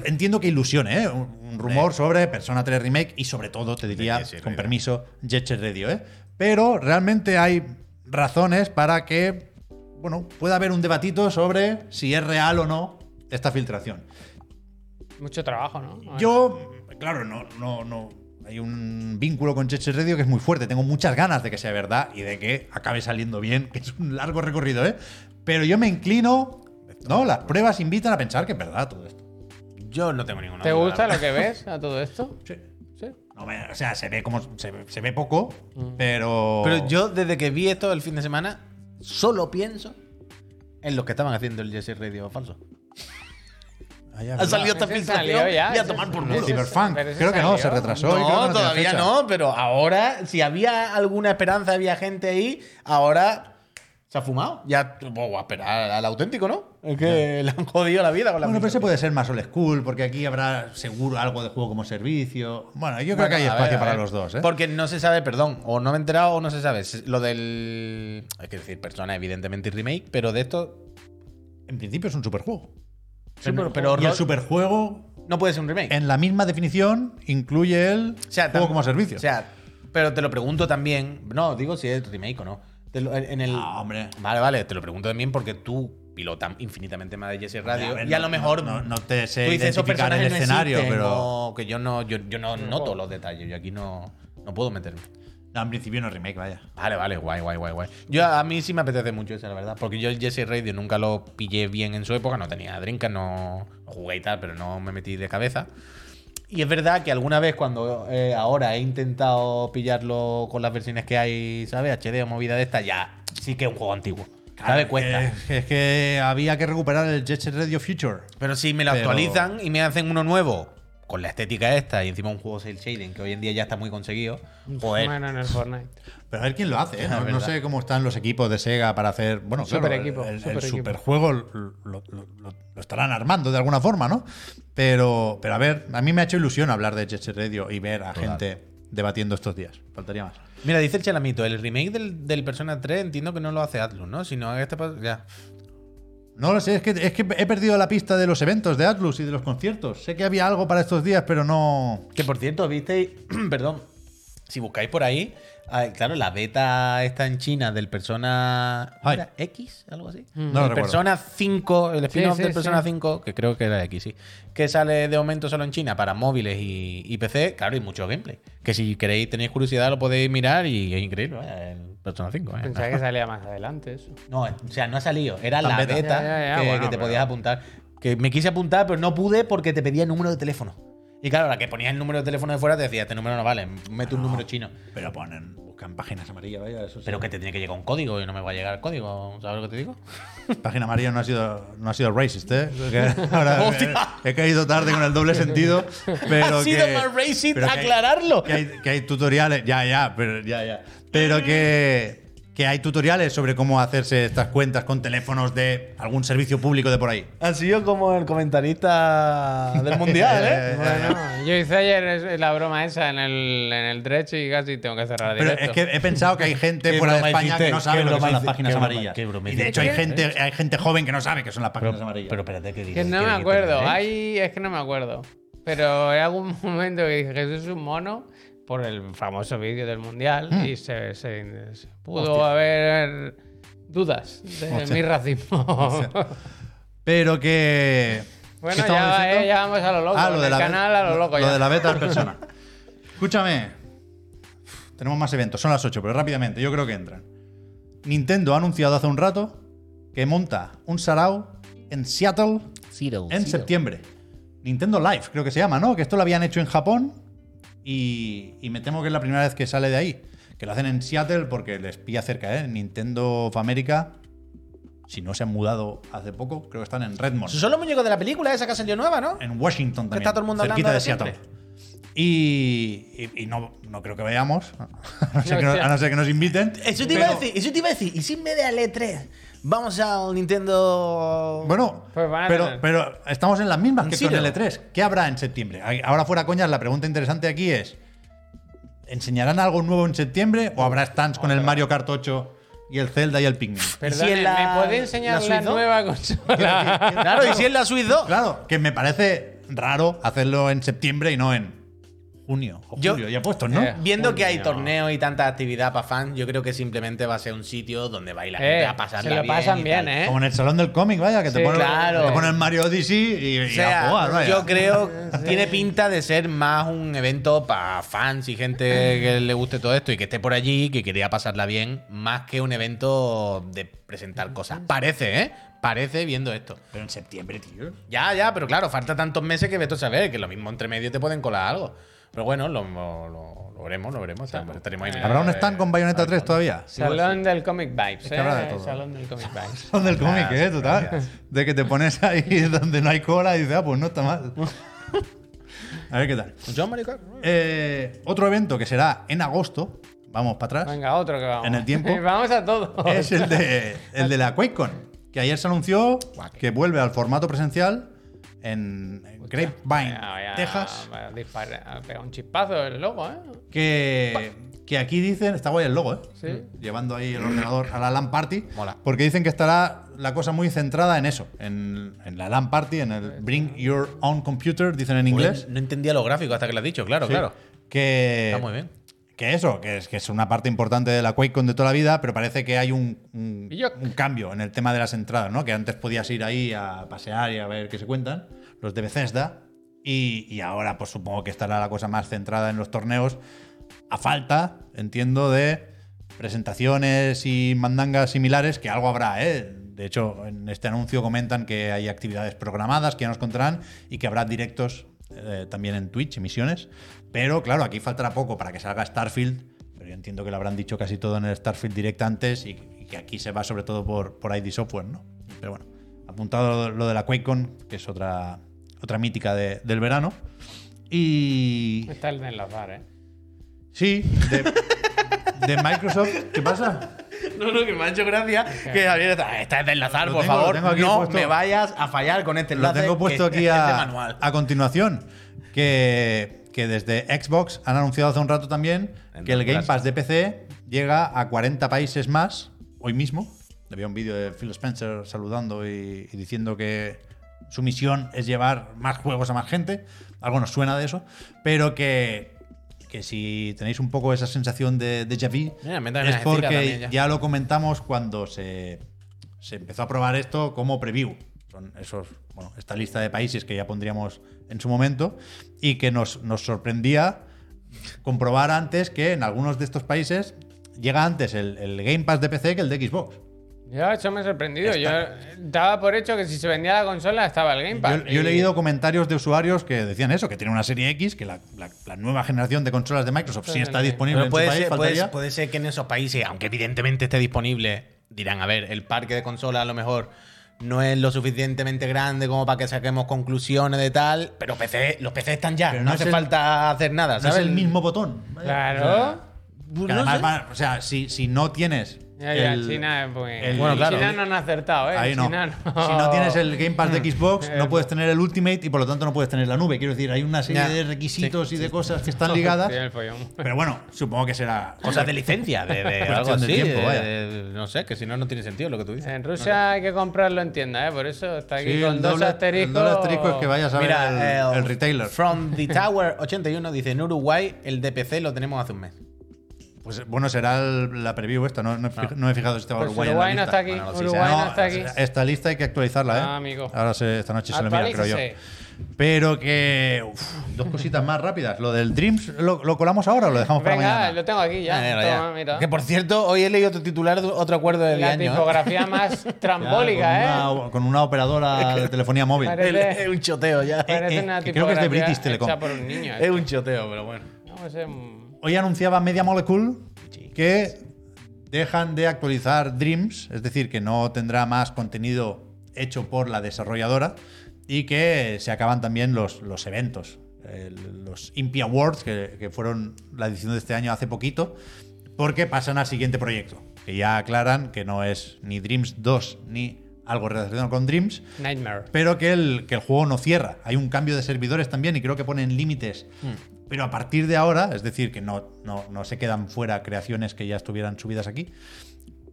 [SPEAKER 1] entiendo que ilusione, ¿eh? Un un rumor sobre Persona 3 Remake y sobre todo, te diría,
[SPEAKER 3] Jet Set
[SPEAKER 1] con
[SPEAKER 3] Radio.
[SPEAKER 1] permiso, Jet Set Radio, ¿eh? Pero realmente hay razones para que, bueno, pueda haber un debatito sobre si es real o no esta filtración.
[SPEAKER 2] Mucho trabajo, ¿no?
[SPEAKER 1] Yo, claro, no, no, no. Hay un vínculo con Cheche Radio que es muy fuerte. Tengo muchas ganas de que sea verdad y de que acabe saliendo bien, que es un largo recorrido, ¿eh? Pero yo me inclino. No, las pruebas invitan a pensar que es verdad todo esto.
[SPEAKER 3] Yo no tengo ninguna.
[SPEAKER 2] ¿Te
[SPEAKER 3] duda,
[SPEAKER 2] gusta
[SPEAKER 3] la
[SPEAKER 2] lo que ves a todo esto?
[SPEAKER 1] Sí.
[SPEAKER 2] Sí.
[SPEAKER 1] No, me- o sea, se ve como. Se, se ve poco,
[SPEAKER 2] Mm.
[SPEAKER 1] pero.
[SPEAKER 3] Pero yo desde que vi esto el fin de semana, solo pienso en los que estaban haciendo el Jesse Radio falso.
[SPEAKER 1] Ah, ya,
[SPEAKER 3] Ha
[SPEAKER 1] ¿verdad?
[SPEAKER 3] salido esta
[SPEAKER 2] Ese
[SPEAKER 3] filtración
[SPEAKER 2] salió ya,
[SPEAKER 3] y a
[SPEAKER 2] ese-
[SPEAKER 3] tomar por
[SPEAKER 2] ese-
[SPEAKER 1] El
[SPEAKER 3] culo.
[SPEAKER 1] Cyberpunk.
[SPEAKER 2] Pero ese
[SPEAKER 1] Creo que no,
[SPEAKER 2] salió.
[SPEAKER 1] se retrasó. y creo que
[SPEAKER 3] No,
[SPEAKER 1] tiene
[SPEAKER 3] todavía
[SPEAKER 1] fecha.
[SPEAKER 3] no, pero ahora, si había alguna esperanza, había gente ahí, ahora se ha fumado. Ya, bueno, a esperar al auténtico, ¿no? Es que le han jodido la vida con la
[SPEAKER 1] Bueno, pero ese
[SPEAKER 3] filtración.
[SPEAKER 1] puede ser más old school, porque aquí habrá seguro algo de juego como servicio. Bueno, yo creo que hay
[SPEAKER 3] Bueno, a
[SPEAKER 1] espacio
[SPEAKER 3] ver, a
[SPEAKER 1] para
[SPEAKER 3] ver.
[SPEAKER 1] los dos, ¿eh?
[SPEAKER 3] Porque no se sabe, perdón, o no me he enterado o no se sabe. Se- Lo del. Hay que decir, persona, evidentemente, y remake, pero de esto.
[SPEAKER 1] En principio es un superjuego.
[SPEAKER 3] Pero, pero
[SPEAKER 1] y el
[SPEAKER 3] Rod-
[SPEAKER 1] superjuego,
[SPEAKER 3] no puede ser un remake.
[SPEAKER 1] en la misma definición, incluye el
[SPEAKER 3] O sea,
[SPEAKER 1] juego
[SPEAKER 3] tam-
[SPEAKER 1] como servicio.
[SPEAKER 3] O sea, pero te lo pregunto también. No, digo si es remake o no. Te lo- en el,
[SPEAKER 1] Ah, hombre.
[SPEAKER 3] Vale, vale, te lo pregunto también porque tú pilota infinitamente más de Jesse Radio.
[SPEAKER 1] A ver,
[SPEAKER 3] y a
[SPEAKER 1] no-
[SPEAKER 3] lo mejor.
[SPEAKER 1] no, no te sé
[SPEAKER 3] tú dices, esos
[SPEAKER 1] identificar el
[SPEAKER 3] personajes no
[SPEAKER 1] escenario,
[SPEAKER 3] existen,
[SPEAKER 1] pero
[SPEAKER 3] o que yo no, yo, yo no noto los detalles. Yo aquí no, no puedo meterme.
[SPEAKER 1] no, en principio no es remake, vaya.
[SPEAKER 3] Vale, vale, guay, guay, guay, guay. Yo a mí sí me apetece mucho ese, la verdad. Porque yo el Jesse Radio nunca lo pillé bien en su época. No tenía drinkas, no jugué y tal, pero no me metí de cabeza. Y es verdad que alguna vez cuando eh, ahora he intentado pillarlo con las versiones que hay, ¿sabes? HD o movida de esta, ya sí que es un juego antiguo. ¿Sabes? Cuesta.
[SPEAKER 1] Es, que- es que había que recuperar el Jet Set Radio Future.
[SPEAKER 3] Pero si me lo
[SPEAKER 1] Pero-
[SPEAKER 3] actualizan y me hacen uno nuevo, con la estética esta y encima un juego cel shading que hoy en día ya está muy conseguido, joder.
[SPEAKER 2] Bueno, en el Fortnite.
[SPEAKER 1] Pero a ver quién lo hace. ¿eh?
[SPEAKER 3] Es
[SPEAKER 1] No, no
[SPEAKER 3] verdad.
[SPEAKER 1] sé cómo están los equipos de Sega para hacer. Bueno, claro,
[SPEAKER 2] Super equipo,
[SPEAKER 1] el- el,
[SPEAKER 2] super equipo.
[SPEAKER 1] superjuego lo, lo- lo- lo estarán armando de alguna forma, ¿no? Pero, pero a ver, a mí me ha hecho ilusión hablar de Jet Set Radio y ver a
[SPEAKER 3] Total.
[SPEAKER 1] gente debatiendo estos días. Faltaría más.
[SPEAKER 3] Mira, dice el Chalamito, el remake del, del Persona 3 entiendo que no lo hace Atlus, ¿no? Sino este pa- ya.
[SPEAKER 1] No lo sé, es que, es que he perdido la pista de los eventos de Atlus y de los conciertos. Sé que había algo para estos días, pero no.
[SPEAKER 3] Que por cierto, visteis, perdón, si buscáis por ahí, ah, claro, la beta está en China del Persona
[SPEAKER 1] Ay.
[SPEAKER 3] ¿era X, algo así.
[SPEAKER 1] No lo
[SPEAKER 3] el
[SPEAKER 1] recuerdo.
[SPEAKER 3] Persona 5, el spin-off
[SPEAKER 2] Mm. sí,
[SPEAKER 3] del Persona
[SPEAKER 2] sí.
[SPEAKER 3] 5, que creo que era X, sí, que sale de momento solo en China para móviles y, y PC, claro, y mucho gameplay. Que si queréis, tenéis curiosidad, lo podéis mirar y es increíble, vaya, el Persona ¿eh? 5. vaya.
[SPEAKER 2] Pensaba que salía más adelante eso.
[SPEAKER 3] No, o sea, no ha salido. Era
[SPEAKER 1] La
[SPEAKER 3] la
[SPEAKER 1] beta.
[SPEAKER 2] Ya,
[SPEAKER 3] beta,
[SPEAKER 2] ya, ya,
[SPEAKER 3] que,
[SPEAKER 2] bueno,
[SPEAKER 3] que te
[SPEAKER 2] pero-
[SPEAKER 3] podías apuntar. Que me quise apuntar, pero no pude porque te pedía el número de teléfono. Y claro, la que ponías el número de teléfono de fuera te decía, este número no vale, mete un número chino.
[SPEAKER 1] Pero ponen, buscan páginas amarillas, vaya, eso sí.
[SPEAKER 3] Pero que te tiene que llegar un código y no me va a llegar el código. ¿Sabes lo que te digo?
[SPEAKER 1] Página amarilla no ha sido, no ha sido racist, ¿eh? Que ahora
[SPEAKER 3] Hostia.
[SPEAKER 1] he, he caído tarde con el doble sentido. Pero
[SPEAKER 3] Ha sido
[SPEAKER 1] que-
[SPEAKER 3] más racist
[SPEAKER 1] pero que hay-
[SPEAKER 3] aclararlo.
[SPEAKER 1] Que hay, que hay tutoriales, ya, ya, pero ya, ya. Pero que, que hay tutoriales sobre cómo hacerse estas cuentas con teléfonos de algún servicio público de por ahí.
[SPEAKER 3] Ha sido como el comentarista del mundial,
[SPEAKER 1] ¿eh?
[SPEAKER 2] Bueno, yo hice ayer es- eh, la broma esa en el, en el Dredge y casi tengo que cerrar
[SPEAKER 1] Pero
[SPEAKER 2] directo.
[SPEAKER 1] es que he pensado que hay gente
[SPEAKER 3] Qué
[SPEAKER 1] fuera de
[SPEAKER 3] broma
[SPEAKER 1] España
[SPEAKER 3] hiciste,
[SPEAKER 1] que no sabe
[SPEAKER 3] qué
[SPEAKER 1] lo que
[SPEAKER 3] broma
[SPEAKER 1] son las
[SPEAKER 3] hici-
[SPEAKER 1] páginas
[SPEAKER 3] qué broma-
[SPEAKER 1] amarillas.
[SPEAKER 3] qué broma
[SPEAKER 1] Y de hecho hay gente, hay gente joven que no sabe que son las páginas amarillas.
[SPEAKER 3] Pero espérate, ¿qué digo?
[SPEAKER 2] Que no me acuerdo, ahí es que no me acuerdo. Pero en algún momento que dije Jesús es un mono por el famoso vídeo del mundial y se, se- se pudo
[SPEAKER 1] Hmm. Hostia.
[SPEAKER 2] haber dudas de
[SPEAKER 1] Hostia.
[SPEAKER 2] mi racismo.
[SPEAKER 1] Pero que. ¿qué
[SPEAKER 2] bueno, ya,
[SPEAKER 1] estábamos
[SPEAKER 2] va,
[SPEAKER 1] diciendo?
[SPEAKER 2] eh, ya vamos a lo loco.
[SPEAKER 1] Ah, lo de
[SPEAKER 2] del
[SPEAKER 1] la be-
[SPEAKER 2] canal a lo loco. ya.
[SPEAKER 1] de la beta en persona. Escúchame. Uf, Tenemos más eventos, son las 8, pero rápidamente, yo creo que entran. Nintendo ha anunciado hace un rato que monta un sarao en Seattle en septiembre. Nintendo Live, creo que se llama, ¿no? Que esto lo habían hecho en Japón y, y me temo que es la primera vez que sale de ahí. Que lo hacen en Seattle porque les pilla cerca, ¿eh? Nintendo of America, si no se han mudado hace poco, creo que están en Redmond
[SPEAKER 3] Son los muñecos de la película esa que salió nueva, ¿no?
[SPEAKER 1] en Washington también.
[SPEAKER 3] está todo el mundo
[SPEAKER 1] cerquita
[SPEAKER 3] hablando
[SPEAKER 1] de
[SPEAKER 3] de
[SPEAKER 1] Seattle.
[SPEAKER 3] siempre.
[SPEAKER 1] Y, y- y no, no creo que vayamos, a no ser que, no- a no ser que nos inviten.
[SPEAKER 3] Eso te iba a
[SPEAKER 1] pero-
[SPEAKER 3] decir, eso te iba a decir. Y si en vez de al E3, vamos al Nintendo.
[SPEAKER 1] Bueno,
[SPEAKER 2] Pues van a
[SPEAKER 1] pero,
[SPEAKER 2] tener.
[SPEAKER 1] pero estamos en las mismas
[SPEAKER 3] ¿En
[SPEAKER 1] que
[SPEAKER 3] serio?
[SPEAKER 1] con el E3. ¿Qué habrá en septiembre? Ahora fuera coñas, la pregunta interesante aquí es: ¿enseñarán algo nuevo en septiembre o habrá stands con el Mario Kart 8 y el Zelda y el Pikmin?
[SPEAKER 2] Perdone,
[SPEAKER 3] si en la-
[SPEAKER 2] ¿me puede enseñar
[SPEAKER 3] la
[SPEAKER 2] la,
[SPEAKER 3] Switch dos?
[SPEAKER 2] nueva consola?
[SPEAKER 3] claro, y si es la Switch 2.
[SPEAKER 1] Claro, que me parece raro hacerlo en septiembre y no en junio o
[SPEAKER 3] Yo-
[SPEAKER 1] julio, ya puestos, ¿no?
[SPEAKER 2] Eh.
[SPEAKER 3] Viendo que hay
[SPEAKER 2] Coño.
[SPEAKER 3] torneos y tanta actividad para fans, yo creo que simplemente va a ser un sitio donde va a ir la gente
[SPEAKER 2] Eh,
[SPEAKER 3] a pasarla
[SPEAKER 2] se lo
[SPEAKER 3] bien
[SPEAKER 2] pasan
[SPEAKER 3] y
[SPEAKER 2] bien,
[SPEAKER 3] tal.
[SPEAKER 2] ¿eh?
[SPEAKER 1] Como en el salón del cómic, vaya, que te,
[SPEAKER 2] Sí,
[SPEAKER 1] ponen,
[SPEAKER 3] claro.
[SPEAKER 1] te ponen Mario Odyssey y, y
[SPEAKER 3] O
[SPEAKER 1] a
[SPEAKER 3] sea,
[SPEAKER 1] jugar, vaya.
[SPEAKER 3] yo creo tiene pinta de ser más un evento para fans y gente que le guste todo esto y que esté por allí, que quería pasarla bien, más que un evento de presentar cosas. Parece, ¿eh? Parece viendo esto.
[SPEAKER 1] Pero en septiembre, tío.
[SPEAKER 3] Ya, ya, pero claro, falta tantos meses que vete a saber, que lo mismo entre medio te pueden colar algo. Pero bueno, lo, lo- lo- lo veremos, lo veremos. o sea, estaremos ahí
[SPEAKER 1] ¿Habrá un
[SPEAKER 3] mirando,
[SPEAKER 1] stand
[SPEAKER 3] eh,
[SPEAKER 1] con Bayonetta
[SPEAKER 3] al
[SPEAKER 1] 3
[SPEAKER 3] fondo.
[SPEAKER 1] todavía?
[SPEAKER 2] Salón del Comic Vibes,
[SPEAKER 1] que habrá de
[SPEAKER 2] ¿eh?
[SPEAKER 1] todo.
[SPEAKER 2] Salón del Comic Vibes.
[SPEAKER 1] Son del cómic,
[SPEAKER 3] Gracias,
[SPEAKER 1] ¿eh? Total.
[SPEAKER 3] gracias.
[SPEAKER 1] De que te pones ahí donde no hay cola y dices, ah, pues no está mal. A ver qué tal.
[SPEAKER 3] John Maricón.
[SPEAKER 1] Eh, otro evento que será en agosto, vamos para atrás,
[SPEAKER 2] Venga, otro que vamos.
[SPEAKER 1] En el tiempo.
[SPEAKER 2] vamos a todo.
[SPEAKER 1] es el de, el de la QuakeCon, que ayer se anunció que vuelve al formato presencial en en Grapevine, Texas.
[SPEAKER 2] Dispara, pega un chispazo el logo, ¿eh?
[SPEAKER 1] Que, que aquí dicen, está guay el logo, ¿eh?
[SPEAKER 2] Sí.
[SPEAKER 1] Llevando ahí el ordenador a la LAN Party.
[SPEAKER 3] Mola.
[SPEAKER 1] Porque dicen que estará la cosa muy centrada en eso, en, en la LAN Party, en el Bring Your Own Computer, dicen en inglés.
[SPEAKER 3] Joder, Pues, No entendía los gráficos hasta que lo has dicho, claro,
[SPEAKER 1] Sí. Eh,
[SPEAKER 3] claro.
[SPEAKER 1] Que,
[SPEAKER 3] Está muy bien.
[SPEAKER 1] que eso, que es, que es una parte importante de la QuakeCon de toda la vida, pero parece que hay un, un,
[SPEAKER 2] Y yo-
[SPEAKER 1] un cambio en el tema de las entradas, ¿no? Que antes podías ir ahí a pasear y a ver qué se cuentan, los de Bethesda, y, y ahora pues supongo que estará la cosa más centrada en los torneos, a falta, entiendo, de presentaciones y mandangas similares, que algo habrá, ¿eh? De hecho, en este anuncio comentan que hay actividades programadas que ya nos contarán y que habrá directos eh, también en Twitch, emisiones. Pero claro, aquí faltará poco para que salga Starfield, pero yo entiendo que lo habrán dicho casi todo en el Starfield Direct antes y, y que aquí se va sobre todo por, por ID Software, ¿no? Pero bueno, apuntado lo de la QuakeCon, que es otra, otra mítica de- del verano. Y...
[SPEAKER 2] Está el de enlazar, ¿eh?
[SPEAKER 1] Sí, de, de Microsoft. ¿Qué pasa?
[SPEAKER 3] No, no, que me ha hecho gracia que Javier está, está es de enlazar,
[SPEAKER 1] Lo
[SPEAKER 3] por
[SPEAKER 1] tengo- lo
[SPEAKER 3] favor.
[SPEAKER 1] tengo aquí
[SPEAKER 3] no
[SPEAKER 1] puesto.
[SPEAKER 3] me vayas a fallar con este
[SPEAKER 1] Lo
[SPEAKER 3] enlace.
[SPEAKER 1] tengo puesto
[SPEAKER 3] que
[SPEAKER 1] aquí
[SPEAKER 3] es de
[SPEAKER 1] a,
[SPEAKER 3] manual.
[SPEAKER 1] a continuación. Que, que desde Xbox han anunciado hace un rato también que el Game Pass de PC llega a 40 países más hoy mismo. Había un vídeo de Phil Spencer saludando y, y diciendo que su misión es llevar más juegos a más gente. Algo nos suena de eso. Pero que, que si tenéis un poco esa sensación de déjà vu,
[SPEAKER 3] Mira, métame
[SPEAKER 1] es
[SPEAKER 3] una gestión
[SPEAKER 1] porque
[SPEAKER 3] también
[SPEAKER 1] ya.
[SPEAKER 3] ya.
[SPEAKER 1] lo comentamos cuando se, se empezó a probar esto como preview. Son esos, bueno, esta lista de países que ya pondríamos en su momento y que nos, nos sorprendía comprobar antes que en algunos de estos países llega antes el, el Game Pass de PC que el de Xbox.
[SPEAKER 2] Yo, eso me ha sorprendido. Yo daba por hecho que si se vendía la consola estaba el Game Pass.
[SPEAKER 1] Yo, yo he
[SPEAKER 2] Y-
[SPEAKER 1] leído comentarios de usuarios que decían eso, que tiene una serie X, que la, la- la nueva generación de consolas de Microsoft sí está
[SPEAKER 2] Totalmente.
[SPEAKER 1] disponible
[SPEAKER 3] Pero
[SPEAKER 1] en
[SPEAKER 3] puede,
[SPEAKER 1] su país,
[SPEAKER 3] ser, puede-
[SPEAKER 1] faltaría.
[SPEAKER 3] puede ser que en esos países, aunque evidentemente esté disponible, dirán, a ver, el parque de consolas a lo mejor no es lo suficientemente grande como para que saquemos conclusiones de tal, pero PC, los PC están ya,
[SPEAKER 1] Pero
[SPEAKER 3] no,
[SPEAKER 1] no es
[SPEAKER 3] hace
[SPEAKER 1] el-
[SPEAKER 3] falta hacer nada,
[SPEAKER 1] No es
[SPEAKER 3] ¿sabes?
[SPEAKER 1] el mismo botón.
[SPEAKER 2] Claro.
[SPEAKER 3] No
[SPEAKER 1] Que además
[SPEAKER 3] sé.
[SPEAKER 1] van- o sea, si, si no tienes.
[SPEAKER 2] Ya, ya,
[SPEAKER 1] el-
[SPEAKER 2] China, pues,
[SPEAKER 1] el-
[SPEAKER 3] Bueno,
[SPEAKER 2] en
[SPEAKER 3] claro.
[SPEAKER 2] China no han acertado, ¿eh?
[SPEAKER 1] Ahí
[SPEAKER 2] En
[SPEAKER 1] no.
[SPEAKER 2] China
[SPEAKER 1] Si no tienes el Game Pass de Xbox, no
[SPEAKER 2] Eh,
[SPEAKER 1] puedes tener el Ultimate y por lo tanto no puedes tener la nube. Quiero decir, hay una serie
[SPEAKER 3] Ya.
[SPEAKER 1] de requisitos y de cosas que están
[SPEAKER 2] Sí,
[SPEAKER 1] ligadas.
[SPEAKER 2] el follón.
[SPEAKER 1] Pero bueno, supongo que será.
[SPEAKER 3] Cosas de licencia, de, de algo
[SPEAKER 1] Cuestión de
[SPEAKER 3] así.
[SPEAKER 1] tiempo,
[SPEAKER 3] de-
[SPEAKER 1] vaya.
[SPEAKER 3] de- no sé, que si no, no tiene sentido lo que tú dices.
[SPEAKER 2] En Rusia hay que comprarlo en tienda, ¿eh? Por eso está aquí
[SPEAKER 1] Sí,
[SPEAKER 2] con
[SPEAKER 1] el
[SPEAKER 2] dos
[SPEAKER 1] doble-
[SPEAKER 2] asteriscos.
[SPEAKER 1] El doble asterisco es que vayas a ver
[SPEAKER 3] Mira, eh,
[SPEAKER 1] el, el retailer.
[SPEAKER 3] From the Tower 81 dice, en Uruguay el DPC lo tenemos hace un mes.
[SPEAKER 1] Pues bueno, será el- la preview esta. No, no he
[SPEAKER 3] Ah.
[SPEAKER 1] fij- no me he fijado si estaba
[SPEAKER 2] Pues
[SPEAKER 1] Uruguay.
[SPEAKER 2] Uruguay,
[SPEAKER 1] en la
[SPEAKER 2] no
[SPEAKER 1] lista.
[SPEAKER 2] está aquí.
[SPEAKER 3] Bueno, no, sí,
[SPEAKER 2] Uruguay no,
[SPEAKER 1] No,
[SPEAKER 2] está aquí.
[SPEAKER 1] Esta lista hay que actualizarla, ¿eh?
[SPEAKER 2] Ah, amigo.
[SPEAKER 1] Ahora se- esta noche se lo mira, creo yo. Pero que. uf, dos cositas más rápidas. Lo del Dreams, ¿lo, lo colamos ahora o lo dejamos para
[SPEAKER 2] Venga,
[SPEAKER 1] mañana?
[SPEAKER 2] lo tengo aquí ya.
[SPEAKER 3] Mira,
[SPEAKER 2] Toma,
[SPEAKER 3] ya.
[SPEAKER 2] mira.
[SPEAKER 3] Que por cierto, hoy he leído otro titular de otro acuerdo de 10
[SPEAKER 2] La
[SPEAKER 3] años. ¿eh?
[SPEAKER 2] tipografía más
[SPEAKER 1] Ya,
[SPEAKER 2] trambólica, ¿eh?
[SPEAKER 1] con una- con una operadora de telefonía móvil.
[SPEAKER 2] Parece-
[SPEAKER 3] El- Es un choteo ya.
[SPEAKER 1] Eh,
[SPEAKER 2] Parece
[SPEAKER 1] eh,
[SPEAKER 2] una
[SPEAKER 1] que creo que es de
[SPEAKER 2] tipografía
[SPEAKER 1] British Telecom.
[SPEAKER 2] hecha por un niño. ¿eh?
[SPEAKER 3] Es un choteo, pero bueno.
[SPEAKER 2] No, es un-
[SPEAKER 1] Hoy anunciaba Media Molecule que dejan de actualizar Dreams, es decir, que no tendrá más contenido hecho por la desarrolladora y que se acaban también los, los eventos, eh, los Impi Awards, que, que fueron la edición de este año hace poquito, porque pasan al siguiente proyecto, que ya aclaran que no es ni Dreams 2 ni algo relacionado con Dreams,
[SPEAKER 2] Nightmare.
[SPEAKER 1] pero que el, que el juego no cierra. Hay un cambio de servidores también y creo que ponen límites.
[SPEAKER 3] Hmm.
[SPEAKER 1] Pero a partir de ahora, es decir, que no, no, no se quedan fuera creaciones que ya estuvieran subidas aquí,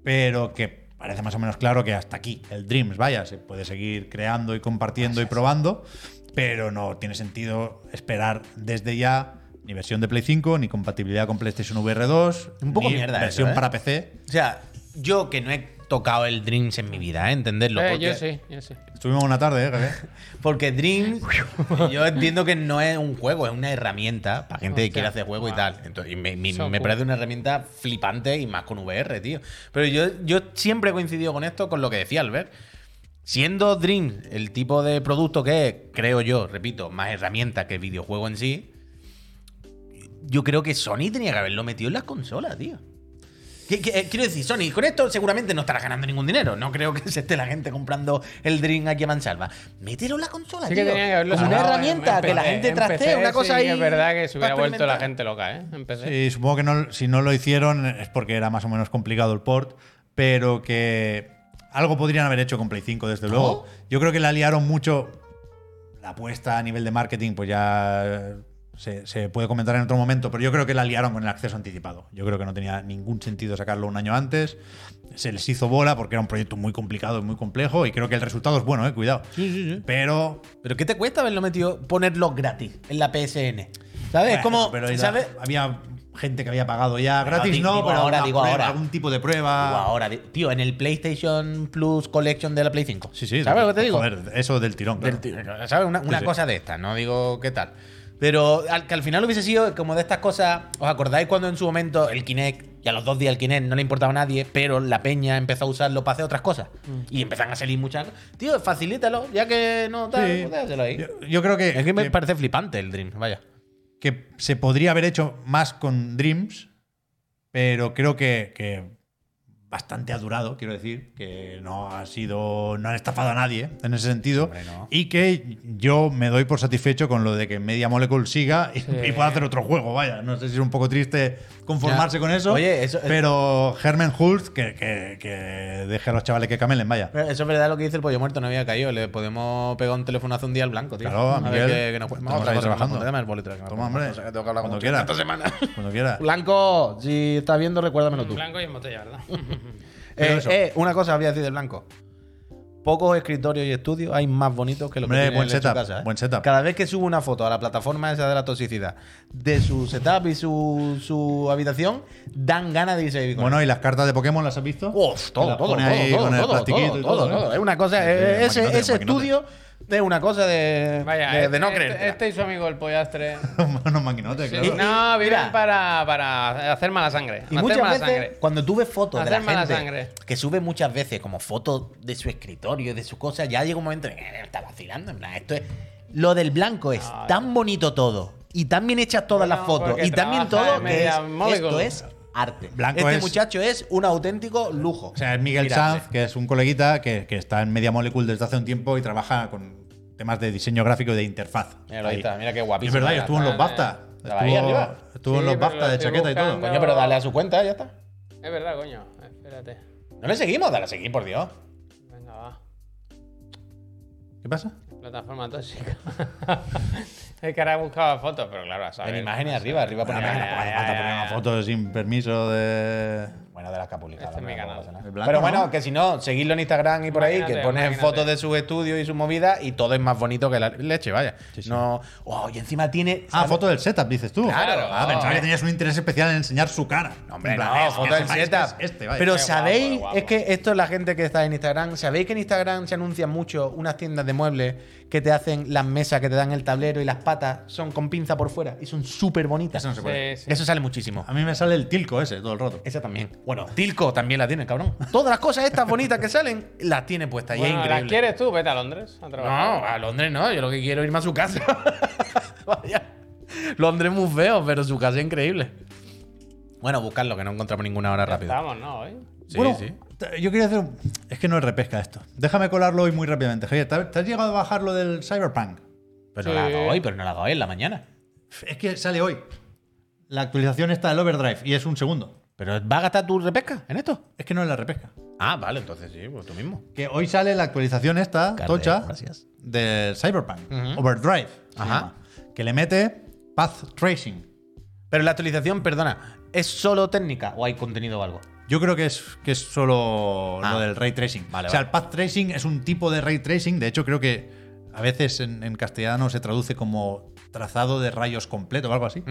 [SPEAKER 1] pero que parece más o menos claro que hasta aquí el Dreams, vaya, se puede seguir creando y compartiendo y probando, pero no tiene sentido esperar desde ya ni versión de Play 5, ni compatibilidad con PlayStation VR 2,
[SPEAKER 3] Un poco
[SPEAKER 1] ni
[SPEAKER 3] mierda eso,
[SPEAKER 1] versión
[SPEAKER 3] ¿eh?
[SPEAKER 1] para PC.
[SPEAKER 3] O sea, yo que no he tocado el Dreams en mi vida, ¿eh? entenderlo.
[SPEAKER 2] Eh,
[SPEAKER 3] porque,
[SPEAKER 2] yo sí, yo sí.
[SPEAKER 1] Estuvimos una tarde, ¿eh? Javier?
[SPEAKER 3] porque Dreams, yo entiendo que no es un juego, es una herramienta para gente que
[SPEAKER 2] Hostia.
[SPEAKER 3] quiere hacer juego y tal. Entonces, y me, me-
[SPEAKER 2] Son
[SPEAKER 3] me
[SPEAKER 2] cool.
[SPEAKER 3] parece una herramienta flipante y más con VR, tío. Pero yo, yo siempre he coincidido con esto, con lo que decía Albert. Siendo Dreams el tipo de producto que es, creo yo, repito, más herramienta que videojuego en sí, yo creo que Sony tenía que haberlo metido en las consolas, tío. Que- que, eh, Quiero decir, Sony, con esto seguramente no estará ganando ningún dinero. No creo que se esté la gente comprando el Dream aquí a mansalva. Mételo en la consola,
[SPEAKER 2] Sí que
[SPEAKER 3] tío.
[SPEAKER 2] tenía que haberlo
[SPEAKER 3] Como una
[SPEAKER 2] sacado en-
[SPEAKER 3] herramienta
[SPEAKER 2] en
[SPEAKER 3] que la
[SPEAKER 2] PC,
[SPEAKER 3] gente
[SPEAKER 2] en
[SPEAKER 3] trastee,
[SPEAKER 2] PC,
[SPEAKER 3] una cosa
[SPEAKER 2] sí,
[SPEAKER 3] ahí.
[SPEAKER 2] que Es verdad que se hubiera
[SPEAKER 3] para
[SPEAKER 2] vuelto la
[SPEAKER 3] experimentar.
[SPEAKER 2] gente loca, ¿eh? En PC.
[SPEAKER 1] Sí, supongo que no, si no lo hicieron es porque era más o menos complicado el port, pero que algo podrían haber hecho con Play 5, desde luego. Yo creo que la liaron mucho la apuesta a nivel de marketing, pues ya se, se puede comentar en otro momento, pero yo creo que la liaron con el acceso anticipado. Yo creo que no tenía ningún sentido sacarlo un año antes. Se les hizo bola porque era un proyecto muy complicado y muy complejo y creo que el resultado es bueno, eh, cuidado. Pero
[SPEAKER 3] Pero ¿qué te cuesta haberlo metido, ponerlo gratis en la PSN? ¿Sabes? Es
[SPEAKER 1] Bueno,
[SPEAKER 3] como,
[SPEAKER 1] pero era-
[SPEAKER 3] ¿sabes?
[SPEAKER 1] había gente que había pagado ya gratis,
[SPEAKER 3] digo-
[SPEAKER 1] no,
[SPEAKER 3] digo
[SPEAKER 1] pero
[SPEAKER 3] ahora,
[SPEAKER 1] alguna
[SPEAKER 3] digo
[SPEAKER 1] prueba,
[SPEAKER 3] ahora.
[SPEAKER 1] algún tipo de
[SPEAKER 3] O
[SPEAKER 1] prueba.
[SPEAKER 3] ahora, di- tío, en el PlayStation Plus Collection de la Play 5.
[SPEAKER 1] Sí, sí.
[SPEAKER 3] ¿Sabes
[SPEAKER 1] de-
[SPEAKER 3] lo que te digo?
[SPEAKER 1] Joder, eso del tirón.
[SPEAKER 3] Del
[SPEAKER 1] claro.
[SPEAKER 3] tío, ¿Sabes? Una, una
[SPEAKER 1] sí.
[SPEAKER 3] cosa de estas, no digo qué tal. Pero al, que al final hubiese sido como de estas cosas. ¿Os acordáis cuando en su momento el Kinect, y a los dos días el Kinect no le importaba a nadie, pero la peña empezó a usarlo para hacer otras cosas?
[SPEAKER 1] Mm.
[SPEAKER 3] Y empezaron a salir muchas. Tío, facilítalo, ya que no tal,
[SPEAKER 1] Sí.
[SPEAKER 3] pues déjaselo ahí.
[SPEAKER 1] Yo, yo creo que,
[SPEAKER 3] Es que me
[SPEAKER 1] que-
[SPEAKER 3] parece flipante el Dream, vaya.
[SPEAKER 1] que se podría haber hecho más con Dreams, pero creo que, que bastante ha durado, quiero decir, que no ha sido. no han estafado a nadie en ese sentido.
[SPEAKER 3] Hombre, no.
[SPEAKER 1] Y que yo me doy por satisfecho con lo de que Media Molecule siga y,
[SPEAKER 2] Sí.
[SPEAKER 1] y pueda hacer otro juego, vaya. No sé si es un poco triste conformarse
[SPEAKER 3] Ya.
[SPEAKER 1] con eso.
[SPEAKER 3] Oye, eso-
[SPEAKER 1] Pero Herman Hulst, que, que- que deje a los chavales que camelen, vaya.
[SPEAKER 3] Pero eso es verdad lo que dice el pollo muerto, no había caído. Le podemos pegar un telefonazo un día al blanco, tío.
[SPEAKER 1] Claro, a Miguel,
[SPEAKER 3] que, que nos
[SPEAKER 1] estamos
[SPEAKER 3] Vamos
[SPEAKER 1] ahí
[SPEAKER 3] a
[SPEAKER 1] trabajando.
[SPEAKER 3] trabajando. Dame el boli, tráeme el
[SPEAKER 1] Toma,
[SPEAKER 3] boli,
[SPEAKER 1] hombre.
[SPEAKER 3] una cosa que tengo que hablar con
[SPEAKER 1] Cuando
[SPEAKER 3] mucho
[SPEAKER 1] quiera.
[SPEAKER 3] esta semana.
[SPEAKER 1] Cuando quiera.
[SPEAKER 3] Blanco, si estás viendo, recuérdamelo tú.
[SPEAKER 2] En blanco y en botella, ¿verdad?
[SPEAKER 1] Pero
[SPEAKER 3] Eh,
[SPEAKER 1] eso.
[SPEAKER 3] eh, una cosa voy a decir de Blanco. Pocos escritorios y estudios hay más bonitos que los
[SPEAKER 1] Hombre,
[SPEAKER 3] que tiene
[SPEAKER 1] buen
[SPEAKER 3] él en su
[SPEAKER 1] setup,
[SPEAKER 3] casa, ¿eh?
[SPEAKER 1] buen setup.
[SPEAKER 3] Cada vez que subo una foto a la plataforma esa de la toxicidad de su setup y su, su habitación, dan ganas de irse a vivir con
[SPEAKER 1] Bueno, ¿y las cartas de Pokémon las has visto?
[SPEAKER 3] Uf, todo,
[SPEAKER 1] Las
[SPEAKER 3] todo, todo,
[SPEAKER 1] pone ahí
[SPEAKER 3] todo,
[SPEAKER 1] con el
[SPEAKER 3] todo,
[SPEAKER 1] plastiquito
[SPEAKER 3] todo,
[SPEAKER 1] y todo,
[SPEAKER 3] todo,
[SPEAKER 1] ¿eh?
[SPEAKER 3] todo. Es una cosa,
[SPEAKER 1] Sí, sí, un
[SPEAKER 3] eh, ese,
[SPEAKER 1] maquinote,
[SPEAKER 3] ese
[SPEAKER 1] un maquinote.
[SPEAKER 3] estudio es una cosa de,
[SPEAKER 2] Vaya,
[SPEAKER 3] de, de
[SPEAKER 2] este-
[SPEAKER 3] no
[SPEAKER 2] este-
[SPEAKER 3] creer.
[SPEAKER 2] Este y su amigo el pollastre.
[SPEAKER 1] Unos maquinotes,
[SPEAKER 2] Sí,
[SPEAKER 1] claro.
[SPEAKER 2] no, viven
[SPEAKER 3] Mira.
[SPEAKER 2] para, para hacer mala sangre. hacer
[SPEAKER 3] Y
[SPEAKER 2] mala
[SPEAKER 3] muchas veces,
[SPEAKER 2] sangre.
[SPEAKER 3] cuando tú ves fotos de la
[SPEAKER 2] Hacer mala
[SPEAKER 3] gente
[SPEAKER 2] sangre.
[SPEAKER 3] que sube muchas veces como fotos de su escritorio, de sus cosas, ya llega un momento en que eh, está vacilando. En plan, esto es... Lo del blanco es
[SPEAKER 2] No,
[SPEAKER 3] tan bonito todo y tan bien hechas todas
[SPEAKER 2] Bueno,
[SPEAKER 3] las fotos
[SPEAKER 2] porque
[SPEAKER 3] y tan bien
[SPEAKER 2] trabaja
[SPEAKER 3] todo
[SPEAKER 2] en
[SPEAKER 3] que es-
[SPEAKER 2] Media Molecule.
[SPEAKER 3] esto es arte.
[SPEAKER 1] Blanco
[SPEAKER 3] este
[SPEAKER 1] es-
[SPEAKER 3] muchacho es un auténtico lujo.
[SPEAKER 1] O sea, es Miguel Sanz, que es un coleguita que, que está en Media Molecule desde hace un tiempo y trabaja con temas de diseño gráfico y de interfaz.
[SPEAKER 3] Mira, ahí
[SPEAKER 1] Ahí.
[SPEAKER 3] está, mira qué
[SPEAKER 1] Y
[SPEAKER 3] guapísimo.
[SPEAKER 1] es verdad,
[SPEAKER 3] era.
[SPEAKER 1] yo estuvo en los
[SPEAKER 2] Ah,
[SPEAKER 1] BAFTA.
[SPEAKER 3] estaba ahí arriba.
[SPEAKER 1] Estuvo, estuvo
[SPEAKER 2] Sí,
[SPEAKER 1] en los
[SPEAKER 2] pero
[SPEAKER 1] BAFTA
[SPEAKER 2] lo
[SPEAKER 1] de
[SPEAKER 2] estoy
[SPEAKER 1] chaqueta y todo.
[SPEAKER 2] buscando.
[SPEAKER 3] Coño, pero dale a su cuenta, ya está.
[SPEAKER 2] Es verdad, coño. Espérate.
[SPEAKER 3] No le seguimos, dale a seguir, por Dios.
[SPEAKER 2] Venga, va.
[SPEAKER 1] ¿Qué pasa?
[SPEAKER 2] Plataforma tóxica. es que ahora buscaba fotos, pero claro, a saber.
[SPEAKER 3] En imágenes arriba, arriba por
[SPEAKER 1] Bueno,
[SPEAKER 3] imágenes.
[SPEAKER 2] ya, ya,
[SPEAKER 1] falta
[SPEAKER 2] ya,
[SPEAKER 1] poner
[SPEAKER 2] ya.
[SPEAKER 1] una foto sin permiso de.
[SPEAKER 3] Bueno, de las que ha publicado.
[SPEAKER 2] Este es mi
[SPEAKER 3] no
[SPEAKER 2] canal.
[SPEAKER 3] pasa nada.
[SPEAKER 1] El blanco,
[SPEAKER 3] Pero bueno,
[SPEAKER 1] ¿no?
[SPEAKER 3] que si no, seguidlo en Instagram y por ahí, que
[SPEAKER 2] Imagínate,
[SPEAKER 3] pones
[SPEAKER 2] imagínate.
[SPEAKER 3] fotos de sus estudios y sus movidas y todo es más bonito que la leche, vaya.
[SPEAKER 1] sí.
[SPEAKER 3] No. Wow, y encima tiene.
[SPEAKER 1] Ah,
[SPEAKER 3] ¿sabes?
[SPEAKER 1] foto del setup, dices tú.
[SPEAKER 3] Claro.
[SPEAKER 1] Ah, pensaba que tenías un interés especial en enseñar su cara.
[SPEAKER 3] No, Hombre,
[SPEAKER 1] En plan,
[SPEAKER 3] no,
[SPEAKER 1] es que
[SPEAKER 3] foto del
[SPEAKER 1] es
[SPEAKER 3] setup.
[SPEAKER 1] Este, vaya.
[SPEAKER 3] Pero
[SPEAKER 2] Qué guapo,
[SPEAKER 3] sabéis,
[SPEAKER 2] qué guapo.
[SPEAKER 3] es que esto es la gente que está en Instagram. ¿Sabéis que en Instagram se anuncian mucho unas tiendas de muebles que te hacen las mesas, que te dan el tablero y las patas son con pinza por fuera y son súper bonitas?
[SPEAKER 1] Eso no se puede.
[SPEAKER 2] Sí, sí.
[SPEAKER 3] Eso sale muchísimo.
[SPEAKER 1] A mí me sale el tilco ese todo el rato.
[SPEAKER 3] Esa también. Bueno, Tilco también la tiene, cabrón. Todas las cosas estas bonitas que salen, las tiene puestas. y es
[SPEAKER 2] Bueno,
[SPEAKER 3] increíble.
[SPEAKER 2] ¿Las quieres tú? Vete a Londres a
[SPEAKER 3] No,
[SPEAKER 2] trabajar.
[SPEAKER 3] a Londres no. Yo lo que quiero es irme a su casa. Vaya. Londres es muy feo, pero su casa es increíble. Bueno, buscarlo, que no encontramos ninguna hora
[SPEAKER 2] Ya
[SPEAKER 3] rápida.
[SPEAKER 2] Estamos, ¿no? Hoy.
[SPEAKER 3] Sí,
[SPEAKER 1] Bueno,
[SPEAKER 3] sí.
[SPEAKER 1] t- Yo quería hacer. un- Es que no es repesca esto. Déjame colarlo hoy muy rápidamente. Javier, ¿te has- te has llegado a bajar lo del Cyberpunk?
[SPEAKER 3] Pero no la
[SPEAKER 2] Sí.
[SPEAKER 3] hago hoy, pero no la hago hoy, en la mañana.
[SPEAKER 1] Es que sale hoy. La actualización está del Overdrive y es un segundo.
[SPEAKER 3] ¿Pero va a gastar tu repesca en esto?
[SPEAKER 1] Es que no es la repesca.
[SPEAKER 3] Ah, vale, entonces sí, pues tú mismo.
[SPEAKER 1] Que hoy sale la actualización esta,
[SPEAKER 3] Carde,
[SPEAKER 1] Tocha,
[SPEAKER 3] gracias.
[SPEAKER 1] del Cyberpunk.
[SPEAKER 3] Ujú.
[SPEAKER 1] Overdrive. se
[SPEAKER 3] Ajá.
[SPEAKER 1] llama, que le mete Path Tracing.
[SPEAKER 3] Pero la actualización, perdona, ¿es solo técnica o hay contenido o algo?
[SPEAKER 1] Yo creo que es, que es solo
[SPEAKER 3] Ah.
[SPEAKER 1] lo del ray tracing.
[SPEAKER 3] Vale,
[SPEAKER 1] o sea,
[SPEAKER 3] vale.
[SPEAKER 1] el path tracing es un tipo de ray tracing. De hecho, creo que a veces en, en castellano se traduce como trazado de rayos completo o algo así.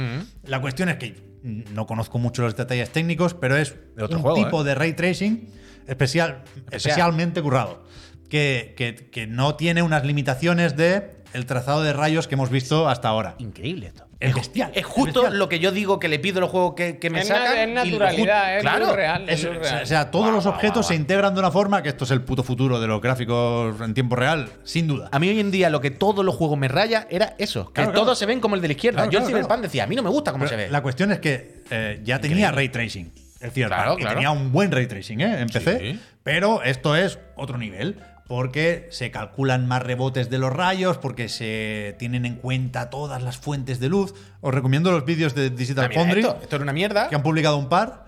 [SPEAKER 1] La cuestión es que no conozco mucho los detalles técnicos, pero es
[SPEAKER 3] De otro
[SPEAKER 1] un
[SPEAKER 3] juego, ¿eh?
[SPEAKER 1] tipo de ray tracing especial, especialmente currado. Que, que- que no tiene unas limitaciones de el trazado de rayos que hemos visto hasta ahora.
[SPEAKER 3] Increíble esto.
[SPEAKER 1] Es bestial.
[SPEAKER 3] Es justo
[SPEAKER 1] bestial.
[SPEAKER 3] lo que yo digo que le pido a los juegos que, que me
[SPEAKER 2] Es na-
[SPEAKER 3] sacan.
[SPEAKER 2] es
[SPEAKER 3] y lo
[SPEAKER 2] naturalidad,
[SPEAKER 3] ju-
[SPEAKER 2] es luz real.
[SPEAKER 1] Es-
[SPEAKER 2] luz
[SPEAKER 1] o sea,
[SPEAKER 2] real.
[SPEAKER 1] o sea, todos
[SPEAKER 3] Guau,
[SPEAKER 1] los
[SPEAKER 3] guau,
[SPEAKER 1] objetos
[SPEAKER 3] guau,
[SPEAKER 1] se
[SPEAKER 3] guau.
[SPEAKER 1] integran de una forma que esto es el puto futuro de los gráficos en tiempo real, sin duda.
[SPEAKER 3] A mí hoy en día lo que todos los juegos me raya era eso, que
[SPEAKER 1] Claro,
[SPEAKER 3] todos
[SPEAKER 1] claro.
[SPEAKER 3] se ven como el de la izquierda.
[SPEAKER 1] Claro,
[SPEAKER 3] yo
[SPEAKER 1] claro,
[SPEAKER 3] el Cyberpunk decía, a mí no me gusta cómo
[SPEAKER 1] Pero
[SPEAKER 3] se ve.
[SPEAKER 1] La cuestión es que eh, ya tenía ray tracing. Es cierto,
[SPEAKER 3] Claro,
[SPEAKER 1] que
[SPEAKER 3] claro.
[SPEAKER 1] tenía un buen ray tracing, ¿eh? Empecé.
[SPEAKER 3] Sí.
[SPEAKER 1] Pero esto es otro nivel, porque se calculan más rebotes de los rayos, porque se tienen en cuenta todas las fuentes de luz. Os recomiendo los vídeos de Digital
[SPEAKER 3] Ah, mira,
[SPEAKER 1] Foundry,
[SPEAKER 3] esto, esto era una mierda.
[SPEAKER 1] que han publicado un par,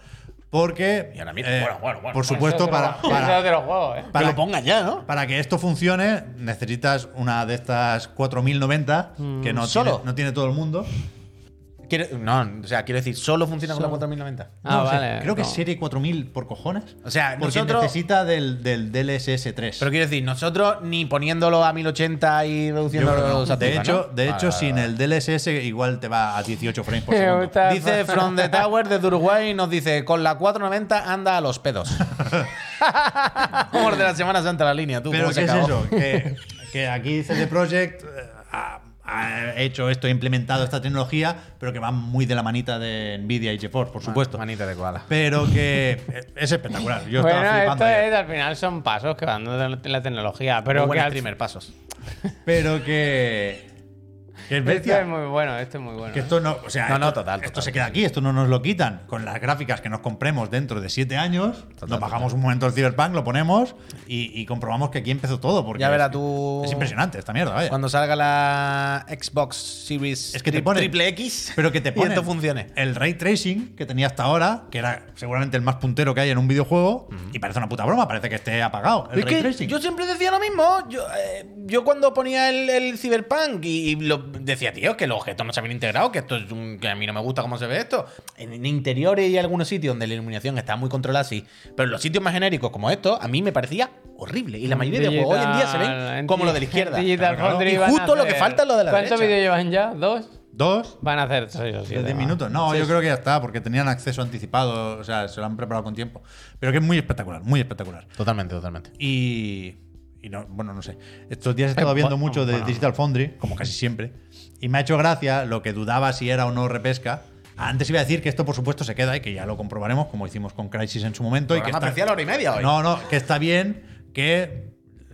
[SPEAKER 1] porque, eh,
[SPEAKER 3] Mira, mira, bueno, bueno, bueno.
[SPEAKER 1] por supuesto,
[SPEAKER 2] Eso
[SPEAKER 1] para,
[SPEAKER 2] es de los-
[SPEAKER 1] para-
[SPEAKER 2] eso es de los juegos, ¿eh?
[SPEAKER 1] para-
[SPEAKER 3] que lo ponga ya, ¿no?
[SPEAKER 1] para que esto funcione, necesitas una de estas 4090, que no,
[SPEAKER 3] Mm. Solo.
[SPEAKER 1] Tiene, no tiene todo el mundo.
[SPEAKER 3] Quiero- no, o sea, quiero decir, solo funciona
[SPEAKER 2] Solo.
[SPEAKER 3] con la 4090.
[SPEAKER 2] Ah,
[SPEAKER 1] No sé,
[SPEAKER 2] vale,
[SPEAKER 1] Creo que
[SPEAKER 2] no.
[SPEAKER 1] es serie 4000 por cojones.
[SPEAKER 3] O sea,
[SPEAKER 1] porque
[SPEAKER 3] nosotros-
[SPEAKER 1] necesita del, del DLSS 3.
[SPEAKER 3] Pero quiero decir, nosotros ni poniéndolo a 1080 y
[SPEAKER 1] Yo
[SPEAKER 3] reduciendo
[SPEAKER 1] creo que no.
[SPEAKER 3] los
[SPEAKER 1] de
[SPEAKER 3] satellites,
[SPEAKER 1] hecho,
[SPEAKER 3] ¿no?
[SPEAKER 1] de
[SPEAKER 3] Vale,
[SPEAKER 1] hecho
[SPEAKER 3] vale,
[SPEAKER 1] sin
[SPEAKER 3] vale.
[SPEAKER 1] el DLSS igual te va a 18 frames por
[SPEAKER 2] Me
[SPEAKER 1] segundo.
[SPEAKER 2] gusta. pues,
[SPEAKER 3] Dice From the Tower desde Uruguay nos dice: Con la 490 anda a los pedos. Humor de la Semana Santa la línea, tú.
[SPEAKER 1] Pero
[SPEAKER 3] ¿cómo
[SPEAKER 1] ¿qué
[SPEAKER 3] se
[SPEAKER 1] es
[SPEAKER 3] acabó?
[SPEAKER 1] eso? Que, que aquí CD Projekt eh, ha, ha hecho esto, ha implementado esta tecnología, pero que va muy de la manita de Nvidia y GeForce, por supuesto.
[SPEAKER 3] Manita de koala.
[SPEAKER 1] Pero que eh, es espectacular. Yo estaba
[SPEAKER 2] Bueno,
[SPEAKER 1] flipando
[SPEAKER 2] esto
[SPEAKER 1] ayer.
[SPEAKER 2] es, al final son pasos que van dando la- la tecnología, pero
[SPEAKER 3] Muy
[SPEAKER 2] que
[SPEAKER 3] buen
[SPEAKER 2] al
[SPEAKER 3] streamer, pasos.
[SPEAKER 1] Pero que. que es
[SPEAKER 2] Esto
[SPEAKER 1] bestia.
[SPEAKER 2] es muy bueno, esto es muy bueno.
[SPEAKER 1] Que esto no, o sea,
[SPEAKER 3] No, no,
[SPEAKER 1] esto,
[SPEAKER 3] total,
[SPEAKER 1] esto
[SPEAKER 3] total.
[SPEAKER 1] se queda aquí, esto no nos lo quitan. Con las gráficas que nos compremos dentro de siete años, nos bajamos un momento el Cyberpunk, lo ponemos y, y comprobamos que aquí empezó todo. Porque
[SPEAKER 3] Ya verás
[SPEAKER 1] es,
[SPEAKER 3] tú-
[SPEAKER 1] Es impresionante esta mierda, vaya.
[SPEAKER 3] Cuando salga la Xbox Series
[SPEAKER 1] Eh. Es que te
[SPEAKER 3] tri-
[SPEAKER 1] ponen-
[SPEAKER 3] triple X,
[SPEAKER 1] Pero que te
[SPEAKER 3] y
[SPEAKER 1] ponen
[SPEAKER 3] esto funcione.
[SPEAKER 1] el ray tracing que tenía hasta ahora, que era seguramente el más puntero que hay en un videojuego, y parece una puta broma, parece que esté apagado el
[SPEAKER 3] Es
[SPEAKER 1] ray
[SPEAKER 3] que
[SPEAKER 1] tracing.
[SPEAKER 3] yo siempre decía lo mismo. Yo, eh, yo cuando ponía el, el Cyberpunk y, y lo, decía, tío, que los objetos no se habían integrado, que esto es un- que a mí no me gusta cómo se ve esto. En, en interiores y algunos sitios donde la iluminación está muy controlada, sí. Pero en los sitios más genéricos como estos, a mí me parecía horrible.
[SPEAKER 1] Mm,
[SPEAKER 3] Y la mayoría de juegos hoy en día se ven
[SPEAKER 2] Digital-
[SPEAKER 3] como lo de la izquierda.
[SPEAKER 2] Digital
[SPEAKER 1] claro.
[SPEAKER 2] Foundry
[SPEAKER 3] Y
[SPEAKER 2] van a
[SPEAKER 3] justo lo que
[SPEAKER 2] hacer-
[SPEAKER 3] falta es lo de la
[SPEAKER 2] ¿Cuántos
[SPEAKER 3] derecha.
[SPEAKER 2] vídeos llevan ya? ¿Dos?
[SPEAKER 1] Dos.
[SPEAKER 2] Van a hacer seis o siete
[SPEAKER 1] De 10
[SPEAKER 2] más.
[SPEAKER 1] minutos. No,
[SPEAKER 2] Sí,
[SPEAKER 1] yo
[SPEAKER 2] sí.
[SPEAKER 1] creo que ya está, porque tenían acceso anticipado, o sea, se lo han preparado con tiempo. Pero que es muy espectacular, muy espectacular.
[SPEAKER 3] Totalmente, totalmente.
[SPEAKER 1] Y, y no, bueno, no sé. Estos días he
[SPEAKER 2] Eh,
[SPEAKER 1] estado viendo mucho de Digital Foundry, como casi siempre, y me ha hecho gracia lo que dudaba si era o no repesca. Antes iba a decir que esto, por supuesto, se queda y que ya lo comprobaremos, como hicimos con Crisis en su momento. Y que
[SPEAKER 3] Programa especial hora y media hoy.
[SPEAKER 1] No, no, que está bien que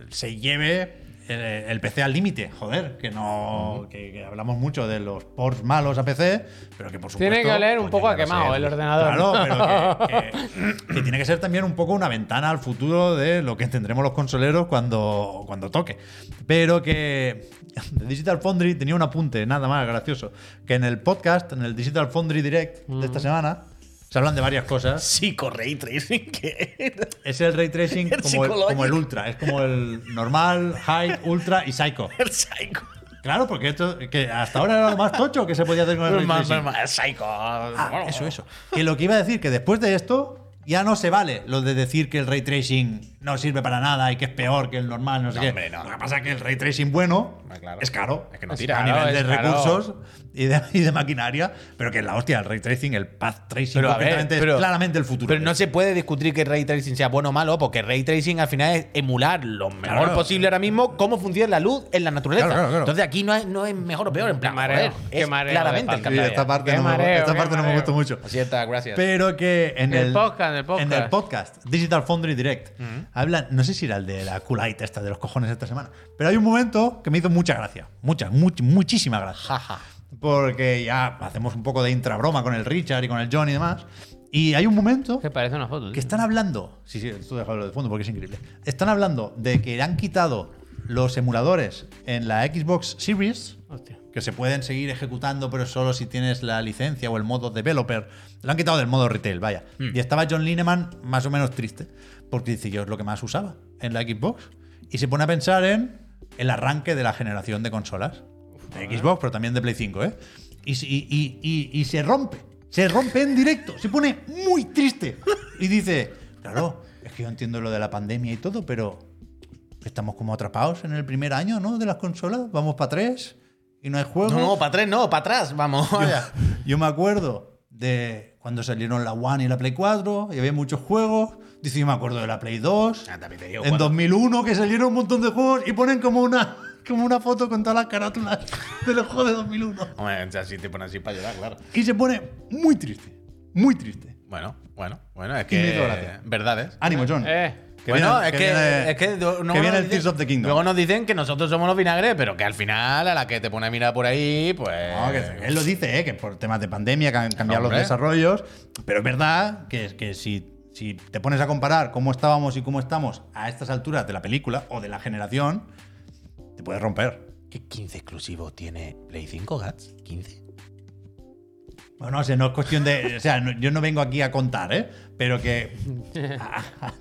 [SPEAKER 1] se lleve eh, el PC al límite, joder, que no. Que, que hablamos mucho de los ports malos a PC, pero que por supuesto. pues
[SPEAKER 2] Tiene que oler un
[SPEAKER 3] coño,
[SPEAKER 2] poco a
[SPEAKER 3] que no
[SPEAKER 2] quemado
[SPEAKER 3] sé.
[SPEAKER 2] el ordenador.
[SPEAKER 1] Claro, pero que, que- que tiene que ser también un poco una ventana al futuro de lo que tendremos los consoleros cuando, cuando toque. Pero que de Digital Foundry tenía un apunte, nada más gracioso, que en el podcast, en el Digital Foundry Direct de
[SPEAKER 2] Mm.
[SPEAKER 1] esta semana, se hablan de varias cosas.
[SPEAKER 3] Psico Ray Tracing, que era.
[SPEAKER 1] Es el ray tracing
[SPEAKER 3] El
[SPEAKER 1] como el,
[SPEAKER 3] psicológico.
[SPEAKER 1] como el ultra, es como el normal, high, ultra y psycho.
[SPEAKER 3] El Psycho.
[SPEAKER 1] Claro, porque esto, que hasta ahora era lo más tocho que se podía hacer con el ray
[SPEAKER 3] Pues Más-
[SPEAKER 1] tracing.
[SPEAKER 3] más- más- Psycho.
[SPEAKER 1] Ah, eso, eso. Que lo que iba a decir, que después de esto, ya no se vale lo de decir que el ray tracing no sirve para nada y que es peor que el normal, no sé
[SPEAKER 3] No,
[SPEAKER 1] qué.
[SPEAKER 3] hombre, no.
[SPEAKER 1] Lo que pasa es que el ray tracing bueno
[SPEAKER 3] Ah, claro.
[SPEAKER 1] es caro.
[SPEAKER 3] Es que no
[SPEAKER 1] Es
[SPEAKER 3] tira.
[SPEAKER 1] A
[SPEAKER 2] Claro,
[SPEAKER 1] nivel de
[SPEAKER 2] es caro.
[SPEAKER 1] recursos y de, y de maquinaria, pero que la hostia, el ray tracing, el path tracing,
[SPEAKER 3] Pero a ver,
[SPEAKER 1] concretamente, es
[SPEAKER 3] pero-
[SPEAKER 1] claramente el futuro.
[SPEAKER 3] Pero no se puede discutir que ray tracing sea bueno o malo, porque ray tracing al final es emular lo mejor
[SPEAKER 1] Claro.
[SPEAKER 3] posible ahora mismo cómo funciona la luz en la naturaleza.
[SPEAKER 1] Claro, claro, claro.
[SPEAKER 3] Entonces aquí no es, no es mejor o peor, en plan,
[SPEAKER 2] Qué mareo,
[SPEAKER 3] joder,
[SPEAKER 2] qué
[SPEAKER 3] es
[SPEAKER 2] mareo
[SPEAKER 3] claramente
[SPEAKER 2] de
[SPEAKER 3] el
[SPEAKER 1] Sí,
[SPEAKER 2] pantalla.
[SPEAKER 3] cambio.
[SPEAKER 1] esta parte,
[SPEAKER 2] Qué
[SPEAKER 1] no, me,
[SPEAKER 2] mareo,
[SPEAKER 1] esta
[SPEAKER 2] qué
[SPEAKER 1] parte no me
[SPEAKER 2] mareo.
[SPEAKER 1] gustó mucho.
[SPEAKER 3] Así está, gracias.
[SPEAKER 1] Pero que en el,
[SPEAKER 2] El podcast, el podcast.
[SPEAKER 1] en el podcast, Digital Foundry Direct, hablan, no sé si era el de la culite esta de los cojones esta semana, pero hay un momento que me hizo mucha gracia, mucha, much- muchísima gracia.
[SPEAKER 3] Jaja.
[SPEAKER 1] Porque ya hacemos un poco de intrabroma con el Richard y con el John y demás. Y hay un momento
[SPEAKER 2] Que parece una foto. ¿eh?
[SPEAKER 1] que
[SPEAKER 2] tío.
[SPEAKER 1] están hablando. Sí, sí, esto dejarlo de fondo porque es increíble. Están hablando de que han quitado los emuladores en la Xbox Series
[SPEAKER 2] Hostia.
[SPEAKER 1] que se pueden seguir ejecutando, pero solo si tienes la licencia o el modo developer. Lo han quitado del modo retail, vaya. Y estaba John Lineman más o menos triste, porque dice yo es lo que más usaba en la Xbox. Y se pone a pensar en el arranque de la generación de consolas. De Xbox, pero también de Play 5, ¿eh? Y, se- y- y- y- y se rompe. Se rompe en directo. Se pone muy triste. Y dice, claro, es que yo entiendo lo de la pandemia y todo, pero estamos como atrapados en el primer año, ¿no? De las consolas. Vamos para tres y no hay juegos.
[SPEAKER 3] No, no, para tres, no, para atrás, vamos. vaya.
[SPEAKER 1] Yo me acuerdo de cuando salieron la One y la Play 4 y había muchos juegos. Dice, yo me acuerdo de la Play 2.
[SPEAKER 3] Ah, también te digo,
[SPEAKER 1] en
[SPEAKER 3] cuando-
[SPEAKER 1] 2001 que salieron un montón de juegos y ponen como una como una foto con todas las carátulas del juego de 2001.
[SPEAKER 3] Hombre, o sea, si te pones así para llorar, claro.
[SPEAKER 1] Y se pone muy triste, muy triste.
[SPEAKER 3] Bueno, bueno, bueno, es
[SPEAKER 1] Y me
[SPEAKER 3] que.
[SPEAKER 1] hizo gracia.
[SPEAKER 3] ¿Verdades?
[SPEAKER 1] Ánimo, John.
[SPEAKER 2] Eh.
[SPEAKER 1] Que
[SPEAKER 3] bueno,
[SPEAKER 1] viene-
[SPEAKER 3] es,
[SPEAKER 1] que
[SPEAKER 3] que,
[SPEAKER 1] viene-
[SPEAKER 3] es que do- no
[SPEAKER 1] que viene
[SPEAKER 3] nos
[SPEAKER 1] el Tears of the Kingdom.
[SPEAKER 3] Luego nos dicen que nosotros somos los vinagres, pero que al final, a la que te pone a mirar por ahí, pues.
[SPEAKER 1] No, que él lo dice, eh, que por temas de pandemia que han cambiado
[SPEAKER 3] Hombre.
[SPEAKER 1] los desarrollos, pero es verdad que, que si, si te pones a comparar cómo estábamos y cómo estamos a estas alturas de la película o de la generación, te puedes romper.
[SPEAKER 3] ¿Qué 15 exclusivos tiene Play 5 Gats? ¿15?
[SPEAKER 1] Bueno, no sé, no es cuestión de. O sea, no- yo no vengo aquí a contar, ¿eh? Pero que.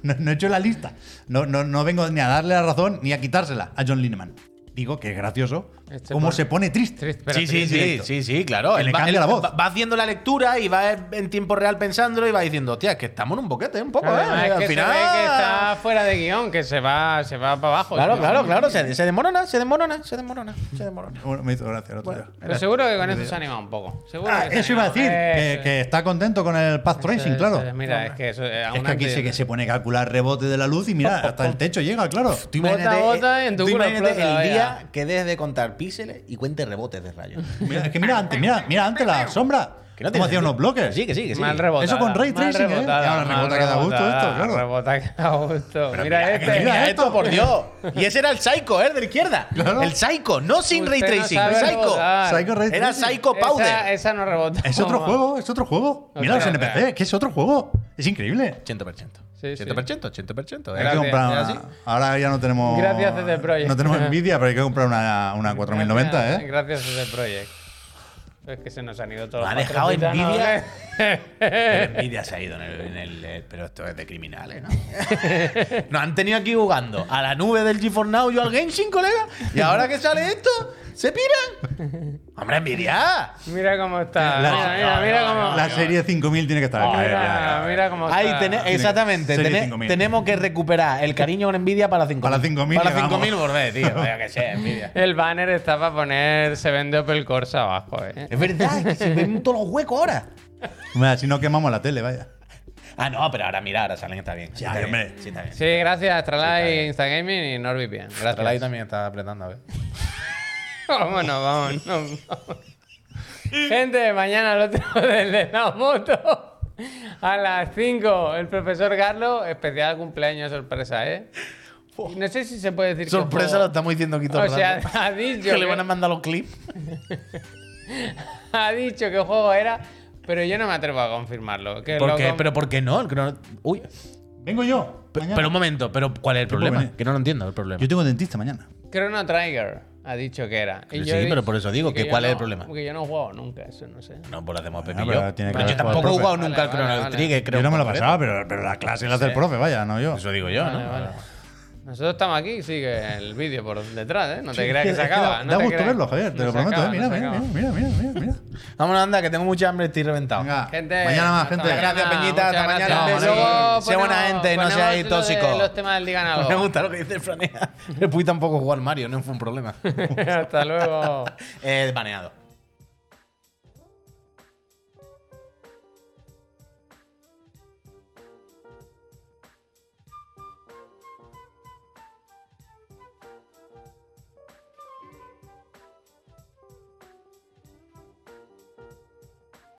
[SPEAKER 1] no, no he hecho la lista. No, no, no vengo ni a darle la razón ni a quitársela a John Lineman. Digo que es gracioso
[SPEAKER 2] Este
[SPEAKER 1] cómo
[SPEAKER 2] pone-
[SPEAKER 1] se pone triste.
[SPEAKER 2] Triste, pero
[SPEAKER 3] sí, sí,
[SPEAKER 2] triste.
[SPEAKER 3] sí,
[SPEAKER 1] directo.
[SPEAKER 3] sí, sí, claro.
[SPEAKER 1] Que le
[SPEAKER 3] Él va,
[SPEAKER 1] cambia
[SPEAKER 3] él
[SPEAKER 1] la voz.
[SPEAKER 3] va- va haciendo la lectura y va en tiempo real pensándolo y va diciendo, hostia, es que estamos en un boquete un poco,
[SPEAKER 2] Además,
[SPEAKER 3] ¿eh?
[SPEAKER 2] es
[SPEAKER 3] Al
[SPEAKER 2] que
[SPEAKER 3] final.
[SPEAKER 2] se ve que está fuera de guión, que se va, se va para abajo.
[SPEAKER 3] Claro,
[SPEAKER 2] ¿no?
[SPEAKER 3] claro, claro. Se, se desmorona, se desmorona, se desmorona, se desmorona.
[SPEAKER 1] Bueno, me hizo gracia el otro día.
[SPEAKER 2] Pero seguro que con eso se anima un poco. Seguro
[SPEAKER 1] Ah,
[SPEAKER 2] que se
[SPEAKER 1] eso iba a decir,
[SPEAKER 2] anima.
[SPEAKER 1] que,
[SPEAKER 2] Eso
[SPEAKER 1] que está contento con el Path
[SPEAKER 2] es.
[SPEAKER 1] Tracing,
[SPEAKER 2] Eso
[SPEAKER 1] claro.
[SPEAKER 2] es. eh, pues, Mira, es que eso. eh,
[SPEAKER 1] Es
[SPEAKER 2] aún
[SPEAKER 1] que aquí
[SPEAKER 2] antes- Oh,
[SPEAKER 1] sí que se pone a calcular rebote de la luz y mira, hasta el techo llega, claro.
[SPEAKER 3] Tú
[SPEAKER 2] Bota,
[SPEAKER 3] imagínate,
[SPEAKER 2] bota y en tu
[SPEAKER 3] tú
[SPEAKER 2] culo
[SPEAKER 3] imagínate
[SPEAKER 2] explota,
[SPEAKER 3] el
[SPEAKER 2] vaya.
[SPEAKER 3] día que dejes de contar píxeles y cuente rebotes de rayos.
[SPEAKER 1] Mira, es que mira antes, mira, mira antes la sombra.
[SPEAKER 3] Que no
[SPEAKER 1] Como
[SPEAKER 3] tiene
[SPEAKER 1] hacía
[SPEAKER 3] sentido.
[SPEAKER 1] unos bloques.
[SPEAKER 3] Sí, que sí, que sí.
[SPEAKER 2] Mal rebotada.
[SPEAKER 1] Eso con ray
[SPEAKER 2] mal
[SPEAKER 1] tracing, ¿eh?
[SPEAKER 2] rebotada,
[SPEAKER 1] Y ahora
[SPEAKER 2] mal
[SPEAKER 1] rebota que da gusto
[SPEAKER 2] rebotada,
[SPEAKER 1] esto, claro.
[SPEAKER 2] Rebota que da gusto. Mira,
[SPEAKER 1] mira,
[SPEAKER 2] este.
[SPEAKER 1] mira,
[SPEAKER 3] Mira esto, por Dios. Y ese era el Psycho, ¿eh? De la izquierda.
[SPEAKER 1] Claro.
[SPEAKER 3] El Psycho, no sin
[SPEAKER 2] este. Usted
[SPEAKER 3] ray
[SPEAKER 2] no
[SPEAKER 3] tracing.
[SPEAKER 2] sabe
[SPEAKER 3] Psycho.
[SPEAKER 2] rebotar.
[SPEAKER 1] Psycho Ray
[SPEAKER 3] Era
[SPEAKER 1] Tracing.
[SPEAKER 3] Psycho Powder.
[SPEAKER 2] Esa, esa no rebota.
[SPEAKER 1] Es otro juego, es otro juego.
[SPEAKER 2] No
[SPEAKER 1] Mira los
[SPEAKER 2] creo,
[SPEAKER 1] NPC,
[SPEAKER 2] creo.
[SPEAKER 1] que es otro juego. Es increíble.
[SPEAKER 3] 100%.
[SPEAKER 2] Sí, sí.
[SPEAKER 3] 100%,
[SPEAKER 1] Hay
[SPEAKER 3] 100%. ¿eh?
[SPEAKER 1] que
[SPEAKER 2] Gracias,
[SPEAKER 1] comprar
[SPEAKER 2] es
[SPEAKER 1] una- Ahora ya no tenemos.
[SPEAKER 2] Gracias, CD Projekt.
[SPEAKER 1] No tenemos envidia, pero hay que comprar una, una 4090, ¿eh?
[SPEAKER 2] Gracias a este proyecto. Es que se nos han ido todos.
[SPEAKER 3] Lo ha
[SPEAKER 2] los
[SPEAKER 3] dejado
[SPEAKER 2] patrocinios,
[SPEAKER 3] envidia.
[SPEAKER 2] ¿eh?
[SPEAKER 3] Pero envidia se ha ido en el, en el- el- Pero esto es de criminales, ¿no? Nos han tenido aquí jugando a la nube del G4 Now, yo al Genshin, colega. Y ahora que sale esto, se piran. ¡Hombre, envidia!
[SPEAKER 2] Mira cómo está.
[SPEAKER 1] La-
[SPEAKER 2] mira, mira, mira cómo.
[SPEAKER 1] La serie 5000 tiene que
[SPEAKER 3] Ah,
[SPEAKER 1] estar.
[SPEAKER 2] mira,
[SPEAKER 1] Ya, ya, ya.
[SPEAKER 2] mira cómo Pues está.
[SPEAKER 3] Ahí tene- exactamente.
[SPEAKER 1] Serie
[SPEAKER 3] tene-
[SPEAKER 1] 5000.
[SPEAKER 3] tenemos que recuperar el cariño con envidia para 5.000.
[SPEAKER 1] Para 5.000
[SPEAKER 3] Para
[SPEAKER 1] que
[SPEAKER 3] 5.000
[SPEAKER 1] vamos.
[SPEAKER 3] volver, tío. Vaya que sea, envidia.
[SPEAKER 2] El banner está para poner se vende Opel Corsa abajo, eh.
[SPEAKER 3] Es verdad, es que se ven todos los huecos ahora.
[SPEAKER 1] Mira, si no quemamos la tele, vaya.
[SPEAKER 3] Ah, no, pero ahora mira, ahora salen, está bien. Sí, está
[SPEAKER 1] ay,
[SPEAKER 3] bien.
[SPEAKER 1] hombre.
[SPEAKER 3] Sí, está bien.
[SPEAKER 2] Sí, gracias,
[SPEAKER 3] Sí, está
[SPEAKER 2] Astralight,
[SPEAKER 3] bien.
[SPEAKER 2] Instagaming y NordVPN. Gracias.
[SPEAKER 3] Pero ahí también está apretando, a ver.
[SPEAKER 2] Vámonos, vámonos, vámonos. Gente, mañana lo tengo desde la moto. A las 5, el profesor Carlos, especial cumpleaños sorpresa, ¿eh? Y No sé si se puede decir. qué
[SPEAKER 3] Sorpresa,
[SPEAKER 2] juego.
[SPEAKER 3] lo estamos diciendo aquí todo
[SPEAKER 2] O
[SPEAKER 3] el
[SPEAKER 2] sea,
[SPEAKER 3] rato.
[SPEAKER 2] ha dicho,
[SPEAKER 3] que le van a
[SPEAKER 2] que,
[SPEAKER 3] mandar los clips.
[SPEAKER 2] ha dicho que juego era, pero yo no me atrevo a confirmarlo. Que
[SPEAKER 3] ¿Por
[SPEAKER 2] lo
[SPEAKER 3] qué?
[SPEAKER 2] con-
[SPEAKER 3] ¿Pero por qué no? Que no- Uy,
[SPEAKER 1] Vengo yo.
[SPEAKER 3] pe-
[SPEAKER 1] mañana.
[SPEAKER 3] pero un momento, pero ¿cuál es el
[SPEAKER 1] puedo
[SPEAKER 3] problema?
[SPEAKER 1] venir.
[SPEAKER 3] Que no lo entiendo el problema.
[SPEAKER 1] Yo tengo dentista mañana.
[SPEAKER 2] Chrono Trigger ha dicho que era.
[SPEAKER 3] Pero
[SPEAKER 2] yo
[SPEAKER 3] sí,
[SPEAKER 2] he
[SPEAKER 3] pero
[SPEAKER 2] dicho
[SPEAKER 3] por eso digo que
[SPEAKER 2] yo
[SPEAKER 3] cuál es el
[SPEAKER 2] no-
[SPEAKER 3] problema.
[SPEAKER 2] Que yo no juego nunca, eso no sé.
[SPEAKER 3] No, pues lo hacemos
[SPEAKER 1] Bueno,
[SPEAKER 3] Pepe
[SPEAKER 1] Ah,
[SPEAKER 3] y
[SPEAKER 1] pero
[SPEAKER 3] yo.
[SPEAKER 1] tiene que ver
[SPEAKER 3] Pero yo
[SPEAKER 1] con el
[SPEAKER 3] tampoco he
[SPEAKER 1] profe.
[SPEAKER 3] jugado nunca al
[SPEAKER 2] Vale,
[SPEAKER 3] Chrono
[SPEAKER 2] vale,
[SPEAKER 3] Trigger, creo.
[SPEAKER 1] Yo no me lo
[SPEAKER 3] por
[SPEAKER 1] pasaba, pero, pero la clase la hace el profe, vaya, no yo.
[SPEAKER 3] eso. Eso digo yo,
[SPEAKER 2] Vale,
[SPEAKER 3] ¿no?
[SPEAKER 2] vale. Nosotros estamos aquí, sigue el vídeo por detrás, ¿eh? No te creas que,
[SPEAKER 1] Es
[SPEAKER 2] se
[SPEAKER 1] da-
[SPEAKER 2] acaba.
[SPEAKER 1] Da,
[SPEAKER 2] no te
[SPEAKER 1] gusto
[SPEAKER 2] creas.
[SPEAKER 1] verlo, Javier, te
[SPEAKER 2] No
[SPEAKER 1] lo
[SPEAKER 2] se
[SPEAKER 1] prometo.
[SPEAKER 2] acaba,
[SPEAKER 1] eh.
[SPEAKER 2] no
[SPEAKER 1] Mira,
[SPEAKER 2] se
[SPEAKER 1] mira,
[SPEAKER 2] acaba.
[SPEAKER 1] mira, mira, mira, mira.
[SPEAKER 3] Vámonos, anda, que tengo mucha hambre, estoy reventado.
[SPEAKER 1] Venga,
[SPEAKER 2] Gente,
[SPEAKER 1] mañana más,
[SPEAKER 2] hasta
[SPEAKER 1] gente.
[SPEAKER 2] mañana,
[SPEAKER 3] Gracias, Peñita, hasta
[SPEAKER 2] muchas
[SPEAKER 3] mañana.
[SPEAKER 2] gracias.
[SPEAKER 1] Besos.
[SPEAKER 2] Luego
[SPEAKER 3] Sé buena
[SPEAKER 2] ponemos-
[SPEAKER 3] gente, no seáis
[SPEAKER 2] ponemos lo de
[SPEAKER 3] tóxicos.
[SPEAKER 2] Los temas del digan
[SPEAKER 3] Me
[SPEAKER 2] algo.
[SPEAKER 3] gusta lo que dice Franea. El Puy tampoco jugó al Mario, no fue un problema.
[SPEAKER 2] hasta luego.
[SPEAKER 3] Eh, baneado.